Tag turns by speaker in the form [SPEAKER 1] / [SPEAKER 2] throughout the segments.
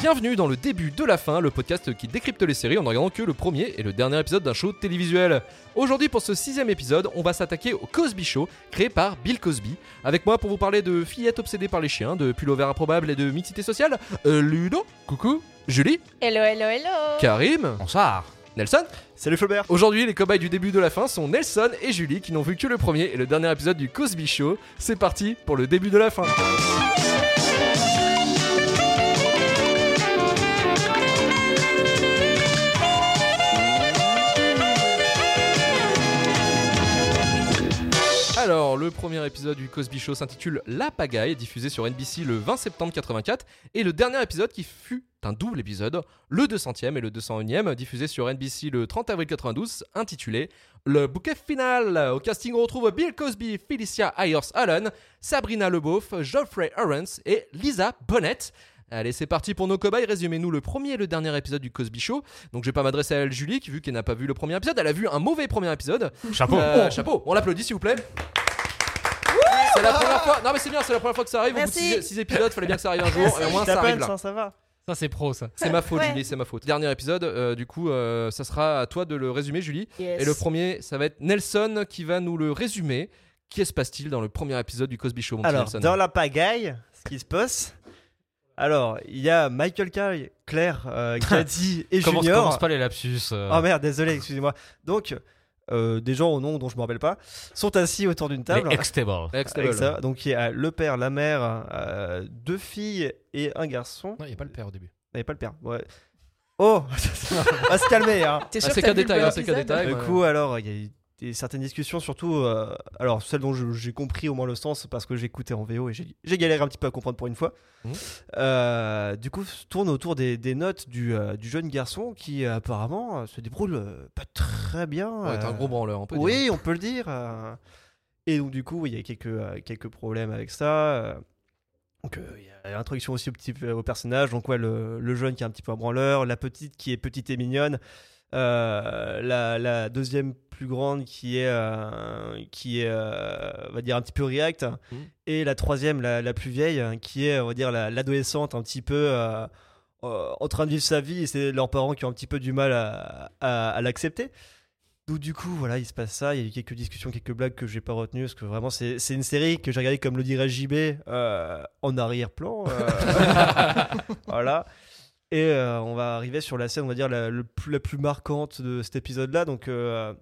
[SPEAKER 1] Bienvenue dans le début de la fin, le podcast qui décrypte les séries en ne regardant que le premier et le dernier épisode d'un show télévisuel. Aujourd'hui, pour ce sixième épisode, on va s'attaquer au Cosby Show, créé par Bill Cosby. Avec moi pour vous parler de fillettes obsédées par les chiens, de pullover improbable et de mixité sociale, euh, Ludo, coucou, Julie,
[SPEAKER 2] Hello, hello, hello
[SPEAKER 1] Karim,
[SPEAKER 3] Bonsoir.
[SPEAKER 1] Nelson.
[SPEAKER 4] Salut Flaubert
[SPEAKER 1] Aujourd'hui, les cobayes du début de la fin sont Nelson et Julie qui n'ont vu que le premier et le dernier épisode du Cosby Show. C'est parti pour le début de la fin. Alors, le premier épisode du Cosby Show s'intitule La pagaille, diffusé sur NBC le 20 septembre 84, et le dernier épisode qui fut un double épisode, le 200e et le 201e, diffusé sur NBC le 30 avril 92, intitulé Le bouquet final. Au casting, on retrouve Bill Cosby, Felicia Ayers Allen, Sabrina Leboeuf, Geoffrey Lawrence et Lisa Bonnet. Allez, c'est parti pour nos cobayes. Résumez-nous le premier et le dernier épisode du Cosby Show. Donc, je vais pas m'adresser à elle, Julie, qui, vu qu'elle n'a pas vu le premier épisode, elle a vu un mauvais premier épisode.
[SPEAKER 4] Ah
[SPEAKER 3] Chapeau.
[SPEAKER 1] Euh, Chapeau, on l'applaudit s'il vous plaît. C'est la première fois. Non mais c'est bien, c'est la première fois que ça arrive. Au bout de
[SPEAKER 2] Merci.
[SPEAKER 1] 6, épisodes, fallait bien que ça arrive un jour.
[SPEAKER 2] Merci.
[SPEAKER 1] Et au moins
[SPEAKER 4] T'as
[SPEAKER 1] ça
[SPEAKER 4] pas
[SPEAKER 1] arrive
[SPEAKER 4] une
[SPEAKER 1] là.
[SPEAKER 4] chance, ça va
[SPEAKER 3] Ça, c'est pro, ça.
[SPEAKER 1] C'est ma faute,
[SPEAKER 2] Ouais.
[SPEAKER 1] Julie, c'est ma faute. Dernier épisode, euh, du coup, euh, ça sera à toi de le résumer, Julie. Et le premier, ça va être Nelson qui va nous le résumer. Qu'est-ce se passe-t-il dans le premier épisode du Cosby Show, mon petit
[SPEAKER 4] Alors,
[SPEAKER 1] Nelson
[SPEAKER 4] dans la pagaille, ce qui se passe. Alors, il y a Michael Kyle, Claire, euh, Caddy et
[SPEAKER 3] Commence,
[SPEAKER 4] Junior.
[SPEAKER 3] commence pas les lapsus. euh.
[SPEAKER 4] Oh merde, désolé, excusez-moi. Donc, euh, des gens au nom dont je me rappelle pas sont assis autour d'une table.
[SPEAKER 3] les ex-tables.
[SPEAKER 1] Alex
[SPEAKER 4] Avec
[SPEAKER 1] Table.
[SPEAKER 4] ça. Donc, il y a le père, la mère, euh, deux filles et un garçon.
[SPEAKER 3] Non, il n'y a pas le père au début.
[SPEAKER 4] N'avait pas le père. Ouais. Oh On va se calmer, hein.
[SPEAKER 2] T'es
[SPEAKER 1] Ah, c'est qu'un détail, hein, c'est qu'un détail.
[SPEAKER 4] Du
[SPEAKER 1] ouais.
[SPEAKER 4] Euh, coup, alors, il y a eu des- certaines discussions, surtout, euh, alors celles dont je- j'ai compris au moins le sens parce que j'écoutais en VO et j'ai j'ai galéré un petit peu à comprendre pour une fois.
[SPEAKER 1] Mhm.
[SPEAKER 4] Euh, du coup, se tourne autour des, des notes du, euh, du jeune garçon qui euh, apparemment euh, se débrouille euh, pas très bien.
[SPEAKER 1] Ouais, t'es un
[SPEAKER 4] euh,
[SPEAKER 1] gros branleur, on peut dire.
[SPEAKER 4] oui, on peut le dire. euh. Et donc, du coup, il y a quelques, euh, quelques problèmes avec ça. euh. Donc, euh, il y a l'introduction aussi au, petit, euh, au personnage. Donc, ouais, le, le jeune qui est un petit peu un branleur, la petite qui est petite et mignonne, euh, la, la deuxième plus grande qui est, euh, qui est euh, on va dire, un petit peu react,
[SPEAKER 1] Mhm.
[SPEAKER 4] et la troisième, la, la plus vieille, hein, qui est, on va dire, la- l'adolescente un petit peu. euh, euh, en train de vivre sa vie et c'est leurs parents qui ont un petit peu du mal à- à- à l'accepter. Donc du coup, voilà, il se passe ça. Il y a eu quelques discussions, quelques blagues que j'ai pas retenues parce que vraiment, c'est c'est une série que j'ai regardée, comme le dirait JB, euh, en arrière-plan. euh, voilà. Et euh, on va arriver sur la scène, on va dire, la, le plus- la plus marquante de cet épisode-là. Donc euh,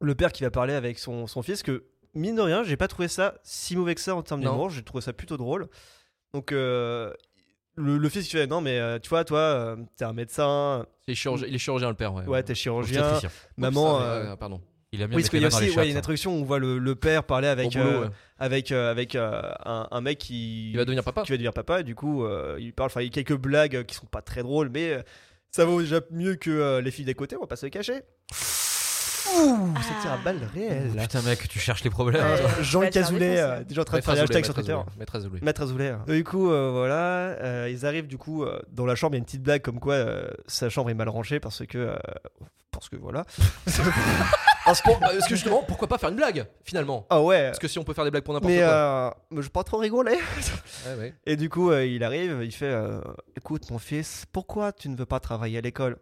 [SPEAKER 4] le père qui va parler avec son, son fils, que mine de rien, j'ai pas trouvé ça si mauvais que ça en termes
[SPEAKER 1] Non.
[SPEAKER 4] d'humour. J'ai trouvé ça plutôt drôle. Donc euh, le, le fils qui fait, non mais euh, tu vois, toi, euh, t'es un médecin,
[SPEAKER 1] C'est chirurgien- Il est chirurgien, le père, ouais.
[SPEAKER 4] ouais, t'es
[SPEAKER 3] Au
[SPEAKER 4] chirurgien,
[SPEAKER 3] obstétricien.
[SPEAKER 4] maman...
[SPEAKER 1] Oups, ah,
[SPEAKER 4] euh,
[SPEAKER 1] Euh, ouais, ouais, pardon.
[SPEAKER 3] Il a bien
[SPEAKER 4] oui,
[SPEAKER 3] mis
[SPEAKER 4] parce
[SPEAKER 3] les
[SPEAKER 4] qu'il y a
[SPEAKER 3] mains dans
[SPEAKER 4] aussi
[SPEAKER 3] les
[SPEAKER 4] ouais,
[SPEAKER 3] chattes,
[SPEAKER 4] une
[SPEAKER 3] hein.
[SPEAKER 4] introduction où on voit le, le père parler
[SPEAKER 1] Au
[SPEAKER 4] avec,
[SPEAKER 1] boulot,
[SPEAKER 4] euh,
[SPEAKER 1] ouais.
[SPEAKER 4] avec, euh, avec euh, un, un mec qui,
[SPEAKER 1] Il va devenir papa.
[SPEAKER 4] qui va devenir papa, et du coup, euh, il parle. Enfin, il y a quelques blagues qui sont pas très drôles, mais euh, ça vaut déjà mieux que euh, les filles d'à côté, on va pas se le cacher. Ouh, c'était un bal
[SPEAKER 3] Oh,
[SPEAKER 4] réel.
[SPEAKER 3] Putain, mec, tu cherches les
[SPEAKER 5] Ah.
[SPEAKER 3] problèmes.
[SPEAKER 2] Ouais.
[SPEAKER 4] Euh, Jean
[SPEAKER 2] Tu vas te faire
[SPEAKER 4] Cazoulet,
[SPEAKER 2] défoncer.
[SPEAKER 4] euh, déjà en train de
[SPEAKER 1] Maîtresse
[SPEAKER 4] faire des hashtags
[SPEAKER 1] Zoulou,
[SPEAKER 4] sur
[SPEAKER 1] maîtresse
[SPEAKER 4] Twitter.
[SPEAKER 1] Zoulou, maîtresse Zoulou.
[SPEAKER 4] Maître Azoulay. hein. Du coup, euh, voilà, euh, ils arrivent du coup euh, dans la chambre. Il y a une petite blague comme quoi euh, sa chambre est mal rangée parce que euh, parce que voilà.
[SPEAKER 1] Parce que, parce que justement, pourquoi pas faire une blague, finalement
[SPEAKER 4] Ah ouais.
[SPEAKER 1] Parce que si on peut faire des blagues pour n'importe
[SPEAKER 4] Mais
[SPEAKER 1] quoi.
[SPEAKER 4] euh, mais je pas trop rigoler.
[SPEAKER 1] Ouais, ouais.
[SPEAKER 4] Et du coup, euh, il arrive, il fait euh, Écoute, mon fils, pourquoi tu ne veux pas travailler à l'école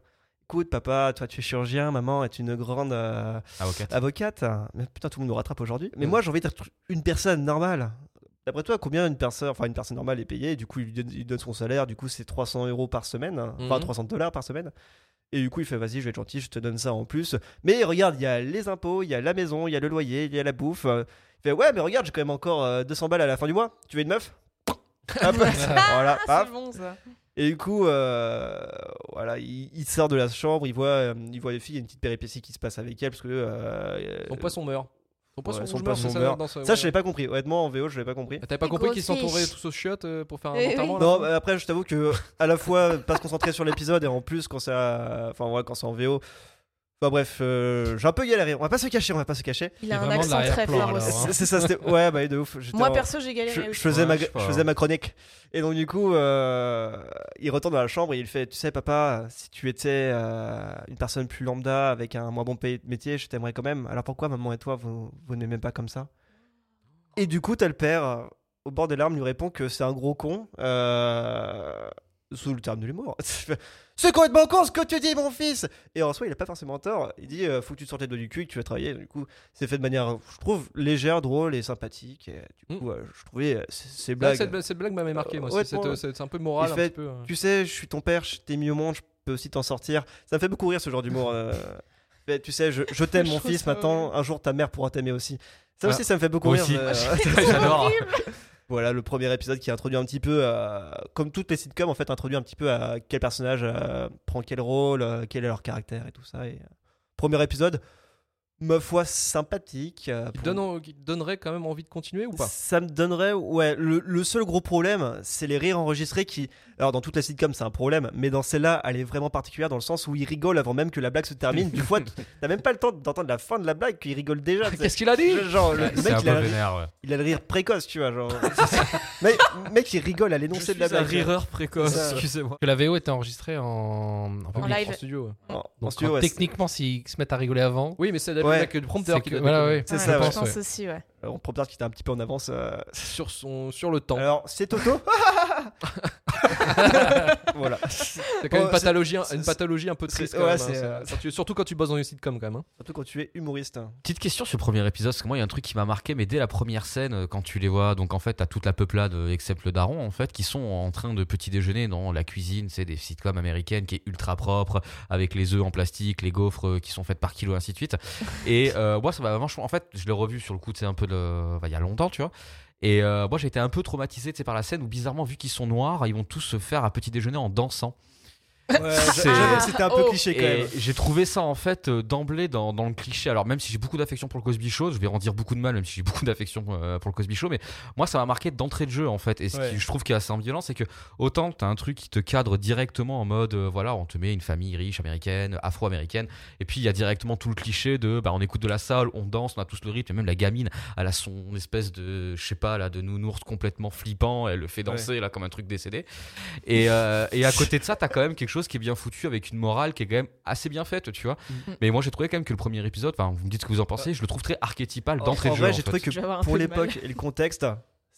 [SPEAKER 4] Écoute, papa, toi tu es chirurgien, maman est une grande euh,
[SPEAKER 3] Avocat.
[SPEAKER 4] avocate. Mais putain, tout le monde nous rattrape aujourd'hui. Mais
[SPEAKER 1] Ouais.
[SPEAKER 4] moi, j'ai envie d'être une personne normale. D'après toi, combien une personne, enfin une personne normale est payée Du coup, il lui donne, il donne son salaire. Du coup, c'est 300 euros par semaine, hein. enfin
[SPEAKER 1] Mhm.
[SPEAKER 4] 300 dollars par semaine. Et du coup, il fait vas-y, je vais être gentil, je te donne ça en plus. Mais regarde, il y a les impôts, il y a la maison, il y a le loyer, il y a la bouffe. Euh, Il fait ouais, mais regarde, j'ai quand même encore euh, 200 balles à la fin du mois. Tu veux une meuf Hop. voilà,
[SPEAKER 2] Ah,
[SPEAKER 4] paf.
[SPEAKER 2] c'est bon ça.
[SPEAKER 4] Et du coup, euh, voilà, il, il sort de la chambre, il voit, euh, il voit les filles, il y a une petite péripétie qui se passe avec elle parce que euh,
[SPEAKER 1] Son poisson meurt. Son poisson
[SPEAKER 4] Ouais, son
[SPEAKER 1] rouge meurt,
[SPEAKER 4] poisson
[SPEAKER 1] c'est ça,
[SPEAKER 4] meurt.
[SPEAKER 1] dans ce-
[SPEAKER 4] Ça,
[SPEAKER 1] ouais.
[SPEAKER 4] je l'avais pas compris. Honnêtement, en VO, je l'avais pas compris.
[SPEAKER 1] Ah, T'avais pas
[SPEAKER 2] Les
[SPEAKER 1] compris
[SPEAKER 2] grosses
[SPEAKER 1] qu'ils s'entouraient
[SPEAKER 2] fiches.
[SPEAKER 1] tous aux chiottes euh, pour faire un
[SPEAKER 2] Eh oui.
[SPEAKER 1] enterrement à la
[SPEAKER 4] Non, bah,
[SPEAKER 1] fin
[SPEAKER 4] mais après, je t'avoue que à la fois pas se concentrer sur l'épisode et en plus quand c'est, à- enfin voilà, quand c'est en VO. Enfin bref, euh, j'ai un peu galéré. On va pas se cacher, on va pas se cacher.
[SPEAKER 2] Il a
[SPEAKER 3] C'est
[SPEAKER 2] un
[SPEAKER 3] vraiment de
[SPEAKER 2] accent très
[SPEAKER 3] l'arrière-plan,
[SPEAKER 2] fort
[SPEAKER 3] alors,
[SPEAKER 2] aussi.
[SPEAKER 3] hein.
[SPEAKER 4] C'est, c'est ça, c'était ouais, bah de ouf. J'étais
[SPEAKER 2] Moi
[SPEAKER 4] en-
[SPEAKER 2] perso, j'ai galéré
[SPEAKER 4] je, je
[SPEAKER 2] aussi.
[SPEAKER 4] faisais ma,
[SPEAKER 3] Ouais, je sais pas.
[SPEAKER 4] je faisais ma chronique. Et donc, du coup, euh, il retourne dans la chambre et il fait Tu sais, papa, si tu étais euh, une personne plus lambda avec un moins bon pay- métier, je t'aimerais quand même. Alors pourquoi maman et toi, vous, vous n'aimez pas comme ça Et du coup, t'as le père, euh, au bord des larmes, lui répond que c'est un gros con. euh, sous le terme de l'humour. C'est complètement con ce que tu dis, mon fils Et en soi, il a pas forcément tort. Il dit euh, Faut que tu te sortes les doigts du cul et que tu vas travailler. Du coup, c'est fait de manière, je trouve, légère, drôle et sympathique. Et du coup, euh, je trouvais euh, c-
[SPEAKER 1] Mm.
[SPEAKER 4] ces
[SPEAKER 1] Ouais,
[SPEAKER 4] blagues.
[SPEAKER 1] cette, cette blague m'avait marqué, moi.
[SPEAKER 4] Euh,
[SPEAKER 1] c'est-
[SPEAKER 4] honnêtement,
[SPEAKER 1] c'est euh, c'est- c'est un peu moral,
[SPEAKER 4] il
[SPEAKER 1] un
[SPEAKER 4] fait-
[SPEAKER 1] petit peu. euh.
[SPEAKER 4] Tu sais, je suis ton père, je t'ai mis au monde, je peux aussi t'en sortir. Ça me fait beaucoup rire ce genre d'humour. euh. Mais tu sais, je, je t'aime,
[SPEAKER 1] Je
[SPEAKER 4] mon
[SPEAKER 1] trouve
[SPEAKER 4] fils,
[SPEAKER 1] ça
[SPEAKER 4] maintenant, un jour ta mère pourra t'aimer aussi. Ça
[SPEAKER 3] Ah,
[SPEAKER 4] aussi, ça me fait beaucoup
[SPEAKER 3] moi
[SPEAKER 4] rire. euh.
[SPEAKER 3] aussi.
[SPEAKER 4] mais-
[SPEAKER 3] J'adore.
[SPEAKER 4] voilà le premier épisode qui introduit un petit peu, euh, comme toutes les sitcoms, en fait, introduit un petit peu à quel personnage euh, prend quel rôle, euh, quel est leur caractère et tout ça. Et, euh, premier épisode, ma foi sympathique. euh,
[SPEAKER 1] Qui,
[SPEAKER 4] pour-
[SPEAKER 1] te donne en- qui te donnerait quand même envie de continuer ou pas
[SPEAKER 4] ça me donnerait, ouais, le, le seul gros problème, c'est les rires enregistrés qui, alors dans toutes les sitcoms c'est un problème, mais dans celle-là, elle est vraiment particulière dans le sens où ils rigolent avant même que la blague se termine. du fois, t'as même pas le temps d'entendre la fin de la blague qu'ils rigolent déjà. tu sais.
[SPEAKER 1] Qu'est-ce qu'il a dit
[SPEAKER 4] Genre, le, le
[SPEAKER 3] C'est
[SPEAKER 4] mec,
[SPEAKER 3] un
[SPEAKER 4] il a,
[SPEAKER 3] peu
[SPEAKER 4] le-
[SPEAKER 3] vénère, ouais.
[SPEAKER 4] il a le rire précoce, tu vois, genre. mec, mec, il rigole à l'énoncé de la blague.
[SPEAKER 3] précoce,
[SPEAKER 4] Ça.
[SPEAKER 3] excusez-moi. Que la VO était enregistrée en, en
[SPEAKER 1] En
[SPEAKER 3] public.
[SPEAKER 2] live.
[SPEAKER 1] Ah studio. ouais.
[SPEAKER 4] En- en
[SPEAKER 3] Donc,
[SPEAKER 4] studio,
[SPEAKER 3] euh,
[SPEAKER 4] ouais, c'est-
[SPEAKER 3] techniquement, s'ils se mettent à rigoler avant,
[SPEAKER 1] Oui, mais c'est
[SPEAKER 4] Ouais.
[SPEAKER 1] avec le
[SPEAKER 3] c'est
[SPEAKER 1] prompteur qui
[SPEAKER 3] que-
[SPEAKER 1] doit
[SPEAKER 3] voilà,
[SPEAKER 1] déconner.
[SPEAKER 3] ouais.
[SPEAKER 4] C'est
[SPEAKER 2] Ouais,
[SPEAKER 4] ça,
[SPEAKER 2] je
[SPEAKER 4] ouais.
[SPEAKER 3] pense,
[SPEAKER 2] pense
[SPEAKER 3] ouais.
[SPEAKER 2] aussi, ouais.
[SPEAKER 4] Euh, On prend qui était un petit peu en avance. euh.
[SPEAKER 1] sur, son, sur le temps.
[SPEAKER 4] Alors, c'est Toto Voilà.
[SPEAKER 1] C'est quand même
[SPEAKER 4] Oh,
[SPEAKER 1] une pathologie,
[SPEAKER 4] c'est-
[SPEAKER 1] une pathologie un peu
[SPEAKER 4] c'est-
[SPEAKER 1] triste
[SPEAKER 4] ouais,
[SPEAKER 1] quand même. hein,
[SPEAKER 4] c'est,
[SPEAKER 1] c'est-
[SPEAKER 4] euh,
[SPEAKER 1] surtout- Surtout quand tu bosses dans une sitcom quand même. hein.
[SPEAKER 4] Surtout quand tu es humoriste.
[SPEAKER 5] Petite question sur le premier épisode, parce que moi il y a un truc qui m'a marqué, mais dès la première scène, euh, quand tu les vois, donc en fait t'as toute la peuplade, euh, excepte le daron en fait, qui sont en train de petit déjeuner dans la cuisine, c'est des sitcoms américaines qui est ultra propre, avec les œufs en plastique, les gaufres euh, qui sont faites par kilo, ainsi de suite. Et euh, moi ça m'a vachement, en fait je l'ai revu sur le coup, c'est un peu de- enfin, il y a longtemps, tu vois. Et euh, moi j'ai été un peu traumatisé tu sais, par la scène où bizarrement vu qu'ils sont noirs, ils vont tous se faire un petit déjeuner en dansant.
[SPEAKER 4] Ouais,
[SPEAKER 5] C'est-
[SPEAKER 4] j'avoue que c'était un peu
[SPEAKER 2] Oh.
[SPEAKER 4] cliché quand
[SPEAKER 5] Et
[SPEAKER 4] même.
[SPEAKER 5] j'ai trouvé ça en fait euh, d'emblée dans, dans le cliché. Alors même si j'ai beaucoup d'affection pour le Cosby Show, je vais en dire beaucoup de mal, même si j'ai beaucoup d'affection euh, pour le Cosby Show, mais moi ça m'a marqué d'entrée de jeu en fait. Et ce
[SPEAKER 4] Ouais.
[SPEAKER 5] qui je trouve qui est assez ambivalent, c'est que autant t'as un truc qui te cadre directement en mode euh, voilà, on te met une famille riche américaine, afro-américaine, et puis il y a directement tout le cliché de bah on écoute de la salle, on danse, on a tous le rythme, et même la gamine, elle a son espèce de je sais pas là de nounours complètement flippant, elle le fait danser là comme un truc décédé. Et, euh, et à côté de ça, t'as quand même quelque chose qui est bien foutu avec une morale qui est quand même assez bien faite, tu vois.
[SPEAKER 4] Mm.
[SPEAKER 2] Mhm.
[SPEAKER 5] Mais moi, j'ai trouvé quand même que le premier épisode, enfin, vous me dites ce que vous en pensez, je le trouve très archétypal d'entrée
[SPEAKER 4] en
[SPEAKER 5] de jeu.
[SPEAKER 4] vrai,
[SPEAKER 5] en
[SPEAKER 4] j'ai
[SPEAKER 5] fait.
[SPEAKER 4] trouvé que
[SPEAKER 2] Je vais avoir un
[SPEAKER 4] pour
[SPEAKER 2] peu de mal.
[SPEAKER 4] l'époque et le contexte,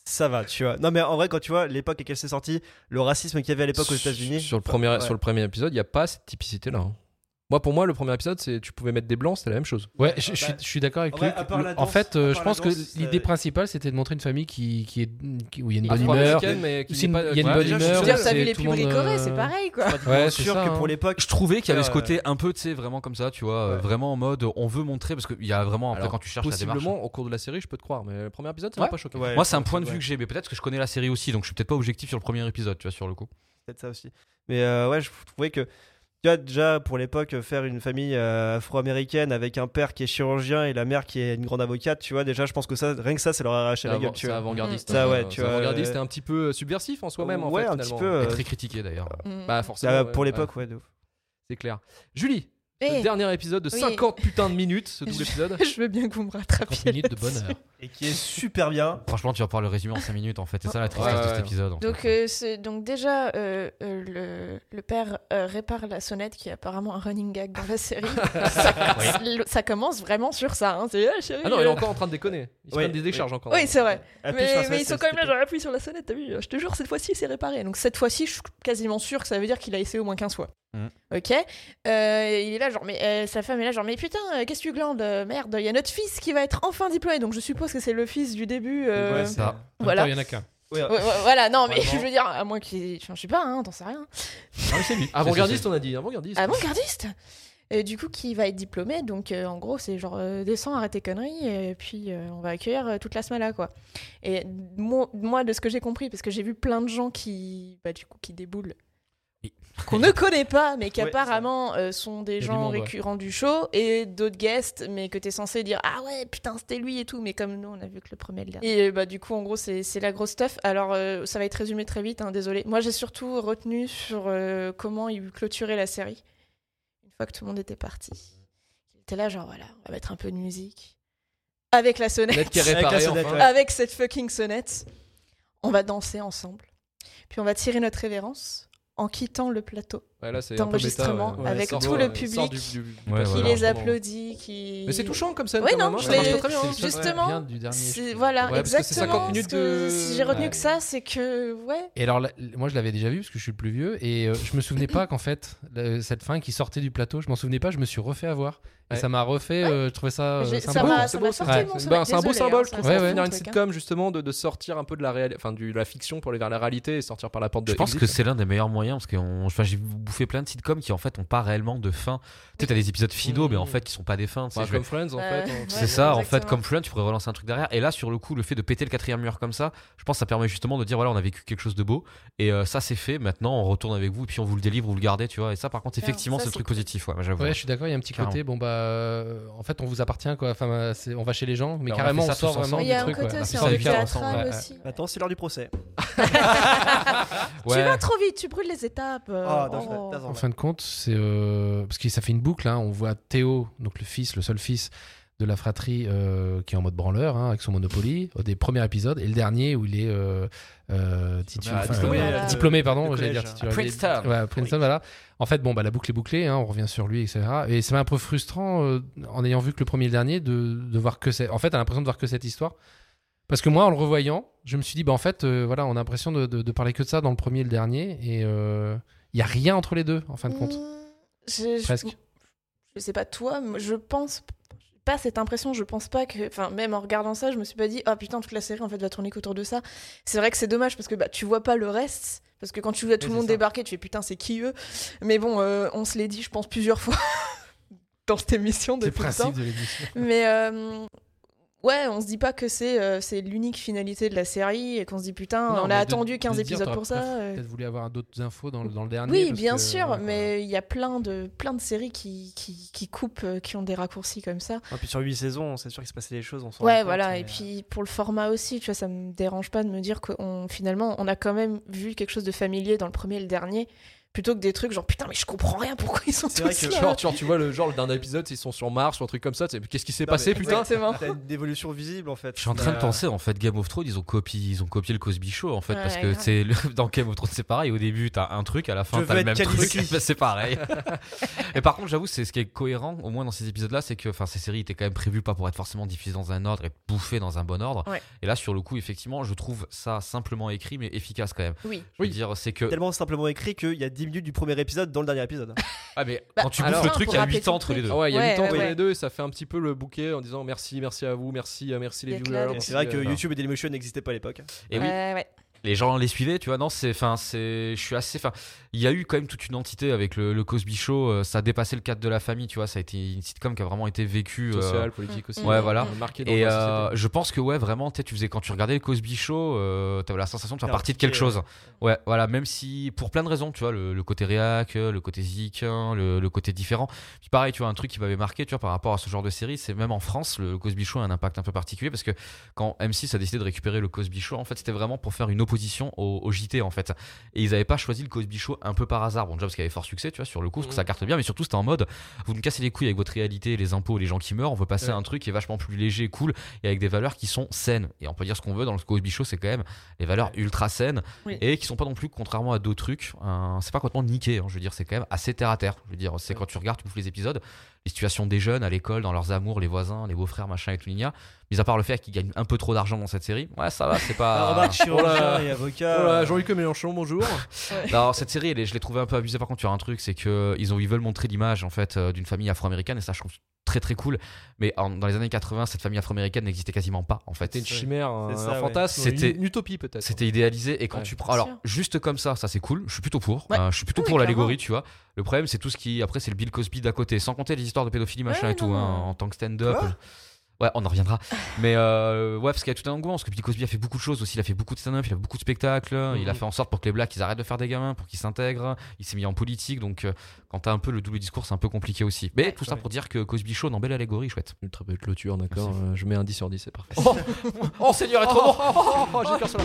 [SPEAKER 4] ça va, tu vois. Non, mais en vrai, quand tu vois l'époque à laquelle c'est sorti, le racisme qu'il y avait à l'époque aux
[SPEAKER 1] Sur-
[SPEAKER 4] États-Unis.
[SPEAKER 1] Sur, le premier-
[SPEAKER 4] ouais.
[SPEAKER 1] sur le premier épisode, il n'y a pas cette typicité-là. hein. Moi, pour moi, le premier épisode, c'est tu pouvais mettre des blancs, c'était la même chose.
[SPEAKER 3] Ouais, je,
[SPEAKER 4] bah,
[SPEAKER 3] je suis- je suis d'accord avec
[SPEAKER 4] en
[SPEAKER 3] lui.
[SPEAKER 4] vrai, à part la
[SPEAKER 3] Le- en
[SPEAKER 4] danse-
[SPEAKER 3] fait,
[SPEAKER 4] à
[SPEAKER 3] euh,
[SPEAKER 4] part
[SPEAKER 3] je
[SPEAKER 4] la
[SPEAKER 3] pense que
[SPEAKER 4] danse,
[SPEAKER 3] l'idée
[SPEAKER 4] ça-
[SPEAKER 3] principale, c'était de montrer une famille qui, qui est, qui- où il y a une bonne humeur.
[SPEAKER 1] Afro-américaine, mais qui
[SPEAKER 3] C'est
[SPEAKER 1] n'est
[SPEAKER 3] une-
[SPEAKER 1] pas-
[SPEAKER 3] il y a une
[SPEAKER 1] ouais,
[SPEAKER 3] bonne
[SPEAKER 1] déjà,
[SPEAKER 3] humeur,
[SPEAKER 1] je-
[SPEAKER 2] D'ailleurs,
[SPEAKER 3] c'est
[SPEAKER 2] t'as vu les
[SPEAKER 3] tout le
[SPEAKER 2] pubs
[SPEAKER 3] monde,
[SPEAKER 2] ricorés,
[SPEAKER 3] euh,
[SPEAKER 2] c'est pareil, quoi.
[SPEAKER 4] pratiquement
[SPEAKER 3] Ouais, c'est
[SPEAKER 4] sûr
[SPEAKER 3] ça,
[SPEAKER 4] que
[SPEAKER 3] hein.
[SPEAKER 4] pour l'époque,
[SPEAKER 5] Je trouvais qu'il y avait ce
[SPEAKER 4] Ouais.
[SPEAKER 5] côté un peu, tu sais, vraiment comme ça, tu vois, euh,
[SPEAKER 4] Euh, Ouais.
[SPEAKER 5] vraiment en mode on veut montrer, parce qu'il y a vraiment, après,
[SPEAKER 1] Alors,
[SPEAKER 5] quand tu cherches la démarche.
[SPEAKER 1] Possiblement, au cours de la série, je peux te croire, mais le premier épisode, ça m'a
[SPEAKER 5] Ouais.
[SPEAKER 1] pas choqué.
[SPEAKER 4] Ouais.
[SPEAKER 5] Moi, c'est un point de
[SPEAKER 4] ouais.
[SPEAKER 5] vue que j'ai, mais peut-être que je connais la série aussi, donc je suis peut-être pas objectif sur le premier épisode, tu vois, sur le coup.
[SPEAKER 4] peut-être ça aussi. Mais euh, ouais, je trouvais que. Tu vois, déjà, pour l'époque, faire une famille euh, afro-américaine avec un père qui est chirurgien et la mère qui est une grande avocate, tu vois, déjà, je pense que ça, rien que ça, ça leur a arraché
[SPEAKER 1] C'est
[SPEAKER 4] la
[SPEAKER 1] avant-
[SPEAKER 4] gueule, tu
[SPEAKER 1] c'est
[SPEAKER 4] vois.
[SPEAKER 1] avant-gardiste.
[SPEAKER 4] Ça,
[SPEAKER 1] hein.
[SPEAKER 4] ouais, tu
[SPEAKER 1] C'est
[SPEAKER 4] vois,
[SPEAKER 1] avant-gardiste,
[SPEAKER 4] ouais.
[SPEAKER 1] c'était un petit peu euh, subversif en soi-même. en
[SPEAKER 4] Ouais,
[SPEAKER 1] fait,
[SPEAKER 4] un petit
[SPEAKER 1] finalement.
[SPEAKER 4] peu, euh,
[SPEAKER 5] Et très critiqué d'ailleurs.
[SPEAKER 2] Mm.
[SPEAKER 1] Bah,
[SPEAKER 4] Ça,
[SPEAKER 1] forcément.
[SPEAKER 4] euh,
[SPEAKER 1] ouais,
[SPEAKER 4] pour
[SPEAKER 1] ouais,
[SPEAKER 4] l'époque, ouais, de ouf.
[SPEAKER 1] C'est clair. Julie,
[SPEAKER 2] Eh,
[SPEAKER 1] le dernier épisode de
[SPEAKER 2] Oui.
[SPEAKER 1] 50 putains de minutes, ce double épisode.
[SPEAKER 2] je veux bien que vous me
[SPEAKER 3] 50
[SPEAKER 2] rattrapiez.
[SPEAKER 3] minutes de bonheur.
[SPEAKER 4] Et qui est super bien.
[SPEAKER 5] Franchement, tu vas pouvoir le résumer en 5 minutes en fait, c'est ça la tristesse
[SPEAKER 1] Ouais,
[SPEAKER 5] de
[SPEAKER 1] ouais.
[SPEAKER 5] cet épisode. en
[SPEAKER 2] Donc,
[SPEAKER 5] fait.
[SPEAKER 2] euh, c'est- donc déjà, euh, euh, le, le père euh, répare la sonnette qui est apparemment un running gag dans la série. ça, le- ça commence vraiment sur ça. Hein. C'est, Ah, chérie,
[SPEAKER 1] Ah non, il est
[SPEAKER 2] euh,
[SPEAKER 1] encore en train de déconner. Il se
[SPEAKER 4] Oui,
[SPEAKER 1] prennent des
[SPEAKER 4] oui.
[SPEAKER 1] décharges encore.
[SPEAKER 2] Oui, c'est vrai.
[SPEAKER 4] Appuie sur la
[SPEAKER 2] Mais, mais
[SPEAKER 4] sonnette,
[SPEAKER 2] ils sont
[SPEAKER 4] c'est-
[SPEAKER 2] quand même là, genre appuie sur la sonnette, t'as vu Je te jure, cette fois-ci, c'est réparé. Donc cette fois-ci, je suis quasiment sûr que ça veut dire qu'il a essayé au moins 15 fois.
[SPEAKER 5] Mm.
[SPEAKER 2] Ok Euh, Il est là, genre, mais euh, sa femme est là, genre, mais putain, euh, qu'est-ce que tu glandes Euh, Merde, il y a notre fils qui va être enfin diplômé. Donc je suppose que c'est le fils du début. euh,
[SPEAKER 4] Ouais, c'est-
[SPEAKER 5] ça.
[SPEAKER 3] En même
[SPEAKER 2] Voilà.
[SPEAKER 3] temps, Il y en a qu'un.
[SPEAKER 4] Ouais,
[SPEAKER 2] Ouais, ouais, voilà, non, mais
[SPEAKER 4] Vraiment.
[SPEAKER 2] je veux dire, à moins qu'il. enfin, je sais pas, hein, t'en sais rien.
[SPEAKER 1] Avant-gardiste, on a dit. Avant-gardiste.
[SPEAKER 2] Ah Avant-gardiste Et Du coup, qui va être diplômé, donc euh, en gros, c'est genre, euh, descends, arrête tes conneries, et puis euh, on va accueillir euh, toute la semaine là, quoi. Et moi, moi, de ce que j'ai compris, parce que j'ai vu plein de gens qui. Bah, du coup, qui déboulent.
[SPEAKER 5] Oui.
[SPEAKER 2] Qu'on ne connaît pas, mais
[SPEAKER 4] Ouais,
[SPEAKER 2] qu'apparemment euh, sont
[SPEAKER 3] a
[SPEAKER 2] des
[SPEAKER 3] du
[SPEAKER 2] gens
[SPEAKER 3] monde, ouais.
[SPEAKER 2] récurrents du show et d'autres guests, mais que t'es censé dire Ah ouais, putain, c'était lui et tout. Mais comme nous, on a vu que le premier et le dernier. Et euh, bah, du coup, en gros, c'est c'est la grosse stuff. Alors, euh, ça va être résumé très vite, hein, désolé. Moi, j'ai surtout retenu sur euh, comment ils clôturaient la série une fois que tout le monde était parti. Il était là, genre, voilà, on va mettre un peu de musique. Avec la
[SPEAKER 1] Net
[SPEAKER 2] sonnette.
[SPEAKER 1] qui est
[SPEAKER 4] Avec la
[SPEAKER 1] réparé.
[SPEAKER 4] sonnette,
[SPEAKER 1] enfin.
[SPEAKER 4] ouais.
[SPEAKER 2] Avec cette fucking sonnette. On va danser ensemble. Puis on va tirer notre révérence en quittant le plateau.
[SPEAKER 1] Ouais, là, c'est un peu
[SPEAKER 2] d'enregistrement
[SPEAKER 1] méta, ouais.
[SPEAKER 2] avec
[SPEAKER 1] Sort-
[SPEAKER 2] tout le
[SPEAKER 1] sort- sort
[SPEAKER 2] public
[SPEAKER 1] du- du- du
[SPEAKER 5] qui
[SPEAKER 1] personnage,
[SPEAKER 2] qui
[SPEAKER 5] voilà.
[SPEAKER 1] Bah en ce
[SPEAKER 2] les
[SPEAKER 1] moment.
[SPEAKER 2] applaudit, qui.
[SPEAKER 1] Mais c'est touchant comme scène
[SPEAKER 2] Ouais,
[SPEAKER 1] quand
[SPEAKER 2] non,
[SPEAKER 1] même, hein,
[SPEAKER 2] je
[SPEAKER 1] ça marche
[SPEAKER 2] l'ai-
[SPEAKER 1] pas très bien.
[SPEAKER 2] je- Justement,
[SPEAKER 3] Rien du dernier.
[SPEAKER 2] C'est-
[SPEAKER 3] je crois.
[SPEAKER 2] Voilà,
[SPEAKER 1] Ouais, parce que c'est
[SPEAKER 2] exactement.
[SPEAKER 1] 50 minutes
[SPEAKER 2] ce que-
[SPEAKER 1] de-
[SPEAKER 2] Si j'ai retenu
[SPEAKER 3] Ouais.
[SPEAKER 2] que ça, c'est que. Ouais.
[SPEAKER 3] Et alors, là, moi, je l'avais déjà vu parce que je suis le plus vieux et euh, je me souvenais pas qu'en fait, le- cette fin qui sortait du plateau, je m'en souvenais pas, je me suis refait avoir. Et
[SPEAKER 1] Ouais.
[SPEAKER 3] ça m'a refait, euh, je trouvais ça. euh,
[SPEAKER 2] J'ai- ça
[SPEAKER 3] sympa.
[SPEAKER 2] m'a
[SPEAKER 1] c'est
[SPEAKER 2] ça
[SPEAKER 1] beau,
[SPEAKER 2] m'a
[SPEAKER 1] ça.
[SPEAKER 2] sorti de
[SPEAKER 3] Ouais.
[SPEAKER 2] mon
[SPEAKER 1] C'est
[SPEAKER 2] sommeil.
[SPEAKER 1] bah, c'est un beau
[SPEAKER 2] Désolée,
[SPEAKER 1] symbole,
[SPEAKER 2] hein,
[SPEAKER 1] je
[SPEAKER 2] ça
[SPEAKER 1] trouve, pour
[SPEAKER 2] m'a sorti
[SPEAKER 3] ouais.
[SPEAKER 2] de mon
[SPEAKER 1] finir une
[SPEAKER 2] truc, hein.
[SPEAKER 1] sitcom, justement, de, de sortir un peu de la, réali- enfin, du- la fiction pour aller vers la réalité et sortir par la porte de
[SPEAKER 5] Je pense
[SPEAKER 1] Exit.
[SPEAKER 5] que c'est l'un des meilleurs moyens parce que on- enfin, j'ai bouffé plein de sitcoms qui en fait ont pas réellement de fin. Tu sais, t'as des épisodes finaux,
[SPEAKER 1] Mmh.
[SPEAKER 5] mais en fait qui sont pas des fins. tu sais,
[SPEAKER 1] Bah,
[SPEAKER 5] je vais-
[SPEAKER 1] comme Friends, en
[SPEAKER 2] Euh,
[SPEAKER 1] fait. on-
[SPEAKER 2] Mm. ouais.
[SPEAKER 5] C'est ça, en fait,
[SPEAKER 2] exactement.
[SPEAKER 5] comme Friends, tu pourrais relancer un truc derrière. Et là, sur le coup, le fait de péter le quatrième mur comme ça, je pense que ça permet justement de dire voilà, on a vécu quelque chose de beau. Et euh, ça, c'est fait. Maintenant, on retourne avec vous. Et puis, on vous le délivre, vous le gardez, tu vois. Et ça, par contre,
[SPEAKER 2] Claire,
[SPEAKER 5] effectivement,
[SPEAKER 2] ça,
[SPEAKER 5] c'est le
[SPEAKER 2] c'est
[SPEAKER 5] truc
[SPEAKER 2] cool.
[SPEAKER 5] positif. Ouais, j'avoue.
[SPEAKER 3] Ouais, je suis d'accord, il y a un petit
[SPEAKER 5] Carrément.
[SPEAKER 3] côté, bon bah, euh, en fait, on vous appartient quoi. Enfin, euh, c'est- on va chez les gens,
[SPEAKER 5] Alors, on
[SPEAKER 3] mais
[SPEAKER 5] a
[SPEAKER 3] carrément,
[SPEAKER 5] fait
[SPEAKER 3] on
[SPEAKER 5] ça
[SPEAKER 3] sort
[SPEAKER 5] tous ensemble.
[SPEAKER 3] vraiment
[SPEAKER 2] Il
[SPEAKER 3] du
[SPEAKER 2] y a un
[SPEAKER 3] truc.
[SPEAKER 2] côté
[SPEAKER 3] ouais.
[SPEAKER 1] Bah,
[SPEAKER 2] aussi
[SPEAKER 5] Ça
[SPEAKER 2] un peu
[SPEAKER 5] fait faire ensemble,
[SPEAKER 2] théâtral
[SPEAKER 3] ouais.
[SPEAKER 2] aussi.
[SPEAKER 4] Maintenant, c'est l'heure du procès.
[SPEAKER 2] Tu
[SPEAKER 5] Ouais.
[SPEAKER 2] vas trop vite, tu brûles les étapes. euh,
[SPEAKER 4] Ah,
[SPEAKER 2] oh.
[SPEAKER 4] non, je vais- t'as-
[SPEAKER 3] En fin de compte, c'est euh, parce que ça fait une boucle. hein. On voit Théo, donc le fils, le seul fils de la fratrie, euh, qui est en mode branleur hein, avec son Monopoly, au des premiers épisodes, et le dernier où il est euh, euh, titu-
[SPEAKER 4] Bah,
[SPEAKER 5] Ah,
[SPEAKER 3] enfin,
[SPEAKER 4] diplômé,
[SPEAKER 3] euh,
[SPEAKER 2] euh,
[SPEAKER 3] diplômé,
[SPEAKER 4] de
[SPEAKER 3] pardon, j'allais
[SPEAKER 4] collège,
[SPEAKER 3] dire
[SPEAKER 4] hein.
[SPEAKER 3] titulaire.
[SPEAKER 5] Princeton.
[SPEAKER 3] Ouais, à Princeton,
[SPEAKER 4] Oui.
[SPEAKER 3] voilà. En fait, bon, bah, la boucle est bouclée, hein, on revient sur lui, etc. Et c'est un peu frustrant, euh, en ayant vu que le premier et le dernier, de, de voir que c'est. En fait, t'as l'impression de voir que cette histoire. Parce que moi, en le revoyant, je me suis dit, bah, en fait, euh, voilà, on a l'impression de, de- de parler que de ça dans le premier et le dernier. Et il n'y a rien entre les deux, en fin de compte.
[SPEAKER 2] Mmh, je- je-
[SPEAKER 3] Presque.
[SPEAKER 2] Je sais pas toi, mais je pense j'ai pas cette impression, je pense pas que enfin même en regardant ça, je me suis pas dit ah putain toute la série en fait va tourner qu'autour de ça. C'est vrai que c'est dommage parce que bah tu vois pas le reste parce que quand tu vois tout le
[SPEAKER 4] Oui, c'est
[SPEAKER 2] monde
[SPEAKER 4] ça.
[SPEAKER 2] débarquer, tu fais putain c'est qui eux Mais bon, euh, on se l'est dit je pense plusieurs fois dans cette émission
[SPEAKER 3] C'est le
[SPEAKER 2] depuis le temps.
[SPEAKER 3] principe de l'émission.
[SPEAKER 2] Mais euh, ouais, on se dit pas que c'est euh, c'est l'unique finalité de la série et qu'on se dit putain,
[SPEAKER 3] Non,
[SPEAKER 2] on
[SPEAKER 3] mais
[SPEAKER 2] a
[SPEAKER 3] de-
[SPEAKER 2] attendu 15
[SPEAKER 3] de dire,
[SPEAKER 2] épisodes
[SPEAKER 3] t'aurais
[SPEAKER 2] pour ça. euh.
[SPEAKER 3] Peut-être voulu avoir d'autres infos dans le, dans le dernier.
[SPEAKER 2] Oui,
[SPEAKER 3] parce
[SPEAKER 2] bien
[SPEAKER 3] que, euh,
[SPEAKER 2] sûr,
[SPEAKER 3] ouais,
[SPEAKER 2] mais il y a plein de, plein de séries qui, qui, qui coupent, euh, qui ont des raccourcis comme ça.
[SPEAKER 4] Et puis sur 8 saisons, c'est sûr qu'il se passait des choses. On s'en rend
[SPEAKER 2] ouais,
[SPEAKER 4] compte,
[SPEAKER 2] voilà.
[SPEAKER 4] mais, euh,
[SPEAKER 2] Et puis pour le format aussi, tu vois, ça me dérange pas de me dire qu'on finalement, on a quand même vu quelque chose de familier dans le premier et le dernier, plutôt que des trucs genre putain, mais je comprends rien, pourquoi ils sont
[SPEAKER 4] C'est
[SPEAKER 2] tous
[SPEAKER 4] vrai que-
[SPEAKER 2] là
[SPEAKER 1] Genre, tu vois, tu vois le genre d'un épisode, ils sont sur Mars ou un truc comme ça. tu sais, Qu'est-ce qui s'est
[SPEAKER 4] Non,
[SPEAKER 1] passé,
[SPEAKER 4] mais-
[SPEAKER 1] putain
[SPEAKER 2] Exactement.
[SPEAKER 4] euh, T'as une évolution visible en fait.
[SPEAKER 5] Je suis en train de
[SPEAKER 4] Euh,
[SPEAKER 5] penser en fait Game of Thrones ils ont copié ils ont copié le Cosby Show en fait
[SPEAKER 2] Ouais,
[SPEAKER 5] parce que
[SPEAKER 2] grave.
[SPEAKER 5] c'est le- dans Game of Thrones c'est pareil au début t'as un truc à la fin
[SPEAKER 4] Je
[SPEAKER 5] t'as
[SPEAKER 4] veux
[SPEAKER 5] le même
[SPEAKER 4] être
[SPEAKER 5] truc
[SPEAKER 4] Khaleesi.
[SPEAKER 5] Bah, c'est pareil et par contre j'avoue c'est ce qui est cohérent au moins dans ces épisodes là c'est que enfin ces séries étaient quand même prévues pas pour être forcément diffusées dans un ordre et bouffées dans un bon ordre
[SPEAKER 2] Ouais.
[SPEAKER 5] et là sur le coup effectivement je trouve ça simplement écrit mais efficace quand même
[SPEAKER 2] Oui.
[SPEAKER 5] je veux dire c'est que
[SPEAKER 4] Tellement simplement écrit qu'il y a 10 minutes du premier épisode dans le dernier épisode.
[SPEAKER 5] ah mais
[SPEAKER 2] Bah,
[SPEAKER 5] quand tu
[SPEAKER 2] enfin,
[SPEAKER 5] bouffes le truc
[SPEAKER 2] pour
[SPEAKER 5] il y a
[SPEAKER 2] rappeler
[SPEAKER 5] 8
[SPEAKER 2] tout
[SPEAKER 5] ans
[SPEAKER 2] le
[SPEAKER 5] entre les
[SPEAKER 2] truc.
[SPEAKER 5] deux
[SPEAKER 1] Ah ouais, il y a
[SPEAKER 2] Ouais,
[SPEAKER 1] du temps
[SPEAKER 2] ouais,
[SPEAKER 1] entre
[SPEAKER 2] ouais.
[SPEAKER 1] les deux et ça fait un petit peu le bouquet en disant merci, merci à vous, merci, euh, merci les
[SPEAKER 2] D'être
[SPEAKER 1] viewers.
[SPEAKER 2] là,
[SPEAKER 4] Et
[SPEAKER 1] merci,
[SPEAKER 4] c'est vrai que
[SPEAKER 1] euh,
[SPEAKER 4] YouTube et Dailymotion n'existaient pas à l'époque.
[SPEAKER 5] et oui
[SPEAKER 2] Ouais, ouais.
[SPEAKER 5] les gens les suivaient, tu vois. Non, c'est, enfin, c'est, je suis assez, enfin, il y a eu quand même toute une entité avec le, le Cosby Show. euh, ça a dépassé le cadre de la famille, tu vois. Ça a été une sitcom qui a vraiment été vécue. euh,
[SPEAKER 1] Social, politique
[SPEAKER 2] Mm,
[SPEAKER 1] aussi.
[SPEAKER 5] Ouais, voilà.
[SPEAKER 1] Marqué dans
[SPEAKER 5] et
[SPEAKER 1] la
[SPEAKER 5] euh,
[SPEAKER 1] société.
[SPEAKER 5] je pense que ouais, vraiment, tu sais, tu faisais quand tu regardais le Cosby Show, euh, t'avais la sensation de faire
[SPEAKER 4] T'es
[SPEAKER 5] partie de quelque
[SPEAKER 4] impliqué,
[SPEAKER 5] chose. Ouais, voilà. Même si pour plein de raisons, tu vois, le, le côté réac, euh, le côté zik, hein, le, le côté différent. Puis pareil, tu vois, un truc qui m'avait marqué, tu vois, par rapport à ce genre de série, c'est même en France, le Cosby Show a un impact un peu particulier parce que quand M6 a décidé de récupérer le Cosby Show, en fait, c'était vraiment pour faire une opposition au, au JT, en fait. Et ils n'avaient pas choisi le Cosby Show un peu par hasard. Bon, déjà parce qu'il y avait fort succès, tu vois, sur le coup, parce que ça carte bien, mais surtout, c'était en mode, vous nous cassez les couilles avec votre réalité, les impôts, les gens qui meurent, on veut passer à un truc qui est vachement plus léger, cool, et avec des valeurs qui sont saines. Et on peut dire ce qu'on veut dans le Cosby Show, c'est quand même les valeurs ultra saines,
[SPEAKER 2] Oui.
[SPEAKER 5] et qui sont pas non plus, contrairement à d'autres trucs, hein, c'est pas complètement niqué, hein, je veux dire, c'est quand même assez terre à terre. Je veux dire, c'est
[SPEAKER 3] Ouais.
[SPEAKER 5] quand tu regardes, tu bouffes les épisodes, les situations des jeunes à l'école, dans leurs amours, les voisins, les beaux-frères, machin, et tout, gna, gna. Mis à part le fait qu'ils gagnent un peu trop d'argent dans cette série, ouais, ça va, c'est
[SPEAKER 4] Ah,
[SPEAKER 5] pas.
[SPEAKER 4] remarque, chirurgien
[SPEAKER 1] Voilà.
[SPEAKER 4] et avocat. euh,
[SPEAKER 1] Voilà, Oh Jean-Luc Mélenchon, bonjour.
[SPEAKER 5] Non, cette série, elle est- je l'ai trouvée un peu abusée. Par contre, il y a un truc, c'est que ils ont, ils veulent montrer l'image en fait euh, d'une famille afro-américaine, et ça, je trouve très très cool. Mais en- dans les années 80, cette famille afro-américaine n'existait quasiment pas en fait.
[SPEAKER 1] C'était une chimère, un,
[SPEAKER 4] C'est ça,
[SPEAKER 1] un
[SPEAKER 4] ouais.
[SPEAKER 1] fantasme,
[SPEAKER 5] C'était-
[SPEAKER 1] une, une utopie peut-être.
[SPEAKER 5] C'était idéalisé et quand
[SPEAKER 1] Ouais.
[SPEAKER 5] tu
[SPEAKER 2] hein.
[SPEAKER 5] prends
[SPEAKER 2] Bien
[SPEAKER 5] alors
[SPEAKER 2] sûr.
[SPEAKER 5] juste comme ça, ça c'est cool. Je suis plutôt pour.
[SPEAKER 2] Ouais.
[SPEAKER 5] Euh, je suis plutôt
[SPEAKER 2] Oui,
[SPEAKER 5] pour l'allégorie,
[SPEAKER 2] clairement.
[SPEAKER 5] tu vois. Le problème c'est tout ce qui après c'est le Bill Cosby d'à côté, sans compter les histoires de pédophilie machin
[SPEAKER 2] Ouais,
[SPEAKER 5] et tout
[SPEAKER 2] non,
[SPEAKER 5] hein,
[SPEAKER 2] non.
[SPEAKER 5] en tant que stand-up.
[SPEAKER 4] Quoi
[SPEAKER 5] Ouais, on en reviendra. Mais euh, ouais, parce qu'il y a tout un engouement. Parce que Bill Cosby a fait beaucoup de choses aussi. Il a fait beaucoup de stand-up, il a fait beaucoup de spectacles. Il a
[SPEAKER 1] Mhm.
[SPEAKER 5] fait en sorte pour que les blacks ils arrêtent de faire des gamins, pour qu'ils s'intègrent. Il s'est mis en politique. Donc euh, quand t'as un peu le double discours, c'est un peu compliqué aussi. Mais tout ça
[SPEAKER 4] Ouais.
[SPEAKER 5] pour dire que Cosby Show, dans belle allégorie, chouette.
[SPEAKER 1] Ultra belle clôture, d'accord. euh, je mets un 10 sur 10, c'est parfait.
[SPEAKER 5] Oh, oh Seigneur, est trop bon
[SPEAKER 1] j'ai peur sur la-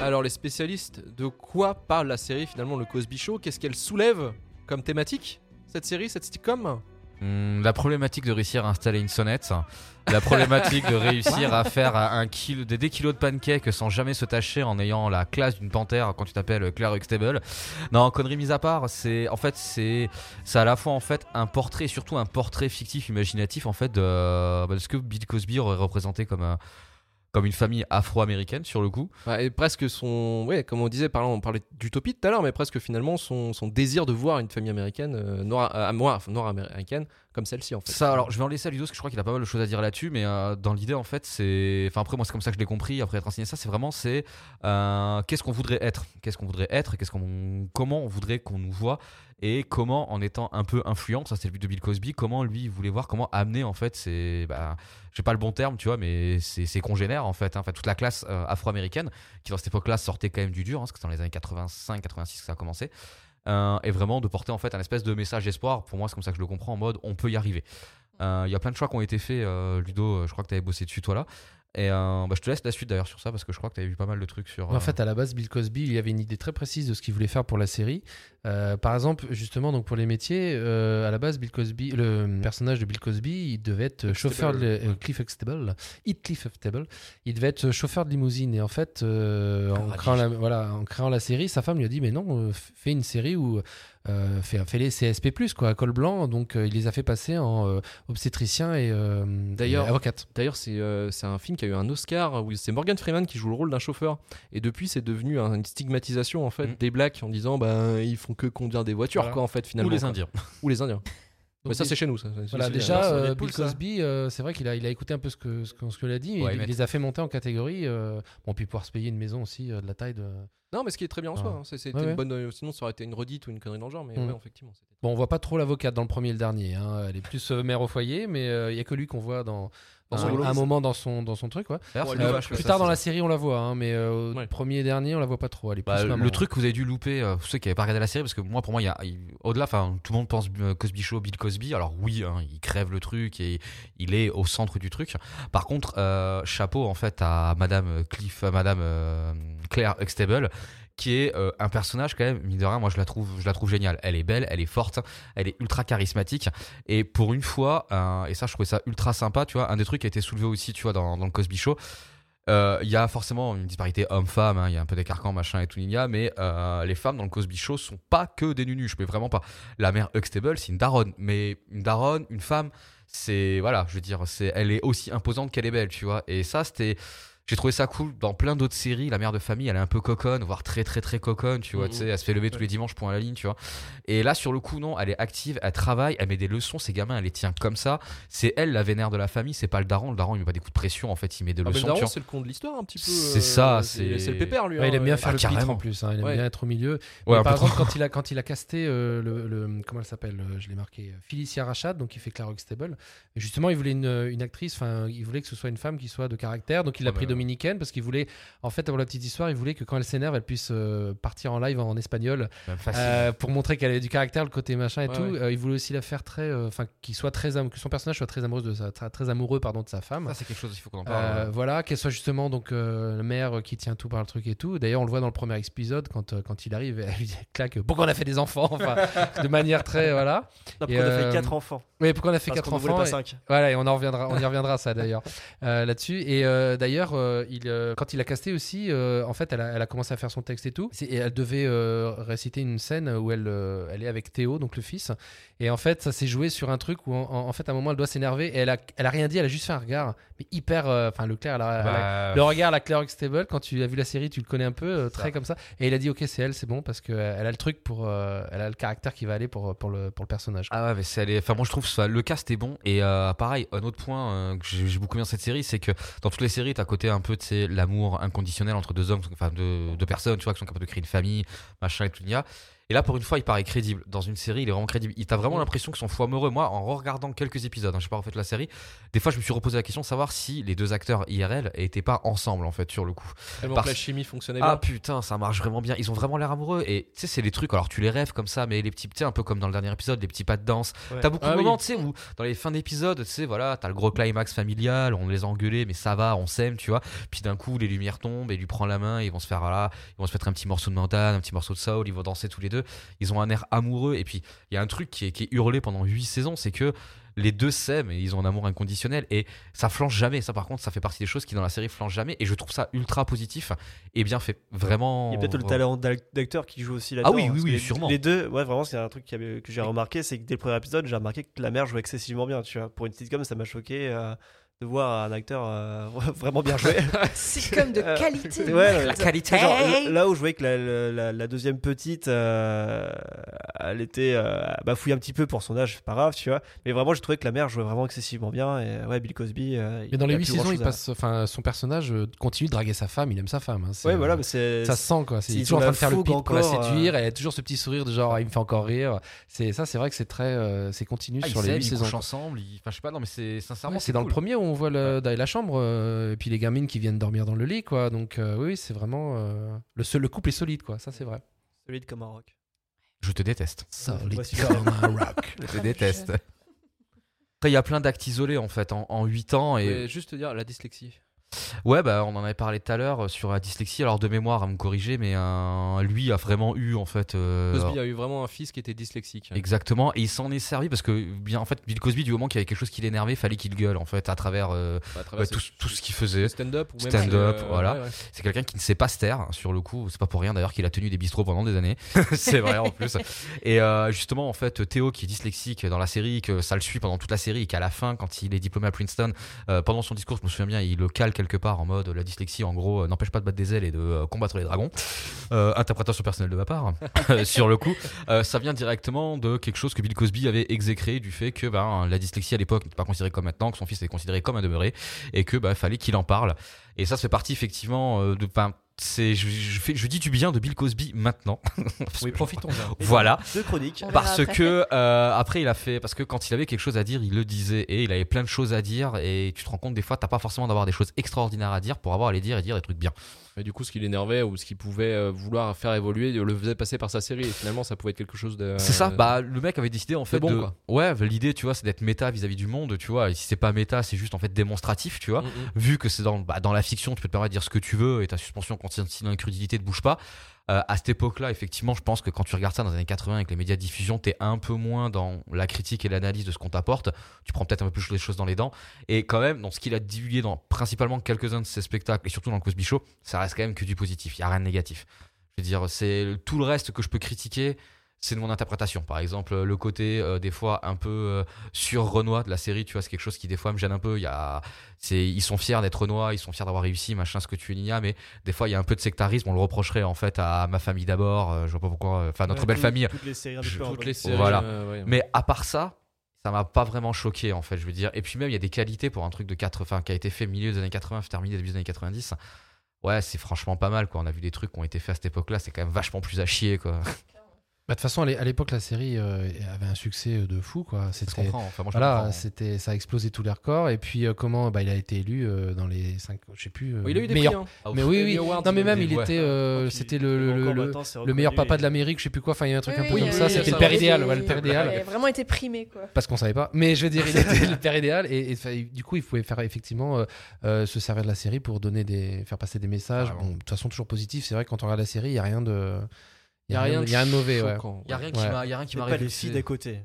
[SPEAKER 1] alors les spécialistes, de quoi parle la série finalement, le Cosby Show Qu'est-ce qu'elle soulève comme thématique, cette série, cette sitcom
[SPEAKER 5] Hmm, la problématique de réussir à installer une sonnette, la problématique de réussir à faire un kilo, des, des kilos de pancakes sans jamais se tâcher en ayant la classe d'une panthère quand tu t'appelles Claire Huxtable. Non, connerie mise à part, c'est en fait c'est c'est à la fois en fait un portrait, et surtout un portrait fictif imaginatif en fait de, bah, de ce que Bill Cosby aurait représenté comme euh, comme une famille afro-américaine sur le coup.
[SPEAKER 1] Bah, Et presque son. Ouais, comme on disait, parlant, on parlait d'utopie tout à l'heure, mais presque finalement son, son désir de voir une famille américaine, euh, noire, euh, noire, enfin, noire américaine, comme celle-ci en fait.
[SPEAKER 5] Ça, alors je vais en laisser à Ludo parce que je crois qu'il a pas mal de choses à dire là-dessus, mais euh, dans l'idée en fait, c'est. Enfin, après, moi, c'est comme ça que je l'ai compris après être enseigné ça, c'est vraiment c'est euh, qu'est-ce qu'on voudrait être Qu'est-ce qu'on voudrait être Qu'est-ce qu'on... Comment on voudrait qu'on nous voit Et comment, en étant un peu influent, ça c'est le but de Bill Cosby, comment lui il voulait voir, comment amener en fait c'est Bah, j'ai pas le bon terme, tu vois, mais c'est ses congénères en fait, hein. enfin toute la classe euh, afro-américaine qui dans cette époque-là sortait quand même du dur, hein, parce que c'est dans les années 85-86 que ça a commencé. Euh, et vraiment de porter en fait un espèce de message d'espoir. Pour moi, c'est comme ça que je le comprends en mode on peut y arriver. Euh, Il y a plein de choix qui ont été faits, euh, Ludo. euh, Je crois que tu avais bossé dessus toi là. Et euh, bah, je te laisse la suite d'ailleurs sur ça parce que je crois que tu avais vu pas mal de trucs sur. euh,
[SPEAKER 3] En fait, à la base, Bill Cosby, il avait une idée très précise de ce qu'il voulait faire pour la série. Euh, par exemple, justement, donc pour les métiers, euh, à la base, Bill Cosby, le personnage de Bill Cosby, il devait être chauffeur de euh, Cliff Huxtable, Hit Cliff Huxtable. Il devait être chauffeur de limousine. Et en fait, euh,
[SPEAKER 1] Ah,
[SPEAKER 3] en,
[SPEAKER 5] Paradis.
[SPEAKER 3] créant la, voilà, en créant la série, sa femme lui a dit, mais non, euh, fais une série où euh, fais, fais les CSP+, quoi, à col blanc. Donc, euh, il les a fait passer en euh, obstétricien et, euh,
[SPEAKER 1] D'ailleurs-
[SPEAKER 3] et avocate.
[SPEAKER 1] D'ailleurs, c'est euh, c'est un film qui a eu un Oscar où c'est Morgan Freeman qui joue le rôle d'un chauffeur. Et depuis, c'est devenu un- une stigmatisation en fait
[SPEAKER 5] Mm.
[SPEAKER 1] des blacks en disant bah ils font que conduire des voitures
[SPEAKER 3] Voilà.
[SPEAKER 1] quoi en fait finalement.
[SPEAKER 5] Ou les
[SPEAKER 1] quoi.
[SPEAKER 5] Indiens.
[SPEAKER 1] Ou les Indiens.
[SPEAKER 3] Donc,
[SPEAKER 1] mais ça
[SPEAKER 3] des-
[SPEAKER 1] c'est chez nous. ça. C'est-
[SPEAKER 3] Voilà,
[SPEAKER 1] c'est-
[SPEAKER 3] déjà,
[SPEAKER 1] c'est-
[SPEAKER 3] euh,
[SPEAKER 1] c'est-
[SPEAKER 3] Bill Cosby, euh, c'est vrai qu'il a, il a écouté un peu ce que ce qu'on ce que l'a dit, et
[SPEAKER 5] Ouais,
[SPEAKER 3] il,
[SPEAKER 5] mais-
[SPEAKER 3] les a fait monter en catégorie. euh, bon, puis pouvoir se payer une maison aussi euh, de la taille de.
[SPEAKER 1] Non, mais ce qui est très bien en soi.
[SPEAKER 3] Ouais.
[SPEAKER 1] hein. C'est- c'était
[SPEAKER 3] Ouais,
[SPEAKER 1] une
[SPEAKER 3] ouais.
[SPEAKER 1] bonne. euh, Sinon, ça aurait été une redite ou une connerie dans le genre. Mais
[SPEAKER 3] Mm.
[SPEAKER 1] ouais, effectivement. c'était-
[SPEAKER 3] Bon, on voit pas trop l'avocate dans le premier et le dernier. hein. Elle est plus euh, mère au foyer, mais euh, il y a que lui qu'on voit dans,
[SPEAKER 5] Dans
[SPEAKER 3] un-
[SPEAKER 5] son
[SPEAKER 3] un,
[SPEAKER 5] boulot.
[SPEAKER 3] moment dans son dans son truc. ouais.
[SPEAKER 5] D'ailleurs,
[SPEAKER 1] Ouais,
[SPEAKER 5] c'est
[SPEAKER 1] lui,
[SPEAKER 3] Euh,
[SPEAKER 5] dommage que
[SPEAKER 3] plus
[SPEAKER 5] ça,
[SPEAKER 3] tard
[SPEAKER 5] c'est-
[SPEAKER 3] dans la série, on la voit, hein, mais euh,
[SPEAKER 1] Ouais.
[SPEAKER 3] premier et dernier, on la voit pas trop. Elle est plus
[SPEAKER 5] Bah,
[SPEAKER 3] maman.
[SPEAKER 5] le truc que vous avez dû louper, euh, pour ceux qui n'avaient pas regardé la série, parce que moi, pour moi, il y a, il- au-delà, enfin, tout le monde pense euh, Cosby Show, Bill Cosby. Alors oui, hein, il crève le truc et il est au centre du truc. Par contre, euh, chapeau en fait à Madame Cliff, à Madame euh, Claire Huxtable, qui est euh, un personnage quand même mine de rien. Moi, je la trouve, je la trouve géniale. Elle est belle, elle est forte, elle est ultra charismatique. Et pour une fois, euh, et ça, je trouvais ça ultra sympa. Tu vois, un des trucs qui a été soulevé aussi, tu vois, dans, dans le Cosby Show, euh, il y a forcément une disparité homme-femme, hein, il y a un peu des carcans, machin et tout, il y a, mais euh, les femmes dans le Cosby Show sont pas que des nunus, je peux vraiment pas. La mère Huxtable, c'est une daronne, mais une daronne, une femme, c'est, voilà, je veux dire, c'est, elle est aussi imposante qu'elle est belle, tu vois. Et ça, c'était, j'ai trouvé ça cool dans plein d'autres séries. La mère de famille, elle est un peu coconne, voire très très très coconne, tu vois,
[SPEAKER 1] Mhm.
[SPEAKER 5] tu sais, elle se fait lever tous les dimanches pour la ligne, tu vois. Et là, sur le coup, non, elle est active, elle travaille, elle met des leçons, ses gamins, elle les tient comme ça. C'est elle la vénère de la famille, c'est pas le daron, le daron, il met pas des coups de pression, en fait, il met des
[SPEAKER 1] Ah, mais
[SPEAKER 5] leçons,
[SPEAKER 1] le
[SPEAKER 5] tu
[SPEAKER 1] daron,
[SPEAKER 5] vois.
[SPEAKER 1] c'est le con de l'histoire un petit peu.
[SPEAKER 5] C'est
[SPEAKER 1] euh,
[SPEAKER 5] ça, c'est-
[SPEAKER 1] C'est le pépère lui.
[SPEAKER 3] Ouais, il
[SPEAKER 1] hein,
[SPEAKER 3] aime bien
[SPEAKER 1] euh,
[SPEAKER 3] faire
[SPEAKER 5] Ah,
[SPEAKER 3] le pitre en
[SPEAKER 5] carrément.
[SPEAKER 3] plus. hein, il aime
[SPEAKER 1] Ouais.
[SPEAKER 3] bien être au milieu.
[SPEAKER 5] Ouais,
[SPEAKER 3] Mais
[SPEAKER 5] un
[SPEAKER 3] par
[SPEAKER 5] peu trop.
[SPEAKER 3] exemple, quand il a quand il a casté euh, le, le- comment elle s'appelle euh, Je l'ai marqué. euh, Felicia Rashad, donc il fait Clara Huxtable. Et justement, il voulait une, une actrice. Enfin, il voulait que ce soit une femme qui soit de caractère. Donc il l'a
[SPEAKER 5] Oh,
[SPEAKER 3] pris
[SPEAKER 5] mais-
[SPEAKER 3] dominicaine parce qu'il voulait. En fait, pour la petite histoire, il voulait que quand elle s'énerve, elle puisse euh, partir en live en espagnol
[SPEAKER 5] Même facile.
[SPEAKER 3] euh, pour montrer qu'elle avait du caractère, le côté machin et
[SPEAKER 1] Ouais,
[SPEAKER 3] tout.
[SPEAKER 1] ouais.
[SPEAKER 3] Euh, il voulait aussi la faire très. euh, Enfin, qu'il soit très am- que son personnage soit très amoureux de sa très- très amoureux pardon de sa femme.
[SPEAKER 5] Ça, c'est quelque chose, il faut qu'on en parle.
[SPEAKER 3] Euh, voilà, qu'elle soit justement donc euh, la mère euh, qui tient tout par le truc et tout. D'ailleurs, on le voit dans le premier épisode quand, euh, quand il arrive, elle lui claque pourquoi on a fait des enfants, enfin, de manière très voilà.
[SPEAKER 4] Après,
[SPEAKER 3] Et,
[SPEAKER 4] on a
[SPEAKER 3] euh,
[SPEAKER 4] fait 4 enfants.
[SPEAKER 3] Oui, pourquoi on a fait
[SPEAKER 4] Parce
[SPEAKER 3] quatre
[SPEAKER 4] qu'on en voulait
[SPEAKER 3] enfants
[SPEAKER 4] pas
[SPEAKER 3] et-
[SPEAKER 4] 5.
[SPEAKER 3] Voilà, et on en reviendra, on y reviendra ça d'ailleurs euh, là-dessus. Et euh, d'ailleurs, euh, il, euh, quand il a casté aussi, euh, en fait, elle a, elle a commencé à faire son texte et tout. C'est- Et elle devait euh, réciter une scène où elle, euh, elle est avec Théo, donc le fils. Et en fait, ça s'est joué sur un truc où, en, en- en fait, à un moment, elle doit s'énerver et elle a, elle a rien dit. Elle a juste fait un regard, mais hyper. euh, Enfin, Leclerc, elle a- elle a
[SPEAKER 5] Bah,
[SPEAKER 3] le regard, la Claire Huxtable, quand tu as vu la série, tu le connais un peu, euh, très
[SPEAKER 5] ça.
[SPEAKER 3] comme ça. Et il a dit, ok, c'est elle, c'est bon, parce qu'elle a le truc pour. euh, elle a le caractère qui va aller pour, euh, pour, le, pour le personnage.
[SPEAKER 5] Ah ouais, mais c'est allé- Enfin, moi, je trouve ça, le cast est bon. Et euh, pareil, un autre point euh, que j'ai j'ai beaucoup bien cette série, c'est que dans toutes les séries, t'as côté un peu, tu sais, l'amour inconditionnel entre deux hommes, enfin, deux, deux personnes, tu vois, qui sont capables de créer une famille, machin et tout, il y a. Et là, pour une fois, il paraît crédible. Dans une série, il est vraiment crédible. Il t'a vraiment l'impression que son foie amoureux, moi, en regardant quelques épisodes, hein, je sais pas en fait la série, des fois, je me suis reposé la question de savoir si les deux acteurs IRL étaient pas ensemble, en fait, sur le coup.
[SPEAKER 1] Tellement
[SPEAKER 5] Parce-
[SPEAKER 1] que la chimie fonctionnait
[SPEAKER 5] Ah
[SPEAKER 1] bien.
[SPEAKER 5] putain, ça marche vraiment bien. Ils ont vraiment l'air amoureux. Et tu sais, c'est les trucs, alors tu les rêves comme ça, mais les petits, tu sais, un peu comme dans le dernier épisode, les petits pas de danse.
[SPEAKER 4] Ouais.
[SPEAKER 5] T'as beaucoup
[SPEAKER 1] Ah
[SPEAKER 5] de
[SPEAKER 1] oui.
[SPEAKER 5] moments, tu sais, où dans les fins d'épisode, tu sais, voilà, t'as le gros climax familial, on les a engueulés, mais ça va, on s'aime, tu vois. Puis d'un coup, les lumières tombent et il lui prend la main, et ils vont se faire, voilà, ils vont se mettre un petit morceau de mental, un petit morceau de soul, ils vont danser tous les deux. Ils ont un air amoureux. Et puis, il y a un truc qui est, qui est hurlé pendant 8 saisons, c'est que les deux s'aiment et ils ont un amour inconditionnel. Et ça flanche jamais. Ça, par contre, ça fait partie des choses qui, dans la série, flanchent jamais. Et je trouve ça ultra positif et bien fait. Vraiment.
[SPEAKER 4] Il y a peut-être le
[SPEAKER 5] vraiment.
[SPEAKER 4] talent d'ac- d'acteur qui joue aussi là-dedans.
[SPEAKER 5] oui, oui,
[SPEAKER 4] parce que
[SPEAKER 5] oui,
[SPEAKER 4] les-
[SPEAKER 5] sûrement.
[SPEAKER 4] Les deux, ouais, vraiment, c'est un truc qui avait- que j'ai remarqué, c'est que dès le premier épisode, j'ai remarqué que la mère jouait excessivement bien. Tu vois, pour une sitcom, ça m'a choqué euh, de voir un acteur euh, vraiment bien joué.
[SPEAKER 2] C'est comme de
[SPEAKER 4] Euh,
[SPEAKER 2] qualité.
[SPEAKER 4] ouais, ouais,
[SPEAKER 5] La
[SPEAKER 4] c'est-
[SPEAKER 5] qualité.
[SPEAKER 4] genre, le- là où je voyais que la, la- la- la deuxième petite, euh, elle était euh, bafouille un petit peu pour son âge, c'est pas grave, tu vois. Mais vraiment, j'ai trouvé que la mère jouait vraiment excessivement bien. Et ouais, Bill Cosby. euh,
[SPEAKER 3] Mais dans les
[SPEAKER 4] a
[SPEAKER 3] 8
[SPEAKER 4] plus
[SPEAKER 3] saisons,
[SPEAKER 4] grand-chose
[SPEAKER 3] il
[SPEAKER 4] à-
[SPEAKER 3] passe, enfin, son personnage euh, continue de draguer sa femme, il aime sa femme. hein, c'est-
[SPEAKER 4] Ouais, voilà, mais c'est.
[SPEAKER 3] Ça se sent quoi, c'est
[SPEAKER 4] Ils
[SPEAKER 3] il est toujours
[SPEAKER 4] ont
[SPEAKER 3] en train
[SPEAKER 4] la
[SPEAKER 3] de faire le
[SPEAKER 4] fougue
[SPEAKER 3] pipe pour la
[SPEAKER 4] encore,
[SPEAKER 3] séduire,
[SPEAKER 4] euh.
[SPEAKER 3] elle a toujours ce petit sourire de genre ah, il me fait encore rire. C'est ça, c'est vrai que c'est très, euh, c'est continu
[SPEAKER 5] Ah, ils
[SPEAKER 3] sur les
[SPEAKER 5] s'aiment,
[SPEAKER 3] 8
[SPEAKER 5] ils
[SPEAKER 3] saisons.
[SPEAKER 5] couchent
[SPEAKER 3] quoi.
[SPEAKER 5] ensemble. ils- Enfin, je sais pas, non, mais c'est sincèrement.
[SPEAKER 3] Ouais, c'est dans
[SPEAKER 5] cool.
[SPEAKER 3] le premier où on voit le, dans la chambre euh, et puis les gamines qui viennent dormir dans le lit quoi. Donc euh, oui, c'est vraiment euh, le seul, le couple est solide quoi. Ça c'est vrai.
[SPEAKER 4] Solide comme un rock.
[SPEAKER 5] Je te déteste.
[SPEAKER 3] Solide
[SPEAKER 4] Voici-
[SPEAKER 3] comme un rock.
[SPEAKER 5] Je te déteste. Après, il y a plein d'actes isolés en fait en, en 8 ans. Et
[SPEAKER 1] Et juste te dire, la dyslexie.
[SPEAKER 5] Ouais, bah, on en avait parlé tout à l'heure euh, sur la dyslexie. Alors, de mémoire, à me corriger, mais un- lui a vraiment eu, en fait. euh,
[SPEAKER 1] Cosby a eu vraiment un fils qui était dyslexique.
[SPEAKER 5] Exactement, et il s'en est servi parce que, bien, en fait, Bill Cosby, du moment qu'il y avait quelque chose qui l'énervait, fallait qu'il gueule, en fait, à travers euh,
[SPEAKER 1] À travers
[SPEAKER 5] bah,
[SPEAKER 1] ses-
[SPEAKER 5] tout, tout ce qu'il faisait.
[SPEAKER 1] Stand-up ou même
[SPEAKER 5] Stand-up,
[SPEAKER 1] ses- euh,
[SPEAKER 5] voilà.
[SPEAKER 1] ouais, ouais.
[SPEAKER 5] C'est quelqu'un qui ne sait pas se taire, hein, sur le coup. C'est pas pour rien d'ailleurs qu'il a tenu des bistrots pendant des années. c'est vrai en plus. Et euh, justement, en fait, Théo, qui est dyslexique dans la série, que ça le suit pendant toute la série, et qu'à la fin, quand il est diplômé à Princeton, euh, pendant son discours, je me souviens bien, il le cale quelque part en mode la dyslexie, en gros, euh, n'empêche pas de battre des ailes et de euh, combattre les dragons. Euh, interprétation personnelle de ma part, hein, sur le coup. Euh, ça vient directement de quelque chose que Bill Cosby avait exécré du fait que ben, la dyslexie à l'époque n'était pas considérée comme maintenant, que son fils était considéré comme un demeuré et que ben, fallait qu'il en parle. Et ça, ça fait partie effectivement euh, de. ben, c'est, je, je fais- je dis du bien de Bill Cosby maintenant. Parce
[SPEAKER 1] Oui,
[SPEAKER 5] que-
[SPEAKER 1] profitons.
[SPEAKER 5] Voilà.
[SPEAKER 4] Deux chroniques.
[SPEAKER 2] On verra
[SPEAKER 5] Parce
[SPEAKER 2] après.
[SPEAKER 5] que euh, après il a fait parce que quand il avait quelque chose à dire il le disait et il avait plein de choses à dire et tu te rends compte des fois t'as pas forcément d'avoir des choses extraordinaires à dire pour avoir à les dire et dire des trucs bien.
[SPEAKER 1] Mais du coup, ce qui l'énervait ou ce qu'il pouvait euh, vouloir faire évoluer, le faisait passer par sa série. Et finalement, ça pouvait être quelque chose de. euh,
[SPEAKER 5] C'est ça, bah le mec avait décidé en fait
[SPEAKER 1] bon,
[SPEAKER 5] de
[SPEAKER 1] quoi.
[SPEAKER 5] ouais bah, l'idée tu vois c'est d'être méta vis-à-vis du monde tu vois et si c'est pas méta c'est juste en fait démonstratif tu vois.
[SPEAKER 1] Mm, mm.
[SPEAKER 5] vu que c'est dans, bah, dans la fiction, tu peux te permettre de dire ce que tu veux et ta suspension continue dans l'incrédulité ne bouge pas. Euh, à cette époque-là, effectivement, je pense que quand tu regardes ça dans les années 80 avec les médias de diffusion, t'es un peu moins dans la critique et l'analyse de ce qu'on t'apporte. Tu prends peut-être un peu plus les choses dans les dents. Et quand même, dans ce qu'il a divulgué dans principalement quelques-uns de ses spectacles et surtout dans le Cosby Show, ça reste quand même que du positif. Il n'y a rien de négatif. Je veux dire, c'est tout le reste que je peux critiquer. C'est de mon interprétation. Par exemple, le côté euh, des fois un peu euh, sur-renois de la série, tu vois, c'est quelque chose qui des fois me gêne un peu. Il y a, c'est ils sont fiers d'être noirs, ils sont fiers d'avoir réussi, machin, ce que tu veux, Nia, mais des fois il y a un peu de sectarisme, on le reprocherait en fait à ma famille d'abord, euh, je vois pas pourquoi, euh, enfin notre
[SPEAKER 4] Ouais,
[SPEAKER 5] belle
[SPEAKER 4] tout-
[SPEAKER 5] famille.
[SPEAKER 4] Toutes les séries un
[SPEAKER 5] Je-
[SPEAKER 4] peu en
[SPEAKER 1] Toutes les séries.
[SPEAKER 5] Voilà.
[SPEAKER 1] euh, ouais.
[SPEAKER 5] Mais à part ça, ça m'a pas vraiment choqué en fait, je veux dire. Et puis même il y a des qualités pour un truc de 4, enfin qui a été fait milieu des années 80, terminé début des années 90. Ouais, c'est franchement pas mal quoi. On a vu des trucs qui ont été faits à cette époque-là, c'est quand même vachement plus à chier quoi.
[SPEAKER 3] Bah, De toute façon, à l'é- à l'époque, la série euh, avait un succès de fou quoi.
[SPEAKER 5] Ça se
[SPEAKER 3] C'était
[SPEAKER 5] comprend. Enfin, moi, je
[SPEAKER 3] voilà,
[SPEAKER 5] comprends.
[SPEAKER 3] c'était ça a explosé tous les records et puis euh, comment bah, il a été élu euh, dans les 5 je sais plus euh,
[SPEAKER 1] Oh, il a eu des
[SPEAKER 3] meilleur
[SPEAKER 1] prix. hein.
[SPEAKER 5] Ah,
[SPEAKER 3] mais
[SPEAKER 5] ouf.
[SPEAKER 3] oui,
[SPEAKER 1] Emmy
[SPEAKER 3] oui.
[SPEAKER 1] Awards,
[SPEAKER 3] Non, mais
[SPEAKER 1] il a
[SPEAKER 3] même,
[SPEAKER 1] eu
[SPEAKER 3] il
[SPEAKER 1] des-
[SPEAKER 3] était, euh, c'était le, le, le- le meilleur papa de l'Amérique, je sais plus quoi. Enfin, il y a un truc
[SPEAKER 2] Oui,
[SPEAKER 3] un peu
[SPEAKER 2] oui,
[SPEAKER 3] comme
[SPEAKER 2] oui,
[SPEAKER 3] ça.
[SPEAKER 2] oui,
[SPEAKER 3] c'était
[SPEAKER 2] oui,
[SPEAKER 3] le
[SPEAKER 2] oui,
[SPEAKER 3] père
[SPEAKER 2] oui,
[SPEAKER 3] idéal,
[SPEAKER 2] oui,
[SPEAKER 3] ouais, le père
[SPEAKER 2] oui.
[SPEAKER 3] idéal.
[SPEAKER 2] Il a vraiment été primé, quoi.
[SPEAKER 3] Parce qu'on savait pas. Mais je veux dire, il était le père idéal et, et fa- du coup, il pouvait faire effectivement euh, euh, se servir de la série pour donner des, faire passer des messages.
[SPEAKER 5] Carrément.
[SPEAKER 3] Ah, Bon, de toute façon, toujours positif. C'est vrai que quand on regarde la série, il y a rien de,
[SPEAKER 1] Il y a rien de
[SPEAKER 3] il y a rien de mauvais. ouais.
[SPEAKER 1] choquant.
[SPEAKER 5] Il y a rien qui
[SPEAKER 3] Ouais.
[SPEAKER 5] m'a, il y a rien qui m'a
[SPEAKER 4] Pas les
[SPEAKER 5] révulsé.
[SPEAKER 4] filles d'à côté.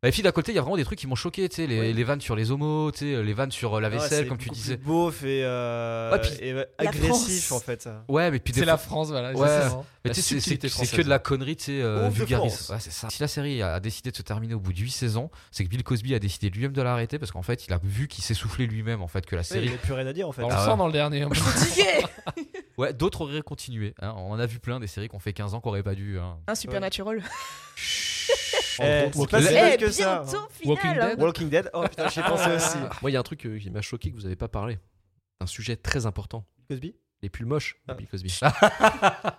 [SPEAKER 5] Bah, les filles d'à côté, il y a vraiment des trucs qui m'ont choqué, tu sais, les,
[SPEAKER 4] Ouais.
[SPEAKER 5] les vannes sur les homos, tu sais, les vannes sur euh, la
[SPEAKER 4] Ah Ouais,
[SPEAKER 5] vaisselle,
[SPEAKER 4] c'est
[SPEAKER 5] comme tu
[SPEAKER 4] beaucoup
[SPEAKER 5] disais.
[SPEAKER 4] Plus beauf et, euh,
[SPEAKER 5] Ouais, puis
[SPEAKER 4] et, euh, agressif en
[SPEAKER 2] France.
[SPEAKER 4] fait. ça.
[SPEAKER 5] Ouais, mais puis des
[SPEAKER 3] C'est
[SPEAKER 5] fois-
[SPEAKER 3] la France, voilà.
[SPEAKER 5] Ouais.
[SPEAKER 3] exactement.
[SPEAKER 5] mais
[SPEAKER 1] la
[SPEAKER 5] tu sais, c'est-
[SPEAKER 1] subtilité
[SPEAKER 5] c'est c'est que
[SPEAKER 1] française. Oh,
[SPEAKER 5] de la connerie, tu sais,
[SPEAKER 4] Honte
[SPEAKER 5] euh,
[SPEAKER 4] de
[SPEAKER 5] vulgarise.
[SPEAKER 4] France.
[SPEAKER 5] Ouais, c'est ça. Si la série a décidé de se terminer au bout de 8 saisons, c'est que Bill Cosby a décidé lui-même de l'arrêter parce qu'en fait, il a vu qu'il s'essoufflait lui-même, en fait, que la
[SPEAKER 4] Oui, Il
[SPEAKER 5] série.
[SPEAKER 4] n'y a plus rien à dire en fait. Eh,
[SPEAKER 3] On
[SPEAKER 5] Ah
[SPEAKER 3] le
[SPEAKER 5] ouais.
[SPEAKER 3] sent dans le dernier. hein.
[SPEAKER 2] Fatigué
[SPEAKER 5] Ouais, d'autres auraient continué. hein. On en a vu plein des séries qu'on fait 15 ans qu'on aurait pas dû. hein.
[SPEAKER 2] Un supernatural.
[SPEAKER 4] Eh,
[SPEAKER 3] Walking
[SPEAKER 4] c'est pas si
[SPEAKER 3] Dead.
[SPEAKER 2] Eh,
[SPEAKER 4] mal que ça. hein.
[SPEAKER 2] bientôt
[SPEAKER 3] Walking
[SPEAKER 2] final
[SPEAKER 3] Dead.
[SPEAKER 4] Walking Dead. Oh putain, j'y ai pensé aussi.
[SPEAKER 1] Moi, il y a un truc euh, qui m'a choqué que vous n'avez pas parlé. Un sujet très important.
[SPEAKER 4] Cosby.
[SPEAKER 1] Les pulls moches de
[SPEAKER 4] Ah.
[SPEAKER 1] Bill Cosby.
[SPEAKER 4] Ah,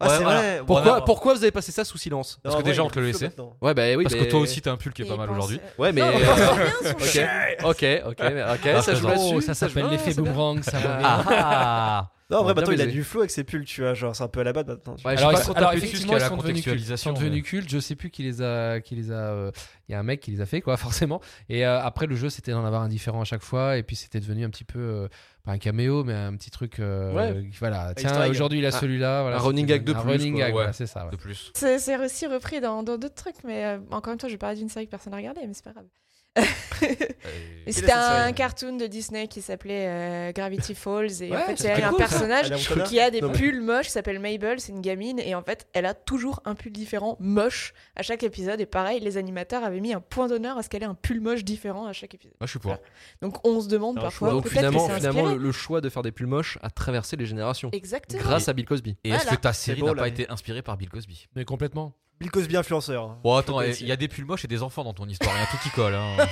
[SPEAKER 5] Ouais,
[SPEAKER 4] c'est
[SPEAKER 5] voilà.
[SPEAKER 4] vrai.
[SPEAKER 1] Pourquoi,
[SPEAKER 4] Voilà.
[SPEAKER 1] pourquoi vous avez passé ça sous silence
[SPEAKER 3] Parce
[SPEAKER 4] Non,
[SPEAKER 3] que
[SPEAKER 4] en
[SPEAKER 3] déjà,
[SPEAKER 4] vrai,
[SPEAKER 3] on te le
[SPEAKER 4] il y a plus
[SPEAKER 3] laissait.
[SPEAKER 4] maintenant.
[SPEAKER 1] Ouais, bah oui,
[SPEAKER 5] Parce que
[SPEAKER 1] mais-
[SPEAKER 5] toi aussi, t'as un pull qui est pas mal aujourd'hui.
[SPEAKER 1] Ouais, mais.
[SPEAKER 2] Non, on comprend bien son
[SPEAKER 1] ok,
[SPEAKER 2] chien.
[SPEAKER 1] ok, ok, ok, Eh, ça je
[SPEAKER 5] Oh,
[SPEAKER 1] l'assume.
[SPEAKER 3] ça
[SPEAKER 1] je-
[SPEAKER 3] s'appelle
[SPEAKER 1] Ah,
[SPEAKER 3] l'effet
[SPEAKER 1] c'est bien.
[SPEAKER 3] boomerang, ça revient.
[SPEAKER 5] Ah, ah.
[SPEAKER 4] Non, en vrai,
[SPEAKER 1] Bien
[SPEAKER 4] maintenant, il a
[SPEAKER 1] baisé.
[SPEAKER 4] du flow avec ses pulls, tu vois. Genre, c'est un peu à la batte maintenant.
[SPEAKER 1] Ouais, je
[SPEAKER 3] alors,
[SPEAKER 1] sais
[SPEAKER 3] ils
[SPEAKER 1] pas
[SPEAKER 3] sont-
[SPEAKER 1] trop
[SPEAKER 3] alors,
[SPEAKER 1] tapé dessus.
[SPEAKER 3] effectivement, ils
[SPEAKER 5] jusqu'à
[SPEAKER 3] sont
[SPEAKER 5] la
[SPEAKER 3] devenus cultes. Ils
[SPEAKER 5] contextualisation,
[SPEAKER 3] sont devenus cultes. Je sais plus qui les a, qui les a. euh, Il y a un mec qui les a fait, quoi, forcément. Et euh, après, le jeu, c'était d'en avoir un différent à chaque fois. Et puis, c'était devenu un petit peu euh, pas un caméo, mais un petit truc. euh,
[SPEAKER 1] Ouais.
[SPEAKER 3] Voilà.
[SPEAKER 4] Easter
[SPEAKER 3] Tiens,
[SPEAKER 4] egg.
[SPEAKER 3] aujourd'hui, il a
[SPEAKER 1] Ah,
[SPEAKER 3] celui-là. Voilà,
[SPEAKER 1] un
[SPEAKER 3] c'était
[SPEAKER 1] running gag
[SPEAKER 3] devenu
[SPEAKER 1] de
[SPEAKER 3] un
[SPEAKER 1] plus,
[SPEAKER 3] running
[SPEAKER 1] quoi,
[SPEAKER 3] gag,
[SPEAKER 1] ouais.
[SPEAKER 3] voilà, c'est ça. ouais.
[SPEAKER 5] De plus.
[SPEAKER 2] C'est c'est aussi repris dans dans d'autres trucs, mais euh, encore une fois, je parlais d'une série que personne n'a regardée, mais c'est pas grave. Et
[SPEAKER 4] Quelle
[SPEAKER 2] C'était
[SPEAKER 4] est cette série
[SPEAKER 2] un cartoon de Disney qui s'appelait euh, Gravity Falls, et
[SPEAKER 1] Ouais,
[SPEAKER 2] en fait, il y
[SPEAKER 1] c'était
[SPEAKER 2] avait un
[SPEAKER 1] cool, ça.
[SPEAKER 2] personnage
[SPEAKER 4] Adam Connor
[SPEAKER 2] qui a des
[SPEAKER 4] Non, mais-
[SPEAKER 2] pulls moches, s'appelle Mabel, c'est une gamine, et en fait, elle a toujours un pull différent, moche, à chaque épisode. Et pareil, les animateurs avaient mis un point d'honneur à ce qu'elle ait un pull moche différent à chaque épisode.
[SPEAKER 5] Moi, je suis pour.
[SPEAKER 2] Donc on se demande
[SPEAKER 4] Un
[SPEAKER 2] parfois,
[SPEAKER 1] Donc
[SPEAKER 2] peut-être que c'est
[SPEAKER 1] finalement,
[SPEAKER 2] inspiré.
[SPEAKER 1] finalement le, le choix de faire des pulls moches a traversé les générations.
[SPEAKER 2] Exactement.
[SPEAKER 1] Grâce à Bill Cosby.
[SPEAKER 5] Et est-ce
[SPEAKER 2] Voilà.
[SPEAKER 5] que ta série
[SPEAKER 4] beau,
[SPEAKER 5] n'a
[SPEAKER 4] là,
[SPEAKER 5] pas
[SPEAKER 4] mais-
[SPEAKER 5] été inspirée par Bill Cosby
[SPEAKER 3] Mais complètement.
[SPEAKER 4] Bill Cosby influenceur. hein.
[SPEAKER 5] Bon, attends,
[SPEAKER 4] Je peux
[SPEAKER 5] eh,
[SPEAKER 4] essayer.
[SPEAKER 5] il y a des pulls moches et des enfants dans ton histoire. Il y a tout qui colle. hein.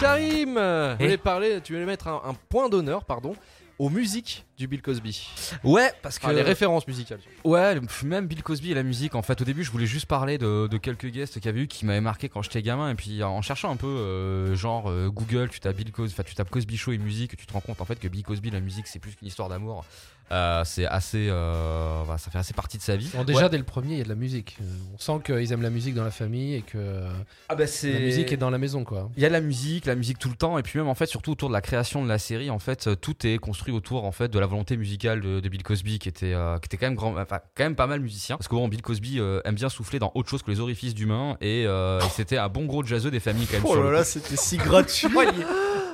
[SPEAKER 1] Karim Je
[SPEAKER 5] Eh
[SPEAKER 1] voulais parler, tu voulais mettre un, un point d'honneur, pardon, aux musiques du Bill Cosby.
[SPEAKER 5] Ouais, parce que.
[SPEAKER 1] Enfin, les références musicales.
[SPEAKER 5] Ouais, le- pff, même Bill Cosby et la musique. En fait, au début, je voulais juste parler de, de quelques guests qu'il y avait eu qui m'avaient marqué quand j'étais gamin. Et puis, en cherchant un peu, euh, genre euh, Google, tu tapes Bill Cosby, enfin, tu tapes Cosby Show et musique, tu te rends compte en fait que Bill Cosby, la musique, c'est plus qu'une histoire d'amour. Euh, c'est assez, euh, voilà, ça fait assez partie de sa vie.
[SPEAKER 3] Bon, déjà, dès le premier, il y a de la musique. Euh, On sent qu'ils aiment la musique dans la famille et que euh,
[SPEAKER 5] ah bah
[SPEAKER 3] la musique est dans la maison, quoi.
[SPEAKER 5] Il y a la musique, la musique tout le temps, et puis même en fait surtout autour de la création de la série, en fait euh, tout est construit autour en fait de la volonté musicale de, de Bill Cosby qui était euh, qui était quand même grand, enfin quand même pas mal musicien, parce que bon Bill Cosby euh, aime bien souffler dans autre chose que les orifices d'humains et, euh, et c'était un bon gros jazzeux des familles quand même.
[SPEAKER 4] Oh
[SPEAKER 5] sur le
[SPEAKER 4] là là, c'était si gratuit.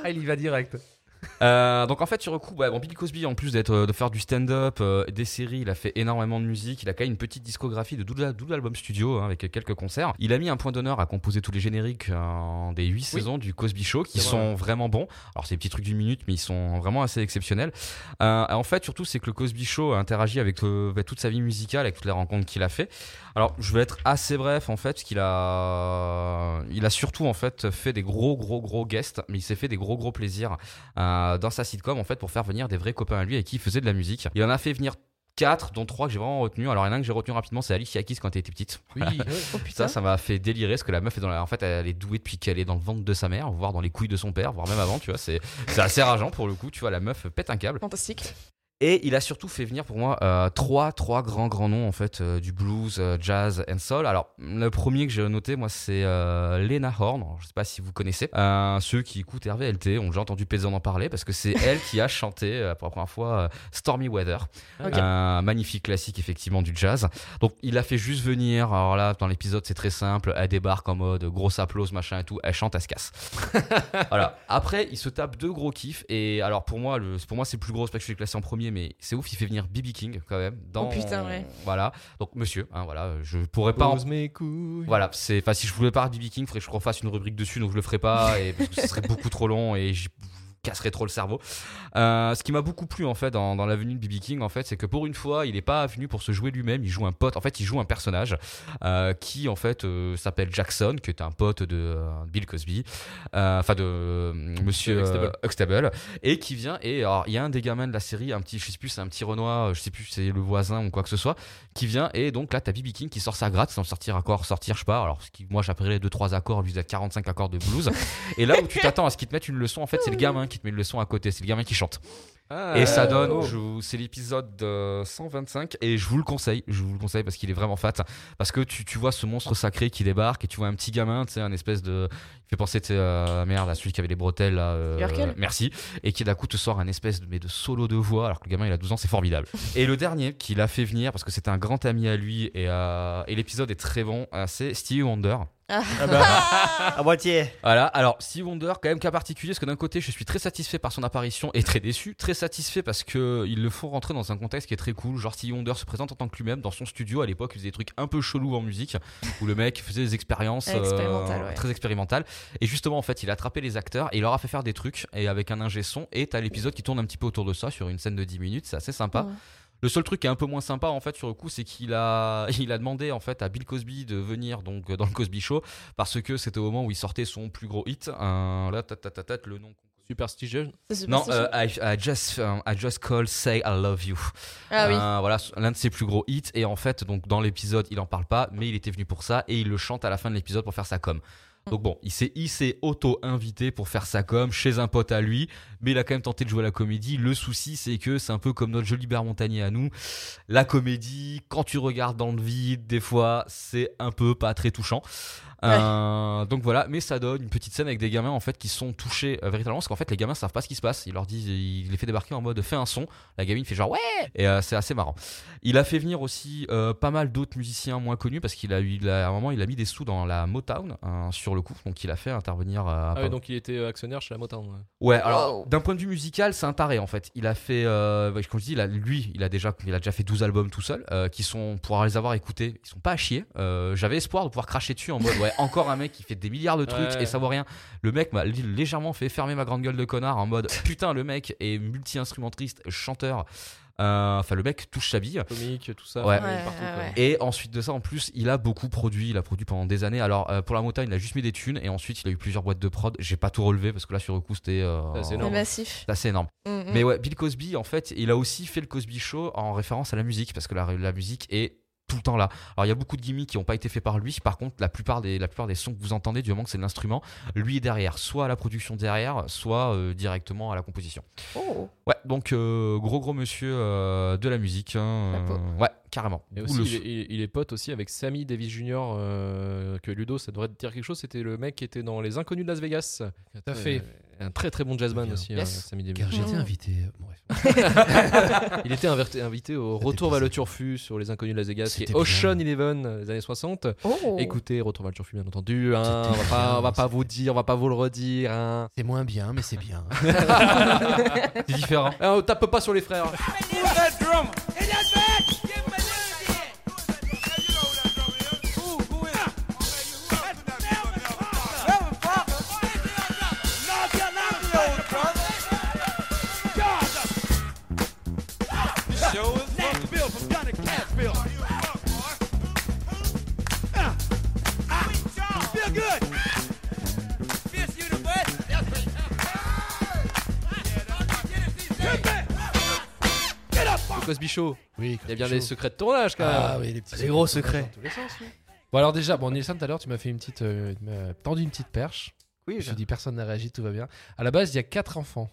[SPEAKER 5] Ah,
[SPEAKER 3] il y va direct.
[SPEAKER 5] euh, donc en fait sur le coup, ouais, bon, Bill Cosby en plus d'être euh, de faire du stand-up, euh, des séries, il a fait énormément de musique, il a quand même une petite discographie de 12, albums studio hein, avec quelques concerts. Il a mis un point d'honneur à composer tous les génériques euh, des 8 saisons du Cosby Show qui
[SPEAKER 1] C'est vrai,
[SPEAKER 5] sont vraiment bons. Alors c'est des petits trucs d'une minute mais ils sont vraiment assez exceptionnels. Euh, en fait surtout c'est que le Cosby Show a interagi avec, euh, avec toute sa vie musicale, avec toutes les rencontres qu'il a fait. Alors, je vais être assez bref en fait, parce qu'il a, il a surtout en fait fait des gros gros gros guests, mais il s'est fait des gros gros plaisirs euh, dans sa sitcom en fait pour faire venir des vrais copains à lui et qui faisaient de la musique. Il en a fait venir quatre, dont trois que j'ai vraiment retenu. Alors, il y en a un que j'ai retenu rapidement, c'est Alicia Keys quand elle était petite.
[SPEAKER 3] Oui,
[SPEAKER 2] Oh
[SPEAKER 5] Ça,
[SPEAKER 2] putain.
[SPEAKER 5] ça m'a fait délirer, parce que la meuf est dans la... en fait, elle est douée depuis qu'elle est dans le ventre de sa mère, voire dans les couilles de son père, voire même avant. Tu vois, c'est, c'est assez rageant pour le coup. Tu vois, la meuf pète un câble.
[SPEAKER 2] Fantastique.
[SPEAKER 5] Et il a surtout fait venir pour moi euh, trois, trois grands, grands noms en fait euh, du blues, euh, jazz and soul. Alors le premier que j'ai noté moi c'est euh, Lena Horne. Alors, Je sais pas si vous connaissez. Euh, ceux qui écoutent RVLT ont déjà entendu Paysan en parler parce que c'est elle qui a chanté euh, pour la première fois euh, Stormy Weather,
[SPEAKER 2] Ok.
[SPEAKER 5] un magnifique classique effectivement du jazz. Donc il a fait juste venir. Alors là dans l'épisode c'est très simple. Elle débarque en mode grosse applause machin et tout. Elle chante, elle se casse. Voilà. Après, il se tape deux gros kiffs. Et alors, pour moi, le, pour moi c'est le plus gros parce que je l'ai classé en premier, mais c'est ouf, il fait venir BB King quand même. Dans,
[SPEAKER 2] Oh, putain, ouais.
[SPEAKER 5] Voilà. Donc, monsieur, hein, voilà, je pourrais pas. en-
[SPEAKER 1] Pose mes couilles.
[SPEAKER 5] Voilà, c'est. Enfin, si je voulais pas BB King, faudrait que je refasse une rubrique dessus, donc je le ferai pas, et, parce que ce serait beaucoup trop long et je casserais trop le cerveau. Euh, ce qui m'a beaucoup plu en fait dans, dans la venue de BB King, en fait, c'est que pour une fois, il est pas venu pour se jouer lui-même, il joue un pote. En fait, il joue un personnage euh, qui en fait euh, s'appelle Jackson, qui est un pote de euh, Bill Cosby, euh, enfin de euh, Monsieur
[SPEAKER 1] Huxtable.
[SPEAKER 5] euh, Huxtable, et qui vient. Et alors, il y a un des gamins de la série, un petit, je sais plus, c'est un petit Renoir, euh, je sais plus, c'est le voisin ou quoi que ce soit qui vient et donc là t'as BB King qui sort sa gratte sans sortir accord sortir je sais pas alors ce qui, moi j'appellerais 2-3 accords lui il a 45 accords de blues et là où tu t'attends à ce qu'il te mette une leçon en fait c'est le gamin qui te met une leçon à côté c'est le gamin qui chante Et ça
[SPEAKER 1] Ah.
[SPEAKER 5] donne,
[SPEAKER 1] Oh.
[SPEAKER 5] je vous- c'est l'épisode euh, 125 et je vous le conseille, je vous le conseille parce qu'il est vraiment fat. Parce que tu, tu vois ce monstre sacré qui débarque et tu vois un petit gamin, tu sais, un espèce de. Il fait penser, tu sais, à merde, à celui qui avait les bretelles là. euh,
[SPEAKER 2] Urkel
[SPEAKER 5] merci. Et qui d'un coup te sort un espèce de, mais de solo de voix alors que le gamin il a 12 ans, c'est formidable. et le dernier qu'il a fait venir parce que c'était un grand ami à lui et, à- et l'épisode est très bon, euh, c'est Stevie Wonder.
[SPEAKER 4] Ah bah, à moitié.
[SPEAKER 5] Voilà, alors Steve Wonder, quand même cas particulier, parce que d'un côté, je suis très satisfait par son apparition et très déçu. Très satisfait parce que ils le font rentrer dans un contexte qui est très cool. Genre, Steve Wonder se présente en tant que lui-même dans son studio. À l'époque, il faisait des trucs un peu chelous en musique, où le mec faisait des expériences euh,
[SPEAKER 2] Ouais, expérimentales, ouais.
[SPEAKER 5] très expérimentales. Et justement, en fait, il a attrapé les acteurs et il leur a fait faire des trucs et avec un ingé son. Et t'as l'épisode qui tourne un petit peu autour de ça sur une scène de 10 minutes. C'est assez sympa.
[SPEAKER 2] Ouais.
[SPEAKER 5] Le seul truc qui est un peu moins sympa en fait sur le coup, c'est qu'il a, il a demandé en fait à Bill Cosby de venir donc dans le Cosby Show parce que c'était au moment où il sortait son plus gros hit, un là ta, ta, ta, ta, le nom.
[SPEAKER 1] Superstition.
[SPEAKER 2] Ça, c'est
[SPEAKER 5] Non,
[SPEAKER 2] pas si
[SPEAKER 5] euh,
[SPEAKER 2] chaud.
[SPEAKER 5] I, I just um, I just call say I love you.
[SPEAKER 2] ah oui.
[SPEAKER 5] Euh, voilà, l'un de ses plus gros hits et en fait donc dans l'épisode il en parle pas, mais il était venu pour ça et il le chante à la fin de l'épisode pour faire sa com.
[SPEAKER 2] Mm.
[SPEAKER 5] Donc bon, il s'est, il s'est auto-invité pour faire sa com chez un pote à lui, mais il a quand même tenté de jouer à la comédie. Le souci, c'est que c'est un peu comme notre joli bar montagnier à nous. La comédie, quand tu regardes dans le vide, des fois, c'est un peu pas très touchant. Euh, donc voilà, mais ça donne une petite scène avec des gamins en fait qui sont touchés euh, véritablement parce qu'en fait les gamins savent pas ce qui se passe. Il leur dit, il les fait débarquer en mode fais un son. La gamine fait genre ouais et euh, c'est assez marrant. Il a fait venir aussi euh, pas mal d'autres musiciens moins connus parce qu'il a eu, il a- à un moment il a mis des sous dans la Motown hein, sur le coup, donc il a fait intervenir. euh,
[SPEAKER 1] Ah,
[SPEAKER 5] pas
[SPEAKER 1] oui, donc il était euh, actionnaire chez la Motown. ouais.
[SPEAKER 5] Ouais, alors
[SPEAKER 2] Wow.
[SPEAKER 5] d'un point de vue musical, c'est un taré en fait. Il a fait, euh, bah, comme je dis, il a- lui, il a déjà, il a déjà fait 12 albums tout seul, euh, qui sont, pour les avoir écoutés, ils sont pas à chier. Euh, J'avais espoir de pouvoir cracher dessus en mode, ouais, encore un mec qui fait des milliards de trucs
[SPEAKER 1] Ouais.
[SPEAKER 5] et ça vaut rien. Le mec m'a li- légèrement fait fermer ma grande gueule de connard en mode, putain, le mec est multi-instrumentiste, chanteur. Euh, Enfin, le mec touche sa bille.
[SPEAKER 1] Comique, tout ça.
[SPEAKER 5] Ouais.
[SPEAKER 1] il est
[SPEAKER 2] Ouais,
[SPEAKER 1] partout,
[SPEAKER 2] ouais,
[SPEAKER 1] quoi.
[SPEAKER 2] ouais.
[SPEAKER 5] Et ensuite de ça, en plus, il a beaucoup produit. Il a produit pendant des années. Alors euh, pour la montagne, il a juste mis des thunes. Et ensuite, il a eu plusieurs boîtes de prod. J'ai pas tout relevé parce que là, sur le coup, c'était. euh,
[SPEAKER 1] Ah, c'est
[SPEAKER 2] Mais
[SPEAKER 1] énorme.
[SPEAKER 2] massif.
[SPEAKER 5] c'est assez énorme.
[SPEAKER 2] Mm, mm.
[SPEAKER 5] Mais ouais, Bill Cosby, en fait, il a aussi fait le Cosby Show en référence à la musique, parce que la, la musique est tout le temps là. Alors il y a beaucoup de gimmicks qui n'ont pas été faits par lui, par contre la plupart des, la plupart des sons que vous entendez, du moment que c'est de l'instrument, lui est derrière, soit à la production derrière, soit euh, directement à la composition.
[SPEAKER 2] Oh.
[SPEAKER 5] Ouais, donc euh, gros gros monsieur euh, de la musique. hein,
[SPEAKER 2] Chapeau.
[SPEAKER 5] euh, ouais, carrément.
[SPEAKER 1] Et
[SPEAKER 5] Ou
[SPEAKER 1] aussi,
[SPEAKER 5] le
[SPEAKER 1] il,
[SPEAKER 5] sou-
[SPEAKER 1] est, il- il est pote aussi avec Sammy Davis Jr. euh, que Ludo, ça devrait te dire quelque chose. C'était le mec qui était dans Les Inconnus de Las Vegas. Euh,
[SPEAKER 3] Tout à fait.
[SPEAKER 1] Un très très bon jazzman
[SPEAKER 3] Bien.
[SPEAKER 1] aussi,
[SPEAKER 5] Yes.
[SPEAKER 1] euh, Sammy Davis.
[SPEAKER 3] Car j'ai été
[SPEAKER 2] Mhm.
[SPEAKER 3] invité. Bref.
[SPEAKER 1] Il était inverté- invité au
[SPEAKER 3] C'était
[SPEAKER 1] Retour vers le
[SPEAKER 3] bizarre.
[SPEAKER 1] Turfu sur Les Inconnus de Las Vegas, qui est
[SPEAKER 3] C'était
[SPEAKER 1] Ocean Eleven euh, des années 60.
[SPEAKER 2] Oh.
[SPEAKER 1] Écoutez, Retour vers le Turfu, bien entendu. hein. on va
[SPEAKER 3] C'était
[SPEAKER 1] pas,
[SPEAKER 3] bien,
[SPEAKER 1] on va pas
[SPEAKER 3] c'était-
[SPEAKER 1] vous dire, on va pas vous le redire. hein.
[SPEAKER 3] C'est moins bien, mais c'est bien.
[SPEAKER 5] c'est différent.
[SPEAKER 1] Ah, on tape pas sur les frères. Le Cosby Show,
[SPEAKER 3] Oui,
[SPEAKER 1] il y a bien des secrets de tournage quand même.
[SPEAKER 3] Ah oui, les petits
[SPEAKER 4] Les gros
[SPEAKER 3] secrets.
[SPEAKER 4] secrets.
[SPEAKER 3] Bon alors déjà, bon Nielsen, tout à l'heure, tu m'as fait une petite, euh, tu m'as tendu une petite perche.
[SPEAKER 4] Oui,
[SPEAKER 3] Je me suis dit personne n'a réagi, tout va bien. À la base, il y a quatre enfants.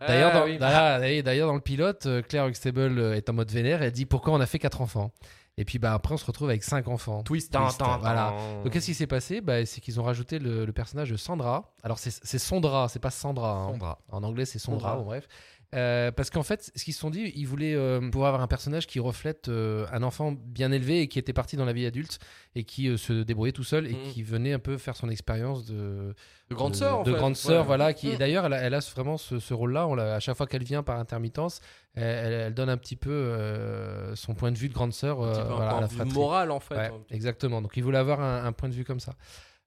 [SPEAKER 3] D'ailleurs,
[SPEAKER 1] Ah,
[SPEAKER 3] dans,
[SPEAKER 1] oui.
[SPEAKER 3] voilà, d'ailleurs- d'ailleurs, dans le pilote, euh, Claire Huxtable euh, est en mode vénère. Elle dit pourquoi on a fait quatre enfants. Et puis bah après, on se retrouve avec cinq enfants.
[SPEAKER 1] twist,
[SPEAKER 3] Tan,
[SPEAKER 1] twist,
[SPEAKER 3] tan,
[SPEAKER 1] voilà.
[SPEAKER 3] Donc qu'est-ce qui s'est passé bah, C'est qu'ils ont rajouté le, le personnage de Sandra. Alors c'est c'est Sandra, c'est pas Sandra. hein.
[SPEAKER 5] Sandra.
[SPEAKER 3] En anglais, c'est Sandra,
[SPEAKER 4] Sandra.
[SPEAKER 3] bon, bref. Euh, parce qu'en fait, ce qu'ils se sont dit, ils voulaient euh, pouvoir avoir un personnage qui reflète euh, un enfant bien élevé et qui était parti dans la vie adulte et qui euh, se débrouillait tout seul et
[SPEAKER 1] Mhm.
[SPEAKER 3] qui venait un peu faire son expérience de
[SPEAKER 1] De grande
[SPEAKER 3] de-
[SPEAKER 1] sœur, en
[SPEAKER 3] de
[SPEAKER 1] fait.
[SPEAKER 3] grande sœur,
[SPEAKER 1] Ouais.
[SPEAKER 3] voilà. Qui
[SPEAKER 2] Mhm.
[SPEAKER 3] et d'ailleurs, elle, a- elle a ce- vraiment ce, ce rôle-là. On l'a- À chaque fois qu'elle vient par intermittence, elle, elle- elle donne un petit peu euh, son point de vue de grande sœur
[SPEAKER 1] Un petit
[SPEAKER 3] euh,
[SPEAKER 1] peu un
[SPEAKER 3] voilà, à
[SPEAKER 1] point
[SPEAKER 3] la
[SPEAKER 1] de vue
[SPEAKER 3] fratrie.
[SPEAKER 1] moral en fait.
[SPEAKER 3] Ouais, exactement. Donc, il voulait avoir un, un point de vue comme ça.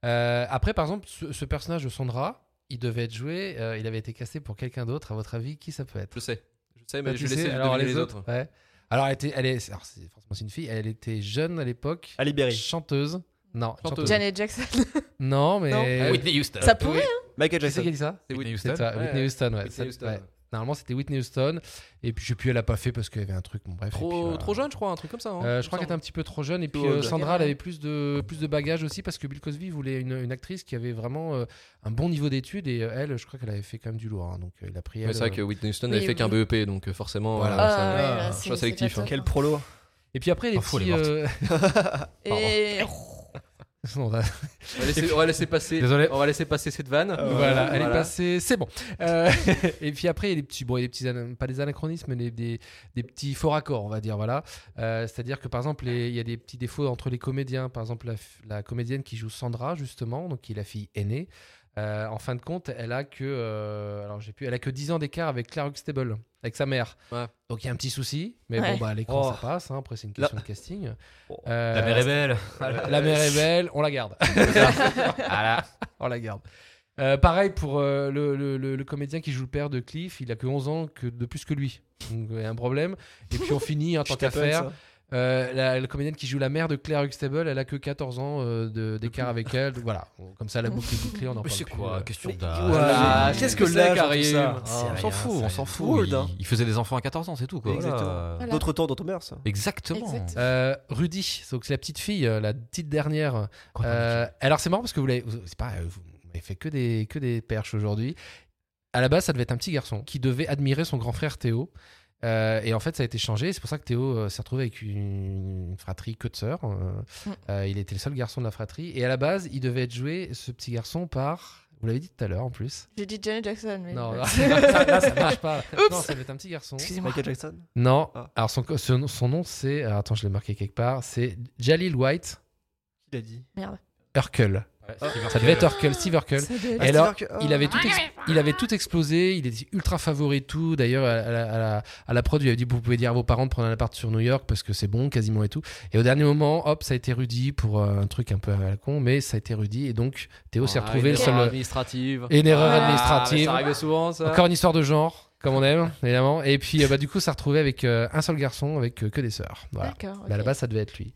[SPEAKER 3] Euh, après, par exemple, ce, ce personnage de Sandra, il devait être joué, euh, il avait été casté pour quelqu'un d'autre. À votre avis, qui ça peut être
[SPEAKER 1] Je sais. Je sais, mais
[SPEAKER 3] Toi,
[SPEAKER 1] je
[SPEAKER 3] tu
[SPEAKER 1] vais
[SPEAKER 3] sais,
[SPEAKER 1] laisser
[SPEAKER 3] alors,
[SPEAKER 1] deviner les autres.
[SPEAKER 3] ouais. Alors, elle était, elle est, alors, c'est forcément c'est une fille. Elle était jeune à l'époque,
[SPEAKER 4] À Libéry.
[SPEAKER 3] chanteuse. Non,
[SPEAKER 1] Chanteuse.
[SPEAKER 3] chanteuse.
[SPEAKER 2] Janet Jackson.
[SPEAKER 3] Non, mais
[SPEAKER 2] Non.
[SPEAKER 1] Ah oui.
[SPEAKER 5] Houston.
[SPEAKER 2] Ça pourrait.
[SPEAKER 4] Michael
[SPEAKER 3] Tu sais qui
[SPEAKER 4] Jackson.
[SPEAKER 3] a dit ça
[SPEAKER 1] C'est
[SPEAKER 5] Whitney
[SPEAKER 1] Whitney
[SPEAKER 5] Houston.
[SPEAKER 3] C'est toi,
[SPEAKER 1] Ouais,
[SPEAKER 3] Whitney
[SPEAKER 1] ouais.
[SPEAKER 3] Houston. ouais.
[SPEAKER 1] Whitney
[SPEAKER 3] C'est-
[SPEAKER 1] Houston.
[SPEAKER 3] ouais. Normalement, c'était Whitney Houston. Et puis, je sais plus, elle a pas fait parce qu'il y avait un truc. Bon, bref. et
[SPEAKER 1] Trop,
[SPEAKER 3] puis, voilà.
[SPEAKER 1] trop jeune, je crois, un truc comme ça. hein,
[SPEAKER 3] Euh,
[SPEAKER 1] il
[SPEAKER 3] je crois
[SPEAKER 1] me
[SPEAKER 3] qu'elle était un petit peu trop jeune. Et puis,
[SPEAKER 1] Plutôt
[SPEAKER 3] euh,
[SPEAKER 1] jeune.
[SPEAKER 3] Sandra, elle avait plus de, plus de bagages aussi parce que Bill Cosby voulait une, une actrice qui avait vraiment euh, un bon niveau d'études. Et euh, elle, je crois qu'elle avait fait quand même du lourd. hein. donc, euh, il a pris.
[SPEAKER 1] semble. Mais
[SPEAKER 3] elle,
[SPEAKER 1] c'est vrai que
[SPEAKER 3] euh,
[SPEAKER 1] Whitney Houston
[SPEAKER 2] oui,
[SPEAKER 1] n'avait fait
[SPEAKER 2] oui.
[SPEAKER 1] qu'un BEP, donc euh, forcément.
[SPEAKER 3] Voilà.
[SPEAKER 1] euh,
[SPEAKER 2] Ah,
[SPEAKER 1] ça-
[SPEAKER 2] ouais, là,
[SPEAKER 1] un
[SPEAKER 2] c'est-
[SPEAKER 1] choix
[SPEAKER 2] c'est
[SPEAKER 1] sélectif,
[SPEAKER 2] pas
[SPEAKER 1] hein.
[SPEAKER 2] top,
[SPEAKER 4] Quel
[SPEAKER 2] hein.
[SPEAKER 4] prolo
[SPEAKER 3] euh. Et puis après, les
[SPEAKER 5] Oh, faut les
[SPEAKER 3] petits.
[SPEAKER 5] mortes.
[SPEAKER 3] euh,
[SPEAKER 2] Et
[SPEAKER 3] non, là-
[SPEAKER 1] On va laisser- on va laisser passer.
[SPEAKER 3] Désolé.
[SPEAKER 1] On va laisser passer cette vanne.
[SPEAKER 4] Euh,
[SPEAKER 3] voilà,
[SPEAKER 4] voilà.
[SPEAKER 3] elle est passée, c'est bon. Euh, et puis après, il y a des petits, bon, il y a des petits, ana- pas des anachronismes, mais des, des, des petits faux raccords, on va dire, voilà. Euh, C'est-à-dire que par exemple, les- il y a des petits défauts entre les comédiens. Par exemple, la, f- la comédienne qui joue Sandra, justement, donc qui est la fille aînée, euh, en fin de compte, elle a que, euh, alors j'ai pu, elle a que 10 ans d'écart avec Claire Huxtable, avec sa mère.
[SPEAKER 1] Ouais.
[SPEAKER 3] Donc il y a un petit souci, mais
[SPEAKER 2] Ouais.
[SPEAKER 3] bon, bah, à l'écran,
[SPEAKER 4] Oh.
[SPEAKER 3] ça passe. hein. après, c'est une
[SPEAKER 4] La-
[SPEAKER 3] question de casting.
[SPEAKER 4] Oh.
[SPEAKER 3] Euh,
[SPEAKER 5] La mère est belle.
[SPEAKER 3] la mère est belle, on la garde.
[SPEAKER 5] Ah là.
[SPEAKER 3] On la garde. Euh, pareil pour euh, le, le- le- le comédien qui joue le père de Cliff, il a que 11 ans que de plus que lui. Donc il y a un problème. Et puis on finit, en tant qu'à faire. Euh, la, la comédienne qui joue la mère de Claire Huxtable, elle a que 14 ans euh, de- d'écart avec elle. Donc, Voilà, comme ça la boucle est bouclée, on en
[SPEAKER 5] Mais
[SPEAKER 3] parle
[SPEAKER 5] c'est
[SPEAKER 3] plus.
[SPEAKER 5] quoi
[SPEAKER 3] Euh,
[SPEAKER 5] Question
[SPEAKER 4] Voilà.
[SPEAKER 5] d'âge.
[SPEAKER 4] Qu'est-ce que
[SPEAKER 1] c'est
[SPEAKER 4] l'âge
[SPEAKER 1] qu'un
[SPEAKER 4] dans tout
[SPEAKER 1] rire
[SPEAKER 5] Ah,
[SPEAKER 4] ça
[SPEAKER 3] C'est
[SPEAKER 5] on s'en
[SPEAKER 3] rien,
[SPEAKER 5] fout,
[SPEAKER 3] c'est
[SPEAKER 5] on s'en
[SPEAKER 3] rien.
[SPEAKER 5] fout.
[SPEAKER 4] Old,
[SPEAKER 5] Il-
[SPEAKER 4] hein.
[SPEAKER 5] Il faisait des enfants à 14 ans, c'est tout quoi.
[SPEAKER 4] Exactement.
[SPEAKER 5] Voilà.
[SPEAKER 2] Voilà.
[SPEAKER 4] D'autres temps, d'autres mœurs.
[SPEAKER 5] Exactement.
[SPEAKER 2] Exact.
[SPEAKER 3] Euh, Rudy, donc c'est la petite fille, euh, la petite dernière.
[SPEAKER 5] Quoi,
[SPEAKER 3] Euh, alors c'est marrant parce que vous l'avez, vous- c'est pas, euh, vous m'avez fait que des que des perches aujourd'hui. À la base, ça devait être un petit garçon qui devait admirer son grand frère Théo. Euh, et en fait, ça a été changé. C'est pour ça que Théo euh, s'est retrouvé avec une, une fratrie que de sœurs. Euh,
[SPEAKER 2] Mm.
[SPEAKER 3] euh, il était le seul garçon de la fratrie. Et à la base, il devait être joué ce petit garçon par. Vous l'avez dit tout à l'heure en plus.
[SPEAKER 2] J'ai dit Janet Jackson, mais. bah,
[SPEAKER 3] Non, non, ça, là, ça marche pas. Non, ça devait être un petit garçon.
[SPEAKER 4] Michael Jackson.
[SPEAKER 3] Non.
[SPEAKER 4] Ah.
[SPEAKER 3] Alors son, co- son, son nom, c'est. alors, Attends, je l'ai marqué quelque part. C'est Jalil White
[SPEAKER 4] Qui l'a dit
[SPEAKER 2] Merde.
[SPEAKER 3] Urkel.
[SPEAKER 5] Steve
[SPEAKER 3] Ça devait être Urkel, Steve Urkel.
[SPEAKER 2] Ça doit
[SPEAKER 3] Et
[SPEAKER 2] être-
[SPEAKER 3] alors,
[SPEAKER 4] Steve Urkel.
[SPEAKER 3] Il avait, tout ex- il avait tout explosé, il était ultra favori et tout. D'ailleurs, à, la- à la- à la prod, il avait dit Vous pouvez dire à vos parents de prendre un appart sur New York parce que c'est bon, quasiment et tout. Et au dernier moment, hop, ça a été Rudy pour euh, un truc un peu à la con, mais ça a été Rudy. Et donc, Théo s'est
[SPEAKER 1] Ah,
[SPEAKER 3] retrouvé
[SPEAKER 1] une
[SPEAKER 3] le
[SPEAKER 1] erreur
[SPEAKER 3] seul. euh,
[SPEAKER 1] administrative.
[SPEAKER 3] Une erreur
[SPEAKER 1] Ah,
[SPEAKER 3] administrative.
[SPEAKER 1] Ça arrive souvent, ça.
[SPEAKER 3] Encore une histoire de genre, comme on aime, évidemment. Et puis, euh, bah, du coup, ça retrouvé avec euh, un seul garçon, avec euh, que des sœurs. Voilà.
[SPEAKER 2] D'accord.
[SPEAKER 3] Mais à la
[SPEAKER 2] ok.
[SPEAKER 3] base, ça devait être lui.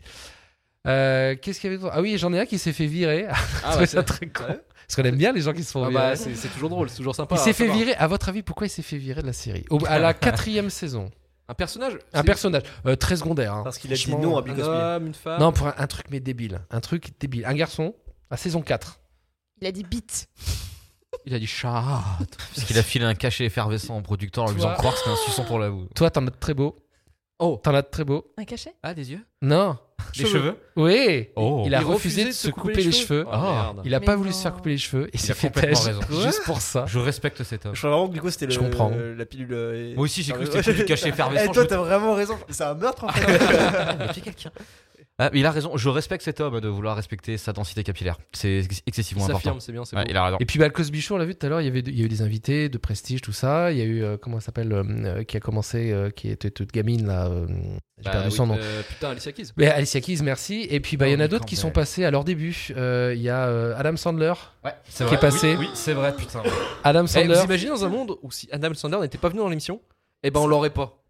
[SPEAKER 3] Euh, Qu'est-ce qu'il y avait d'autre Ah oui, j'en ai un qui s'est fait virer.
[SPEAKER 1] Ah,
[SPEAKER 3] C'est
[SPEAKER 1] bah,
[SPEAKER 3] un
[SPEAKER 1] c'est-
[SPEAKER 3] truc con. Parce qu'on aime bien les gens qui se font
[SPEAKER 1] Ah,
[SPEAKER 3] virer.
[SPEAKER 1] bah, c'est c'est toujours drôle, c'est toujours sympa.
[SPEAKER 3] Il
[SPEAKER 1] à
[SPEAKER 3] s'est fait
[SPEAKER 1] savoir.
[SPEAKER 3] virer. À votre avis, pourquoi il s'est fait virer de la série Au- À la quatrième saison.
[SPEAKER 1] Un personnage
[SPEAKER 3] Un
[SPEAKER 1] c'est-
[SPEAKER 3] personnage euh, très secondaire. hein.
[SPEAKER 4] Parce qu'il a dit
[SPEAKER 3] Franchement,
[SPEAKER 4] non à Bill
[SPEAKER 1] Un
[SPEAKER 4] Cosby.
[SPEAKER 1] homme, une femme.
[SPEAKER 3] Non, pour un, un truc mais débile. Un truc débile. Un garçon, à saison 4.
[SPEAKER 2] Il a dit beat.
[SPEAKER 3] Il a dit chat.
[SPEAKER 5] Parce qu'il a filé un cachet effervescent au producteur en lui
[SPEAKER 3] Toi.
[SPEAKER 5] faisant croire que c'était un suçon pour la boue.
[SPEAKER 3] Toi, t'en as de très beau. Oh. T'en as de très beau.
[SPEAKER 2] Un cachet
[SPEAKER 5] Ah, des yeux
[SPEAKER 3] Non.
[SPEAKER 5] Des cheveux
[SPEAKER 3] Oui.
[SPEAKER 5] Oh
[SPEAKER 3] Il a refusé de se couper les cheveux.
[SPEAKER 1] Ah, merde.
[SPEAKER 3] Il a
[SPEAKER 2] Mais
[SPEAKER 3] pas voulu
[SPEAKER 2] non.
[SPEAKER 3] se faire couper les cheveux. Il s'est fait
[SPEAKER 5] complètement
[SPEAKER 3] têche
[SPEAKER 5] raison.
[SPEAKER 3] juste pour ça.
[SPEAKER 5] Je respecte cet homme.
[SPEAKER 4] Je crois vraiment que du coup c'était le-
[SPEAKER 3] Je comprends.
[SPEAKER 4] euh, la pilule. euh,
[SPEAKER 5] Moi aussi, j'ai cru que c'était plus du cachet
[SPEAKER 4] Eh,
[SPEAKER 5] effervescent.
[SPEAKER 4] toi,
[SPEAKER 5] je-
[SPEAKER 4] t'as vraiment raison. C'est un meurtre en fait.
[SPEAKER 5] Ah, mais il a raison, je respecte cet homme de vouloir respecter sa densité capillaire. C'est ex-
[SPEAKER 1] Il
[SPEAKER 5] excessivement important.
[SPEAKER 1] s'affirme, c'est bien, c'est
[SPEAKER 5] Ouais,
[SPEAKER 1] beau.
[SPEAKER 5] il a raison.
[SPEAKER 3] Et puis bah, le Cosby Show, on l'a vu tout à l'heure, il y avait il y a eu des invités de prestige, tout ça. Il y a eu euh, comment elle s'appelle euh, euh, qui a commencé, euh, qui était toute gamine là. euh, J'ai
[SPEAKER 1] Bah,
[SPEAKER 3] perdu
[SPEAKER 1] oui,
[SPEAKER 3] son nom.
[SPEAKER 1] euh, Putain, Alicia Keys.
[SPEAKER 3] Mais Alicia Keys, merci. Et puis bah, il y en a
[SPEAKER 5] Naomi
[SPEAKER 3] d'autres qui sont
[SPEAKER 5] Campbell.
[SPEAKER 3] passés à leur début. Euh, Il y a euh, Adam Sandler.
[SPEAKER 5] Ouais, c'est
[SPEAKER 3] Qui est passé.
[SPEAKER 5] Oui, oui, c'est vrai, putain.
[SPEAKER 3] Adam
[SPEAKER 1] Eh,
[SPEAKER 3] Sandler.
[SPEAKER 1] vous imaginez dans un monde où si Adam Sandler n'était pas venu dans l'émission, eh ben on l'aurait pas.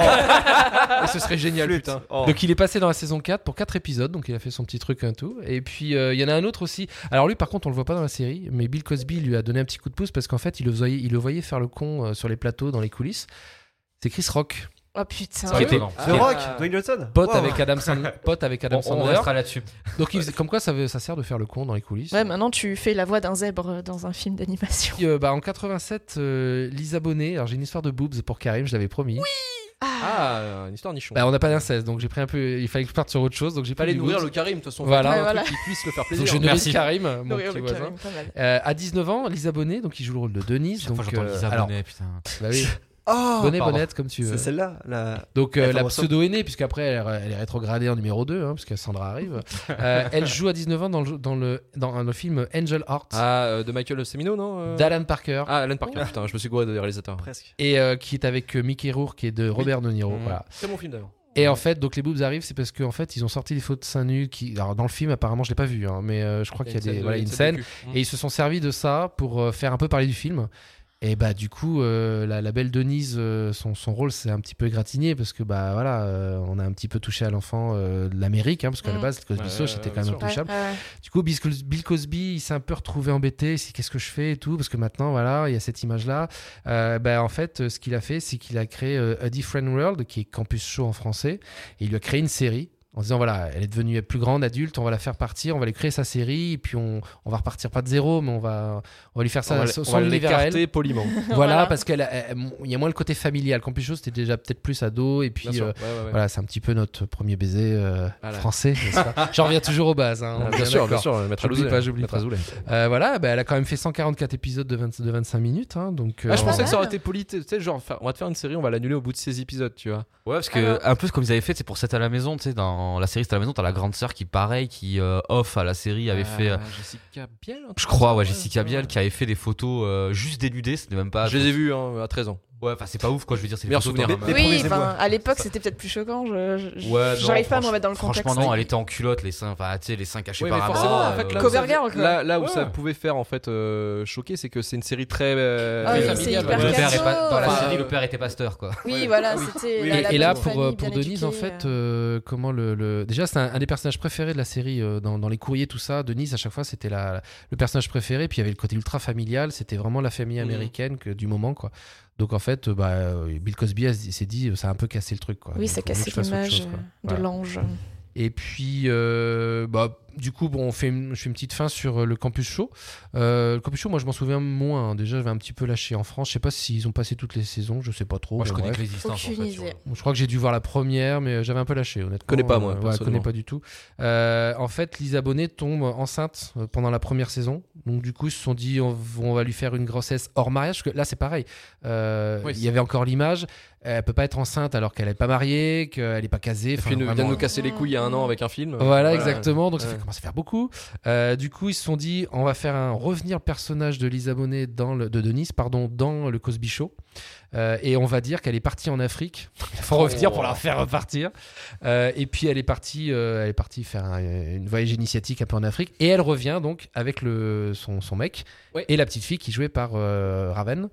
[SPEAKER 1] Et ce serait génial,
[SPEAKER 4] Flûte.
[SPEAKER 1] putain.
[SPEAKER 4] Oh.
[SPEAKER 3] Donc il est passé dans la saison 4 pour 4 épisodes, donc il a fait son petit truc un tout. Et puis euh, il y en a un autre aussi. Alors lui par contre on le voit pas dans la série, mais Bill Cosby lui a donné un petit coup de pouce parce qu'en fait il le voyait, il le voyait faire le con euh, sur les plateaux, dans les coulisses. C'est Chris Rock,
[SPEAKER 2] Oh putain.
[SPEAKER 3] Qui était-
[SPEAKER 5] Étonnant.
[SPEAKER 4] The
[SPEAKER 1] Ah.
[SPEAKER 4] Rock, Dwayne Johnson.
[SPEAKER 3] pote
[SPEAKER 4] Wow.
[SPEAKER 3] avec Adam Sandler. Pote avec Adam
[SPEAKER 5] On, on
[SPEAKER 3] Sandler.
[SPEAKER 5] restera là-dessus.
[SPEAKER 3] Donc il faisait- comme quoi ça, veut- ça sert de faire le con dans les coulisses.
[SPEAKER 2] Ouais, maintenant tu fais la voix d'un zèbre dans un film d'animation.
[SPEAKER 3] Puis, euh, bah, en 87, euh, Lisa Bonet, alors j'ai une histoire de boobs pour Karim, je l'avais promis.
[SPEAKER 1] Ah, euh, une histoire nichon.
[SPEAKER 3] Bah, on n'a pas d'inceste, donc j'ai pris un peu. Il fallait que je parte sur autre chose, donc j'ai
[SPEAKER 1] Il fallait
[SPEAKER 3] pris du
[SPEAKER 1] nourrir
[SPEAKER 3] boobs.
[SPEAKER 1] le Karim, de toute façon.
[SPEAKER 3] Voilà.
[SPEAKER 1] Faut
[SPEAKER 2] Ouais,
[SPEAKER 1] un
[SPEAKER 2] voilà.
[SPEAKER 1] truc qui puisse le faire
[SPEAKER 3] Donc
[SPEAKER 1] plaisir.
[SPEAKER 3] je nourris
[SPEAKER 5] Merci.
[SPEAKER 3] Karim, mon
[SPEAKER 2] Nourrir
[SPEAKER 3] petit
[SPEAKER 2] le
[SPEAKER 3] voisin.
[SPEAKER 2] Karim, pas mal.
[SPEAKER 3] Euh, à 19 ans, Lisa Bonnet, donc il joue le rôle de Denise.
[SPEAKER 5] Chaque fois,
[SPEAKER 3] donc,
[SPEAKER 5] j'entends
[SPEAKER 3] euh,
[SPEAKER 5] Lisa
[SPEAKER 3] alors,
[SPEAKER 5] Bonnet, putain.
[SPEAKER 3] bah oui,
[SPEAKER 4] Oh,
[SPEAKER 3] Bonnet,
[SPEAKER 5] pardon.
[SPEAKER 3] Bonnette, comme tu veux.
[SPEAKER 4] C'est celle-là. La...
[SPEAKER 3] Donc euh,
[SPEAKER 4] La
[SPEAKER 3] la
[SPEAKER 4] formation.
[SPEAKER 3] pseudo aînée, puisqu'après elle, est- elle est rétrogradée en numéro 2, hein, puisque Sandra arrive. Euh, elle joue à 19 ans dans le, dans le, dans le film Angel Heart
[SPEAKER 1] Ah, euh, de Michael Semino, non euh
[SPEAKER 3] d'Alan Parker.
[SPEAKER 1] Ah, Alan Parker, putain, je me suis gouré de réalisateur.
[SPEAKER 4] Presque.
[SPEAKER 3] Et euh, qui est avec euh, Mickey Rourke et de Robert De Niro.
[SPEAKER 5] Mhm.
[SPEAKER 3] Voilà.
[SPEAKER 1] Très bon film d'ailleurs.
[SPEAKER 3] Et en fait, donc les boobs arrivent, c'est parce qu'en fait, ils ont sorti des photos de seins nus. Qui... Alors, dans le film, apparemment, je l'ai pas vu, hein, mais euh, je crois qu'il y a des,
[SPEAKER 1] de-
[SPEAKER 3] voilà, une
[SPEAKER 1] de
[SPEAKER 3] scène.
[SPEAKER 1] cul.
[SPEAKER 3] Et ils se sont servis de ça pour euh, faire un peu parler du film. Et bah du coup, euh, la, la belle Denise, euh, son, son rôle c'est un petit peu égratigné parce que bah voilà, euh, on a un petit peu touché à l'enfant euh, de l'Amérique, hein, parce qu'à
[SPEAKER 2] Mm.
[SPEAKER 3] la base, Cosby
[SPEAKER 1] Ouais,
[SPEAKER 3] Show, c'était
[SPEAKER 1] ouais,
[SPEAKER 3] quand
[SPEAKER 1] bien
[SPEAKER 3] même
[SPEAKER 1] sûr.
[SPEAKER 2] Ouais,
[SPEAKER 3] intouchable.
[SPEAKER 2] ouais.
[SPEAKER 3] Du coup, Bill Cos- Bill Cosby, il s'est un peu retrouvé embêté, si qu'est-ce que je fais et tout, parce que maintenant voilà, il y a cette image là. bah en fait, euh, ce qu'il a fait, c'est qu'il a créé euh, A Different World, qui est Campus Show en français, et il lui a créé une série. En disant, voilà, elle est devenue plus grande, adulte, on va la faire partir, on va lui créer sa série, et puis on, on va repartir pas de zéro, mais on va, on va lui faire
[SPEAKER 1] on
[SPEAKER 3] ça
[SPEAKER 1] va,
[SPEAKER 3] sans
[SPEAKER 1] on va
[SPEAKER 3] l'univers à elle.
[SPEAKER 1] l'écarter poliment.
[SPEAKER 3] Voilà,
[SPEAKER 2] Voilà.
[SPEAKER 3] parce qu'il y a moins le côté familial. Campus Show, c'était déjà peut-être plus ado. Et puis,
[SPEAKER 1] Bien sûr.
[SPEAKER 3] euh,
[SPEAKER 1] Ouais, ouais, ouais.
[SPEAKER 3] voilà, c'est un petit peu notre premier baiser euh,
[SPEAKER 1] Voilà.
[SPEAKER 3] français, n'est-ce pas J'en reviens toujours aux bases. hein, on
[SPEAKER 1] Ah,
[SPEAKER 3] est
[SPEAKER 1] Bien
[SPEAKER 3] bien
[SPEAKER 1] sûr, bien
[SPEAKER 3] d'accord.
[SPEAKER 1] sûr, maître
[SPEAKER 3] J'oublie
[SPEAKER 1] Azoulay.
[SPEAKER 3] pas, j'oublie
[SPEAKER 1] Maître
[SPEAKER 3] pas.
[SPEAKER 1] Azoulay.
[SPEAKER 3] Euh, voilà, bah, elle a quand même fait 144 épisodes de, 20 de 25 minutes. hein, donc,
[SPEAKER 1] Ah, je
[SPEAKER 3] euh,
[SPEAKER 1] pensais que ça aurait
[SPEAKER 2] mal.
[SPEAKER 1] été poli, tu sais, genre, faire- on va te faire une série, on va l'annuler au bout de 16 épisodes, tu vois.
[SPEAKER 5] Ouais, parce que
[SPEAKER 2] Alors-
[SPEAKER 5] un peu comme ils avaient fait, c'est pour 7 à la maison, tu sais, dans la série 7 à la maison, t'as la grande sœur qui, pareil, qui euh, off à la série avait fait. euh,
[SPEAKER 1] Jessica Biel un truc
[SPEAKER 5] Je crois, ouais,
[SPEAKER 1] comme ça,
[SPEAKER 5] Jessica Biel qui avait fait des photos euh, juste dénudées, c'était même pas.
[SPEAKER 1] Je les ai vus hein, à 13 ans.
[SPEAKER 5] Ouais, enfin, c'est pas ouf, quoi, je veux dire, c'est des
[SPEAKER 1] Meilleur
[SPEAKER 5] photos
[SPEAKER 1] souvenir.
[SPEAKER 5] quand même,
[SPEAKER 4] Les
[SPEAKER 2] Oui,
[SPEAKER 4] premiers
[SPEAKER 2] enfin,
[SPEAKER 4] émois.
[SPEAKER 2] à l'époque c'était peut-être plus choquant. Je, je- je-
[SPEAKER 5] Ouais, non,
[SPEAKER 2] j'arrive pas à me
[SPEAKER 5] franche-
[SPEAKER 2] remettre dans le contexte.
[SPEAKER 5] Franchement, non, elle était en culotte, les seins, enfin, tu sais, les seins cachés
[SPEAKER 1] Oui, mais
[SPEAKER 5] par un
[SPEAKER 1] forcément,
[SPEAKER 5] bras,
[SPEAKER 1] en fait,
[SPEAKER 5] euh,
[SPEAKER 1] là où,
[SPEAKER 2] Cover
[SPEAKER 1] ça,
[SPEAKER 2] Girl, quoi.
[SPEAKER 1] là- là où
[SPEAKER 5] Ouais.
[SPEAKER 1] ça pouvait faire en fait euh, choquer, c'est que c'est une série très. euh, très
[SPEAKER 2] Ah oui,
[SPEAKER 1] familiale.
[SPEAKER 2] c'est hyper
[SPEAKER 5] le
[SPEAKER 2] perso.
[SPEAKER 5] père est pas- dans la
[SPEAKER 1] Enfin,
[SPEAKER 5] série,
[SPEAKER 1] euh,
[SPEAKER 5] le père était pasteur, quoi.
[SPEAKER 2] Oui,
[SPEAKER 1] Ouais.
[SPEAKER 2] voilà,
[SPEAKER 1] Ah oui.
[SPEAKER 2] c'était.
[SPEAKER 4] Oui,
[SPEAKER 2] la-
[SPEAKER 3] Et,
[SPEAKER 2] la
[SPEAKER 3] et là,
[SPEAKER 2] bonne
[SPEAKER 3] pour,
[SPEAKER 2] famille,
[SPEAKER 3] euh, pour
[SPEAKER 2] bien
[SPEAKER 3] Denise, en
[SPEAKER 2] éduquée,
[SPEAKER 3] fait,
[SPEAKER 2] euh.
[SPEAKER 3] euh, comment le, le- Déjà, c'est un, un des personnages préférés de la série euh, dans, dans les courriers, tout ça. Denise, à chaque fois, c'était la, le personnage préféré. Puis il y avait le côté ultra familial. C'était vraiment la famille
[SPEAKER 1] Mhm.
[SPEAKER 3] américaine que, du moment, quoi. Donc en fait, euh, bah, euh, Bill Cosby a- il s'est dit, euh, ça a un peu cassé le truc, quoi.
[SPEAKER 2] Oui,
[SPEAKER 3] Donc,
[SPEAKER 2] ça
[SPEAKER 3] faut mieux que
[SPEAKER 2] cassait
[SPEAKER 3] je fasse autre
[SPEAKER 2] l'image
[SPEAKER 3] chose, quoi.
[SPEAKER 2] euh, de
[SPEAKER 3] Voilà.
[SPEAKER 2] l'ange.
[SPEAKER 3] Et puis, euh, bah, du coup, bon, on fait une- je fais une petite fin sur euh, le Campus Show. Euh, le Campus Show, moi, je m'en souviens moins. hein. Déjà, je vais un petit peu lâché en France. Je sais pas s'ils ont passé toutes les saisons. Je sais pas trop.
[SPEAKER 5] Moi, je
[SPEAKER 3] mais
[SPEAKER 5] connais
[SPEAKER 3] bref.
[SPEAKER 5] que l'existence, en
[SPEAKER 2] Aucune
[SPEAKER 5] fait.
[SPEAKER 2] idée.
[SPEAKER 5] tu vois.
[SPEAKER 3] Bon, je crois que j'ai dû voir la première, mais euh, j'avais un peu lâché, honnêtement.
[SPEAKER 1] Connais pas, moi,
[SPEAKER 3] Euh, ouais,
[SPEAKER 1] personnellement.
[SPEAKER 3] connais pas du tout. Euh, en fait, Lisa Bonet tombe enceinte euh, pendant la première saison. Donc, du coup, ils se sont dit, on, v- on va lui faire une grossesse hors mariage. Parce que là, c'est pareil. Euh,
[SPEAKER 1] Oui,
[SPEAKER 3] il
[SPEAKER 1] c'est-
[SPEAKER 3] y avait encore l'image. Elle peut pas être enceinte alors qu'elle n'est pas mariée, qu'elle n'est pas casée.
[SPEAKER 1] Et
[SPEAKER 3] Enfin,
[SPEAKER 1] puis il nous- vient de
[SPEAKER 3] vraiment,
[SPEAKER 1] nous casser les couilles il y a un an avec un film.
[SPEAKER 3] voilà, exactement. Donc ça
[SPEAKER 1] Ouais.
[SPEAKER 3] fait, commence à faire beaucoup. Euh, du coup, ils se sont dit, on va faire un revenir le personnage de Lisa Bonet dans le, de Denise, pardon, dans le Cosby Show. Euh, et on va dire qu'elle est partie en Afrique. Il faut revenir pour la faire repartir. Euh, et puis elle est partie, euh, elle est partie faire un- une voyage initiatique un peu en Afrique. Et elle revient donc avec le son, son mec
[SPEAKER 1] Ouais.
[SPEAKER 3] et la petite fille qui jouait par euh, Raven.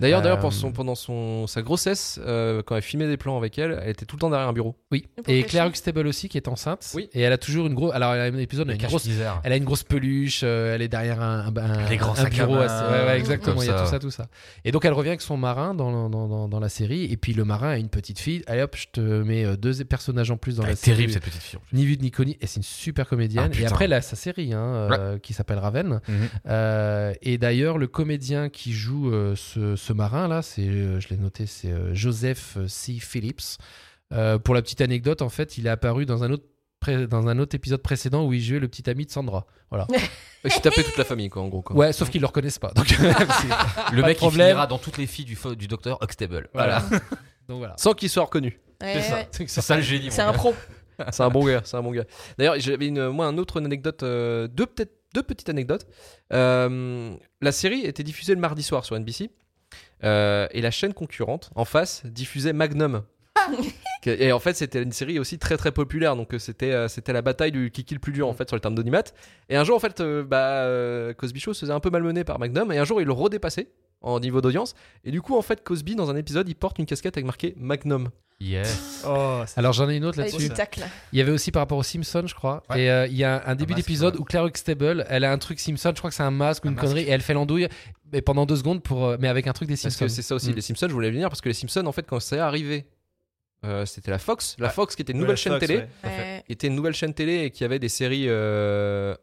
[SPEAKER 1] D'ailleurs, d'ailleurs,
[SPEAKER 3] Euh,
[SPEAKER 1] pour son- pendant son, sa grossesse, euh, quand elle filmait des plans avec elle, elle était tout le temps derrière un bureau.
[SPEAKER 3] Oui.
[SPEAKER 2] pour cacher.
[SPEAKER 3] Et Claire Huxtable aussi qui est enceinte.
[SPEAKER 1] Oui.
[SPEAKER 3] Et elle a toujours une grosse. Alors elle a un épisode, elle a
[SPEAKER 5] Le
[SPEAKER 3] une
[SPEAKER 5] cache
[SPEAKER 3] grosse
[SPEAKER 5] misère.
[SPEAKER 3] Elle a une grosse peluche, euh, elle est derrière un, un- un-
[SPEAKER 5] Les grands
[SPEAKER 3] un
[SPEAKER 5] sacs à
[SPEAKER 3] bureau.
[SPEAKER 5] main, euh,
[SPEAKER 3] assez- ouais, ouais,
[SPEAKER 5] comme
[SPEAKER 3] exactement, il y a
[SPEAKER 5] ça.
[SPEAKER 3] tout ça, tout ça. Et donc elle revient avec son marin dans, dans, dans- dans la série, et puis le marin a une petite fille. Allez hop, je te mets euh, deux personnages en plus dans
[SPEAKER 5] Elle
[SPEAKER 3] la
[SPEAKER 5] est terrible, Ah,
[SPEAKER 3] série.
[SPEAKER 5] cette petite fille. en plus.
[SPEAKER 3] Ni vu ni connu, et c'est une super
[SPEAKER 5] Ah,
[SPEAKER 3] comédienne. et
[SPEAKER 5] putain.
[SPEAKER 3] après, elle a sa série hein, euh, qui s'appelle Raven.
[SPEAKER 5] Mhm.
[SPEAKER 3] Euh, et d'ailleurs, le comédien qui joue euh, ce, ce marin là, c'est, euh, je l'ai noté, c'est euh, Joseph C. Phillips. Euh, pour la petite anecdote, en fait, il est apparu dans un autre pré- dans un autre épisode précédent où il jouait le petit ami de Sandra. Voilà.
[SPEAKER 1] Et se tapait toute la famille, quoi, en gros. Quoi.
[SPEAKER 3] Ouais, sauf qu'ils le reconnaissent pas. Donc, c'est-
[SPEAKER 5] Le
[SPEAKER 3] Pas
[SPEAKER 5] mec,
[SPEAKER 3] de
[SPEAKER 5] il
[SPEAKER 3] problème.
[SPEAKER 5] finira dans toutes les filles du, fo- du docteur Huxtable. Voilà.
[SPEAKER 3] donc voilà.
[SPEAKER 1] Sans qu'il soit reconnu.
[SPEAKER 2] Ouais,
[SPEAKER 5] ça.
[SPEAKER 2] ouais.
[SPEAKER 5] C'est ça le génie.
[SPEAKER 2] C'est
[SPEAKER 5] mon
[SPEAKER 2] un
[SPEAKER 5] gars.
[SPEAKER 2] pro.
[SPEAKER 1] C'est un bon gars, c'est un bon gars. D'ailleurs, j'avais une, moi, une autre anecdote, euh, deux, peut-être deux petites anecdotes. Euh, la série était diffusée le mardi soir sur NBC. euh, et la chaîne concurrente en face diffusait Magnum. Que- Et en fait, c'était une série aussi très très populaire. Donc, euh, c'était euh, c'était la bataille du qui kill le plus dur en fait sur le terme d'onimat. Et un jour, en fait, euh, bah, euh, Cosby Show se faisait un peu malmener par Magnum. Et un jour, il le redépassait en niveau d'audience. Et du coup, en fait, Cosby, dans un épisode, il porte une casquette avec marqué Magnum.
[SPEAKER 5] Yes.
[SPEAKER 4] Oh, c'est-
[SPEAKER 3] Alors j'en ai une autre
[SPEAKER 2] Avec
[SPEAKER 3] là-dessus.
[SPEAKER 2] du tacle.
[SPEAKER 3] Il y avait aussi par rapport aux Simpsons, je crois.
[SPEAKER 5] Ouais.
[SPEAKER 3] Et euh, il y a un, un début
[SPEAKER 5] masque,
[SPEAKER 3] d'épisode
[SPEAKER 5] ouais.
[SPEAKER 3] où Claire Huxtable, elle a un truc Simpson, je crois que c'est un masque ou
[SPEAKER 5] Un
[SPEAKER 3] une
[SPEAKER 5] masque.
[SPEAKER 3] connerie, et elle fait l'andouille, mais pendant deux secondes, pour, euh, mais avec un truc des
[SPEAKER 1] Parce
[SPEAKER 3] Simpsons.
[SPEAKER 1] que c'est ça aussi,
[SPEAKER 3] Mm.
[SPEAKER 1] les Simpsons, je voulais venir parce que les Simpsons, en fait, quand c'est arrivé, euh, c'était la Fox, la
[SPEAKER 4] Ouais.
[SPEAKER 1] Fox qui était une
[SPEAKER 4] Ouais,
[SPEAKER 1] nouvelle
[SPEAKER 4] la
[SPEAKER 1] chaîne
[SPEAKER 4] Fox,
[SPEAKER 1] télé,
[SPEAKER 4] ouais.
[SPEAKER 2] Ouais.
[SPEAKER 1] qui était une nouvelle chaîne télé et qui avait des séries, euh,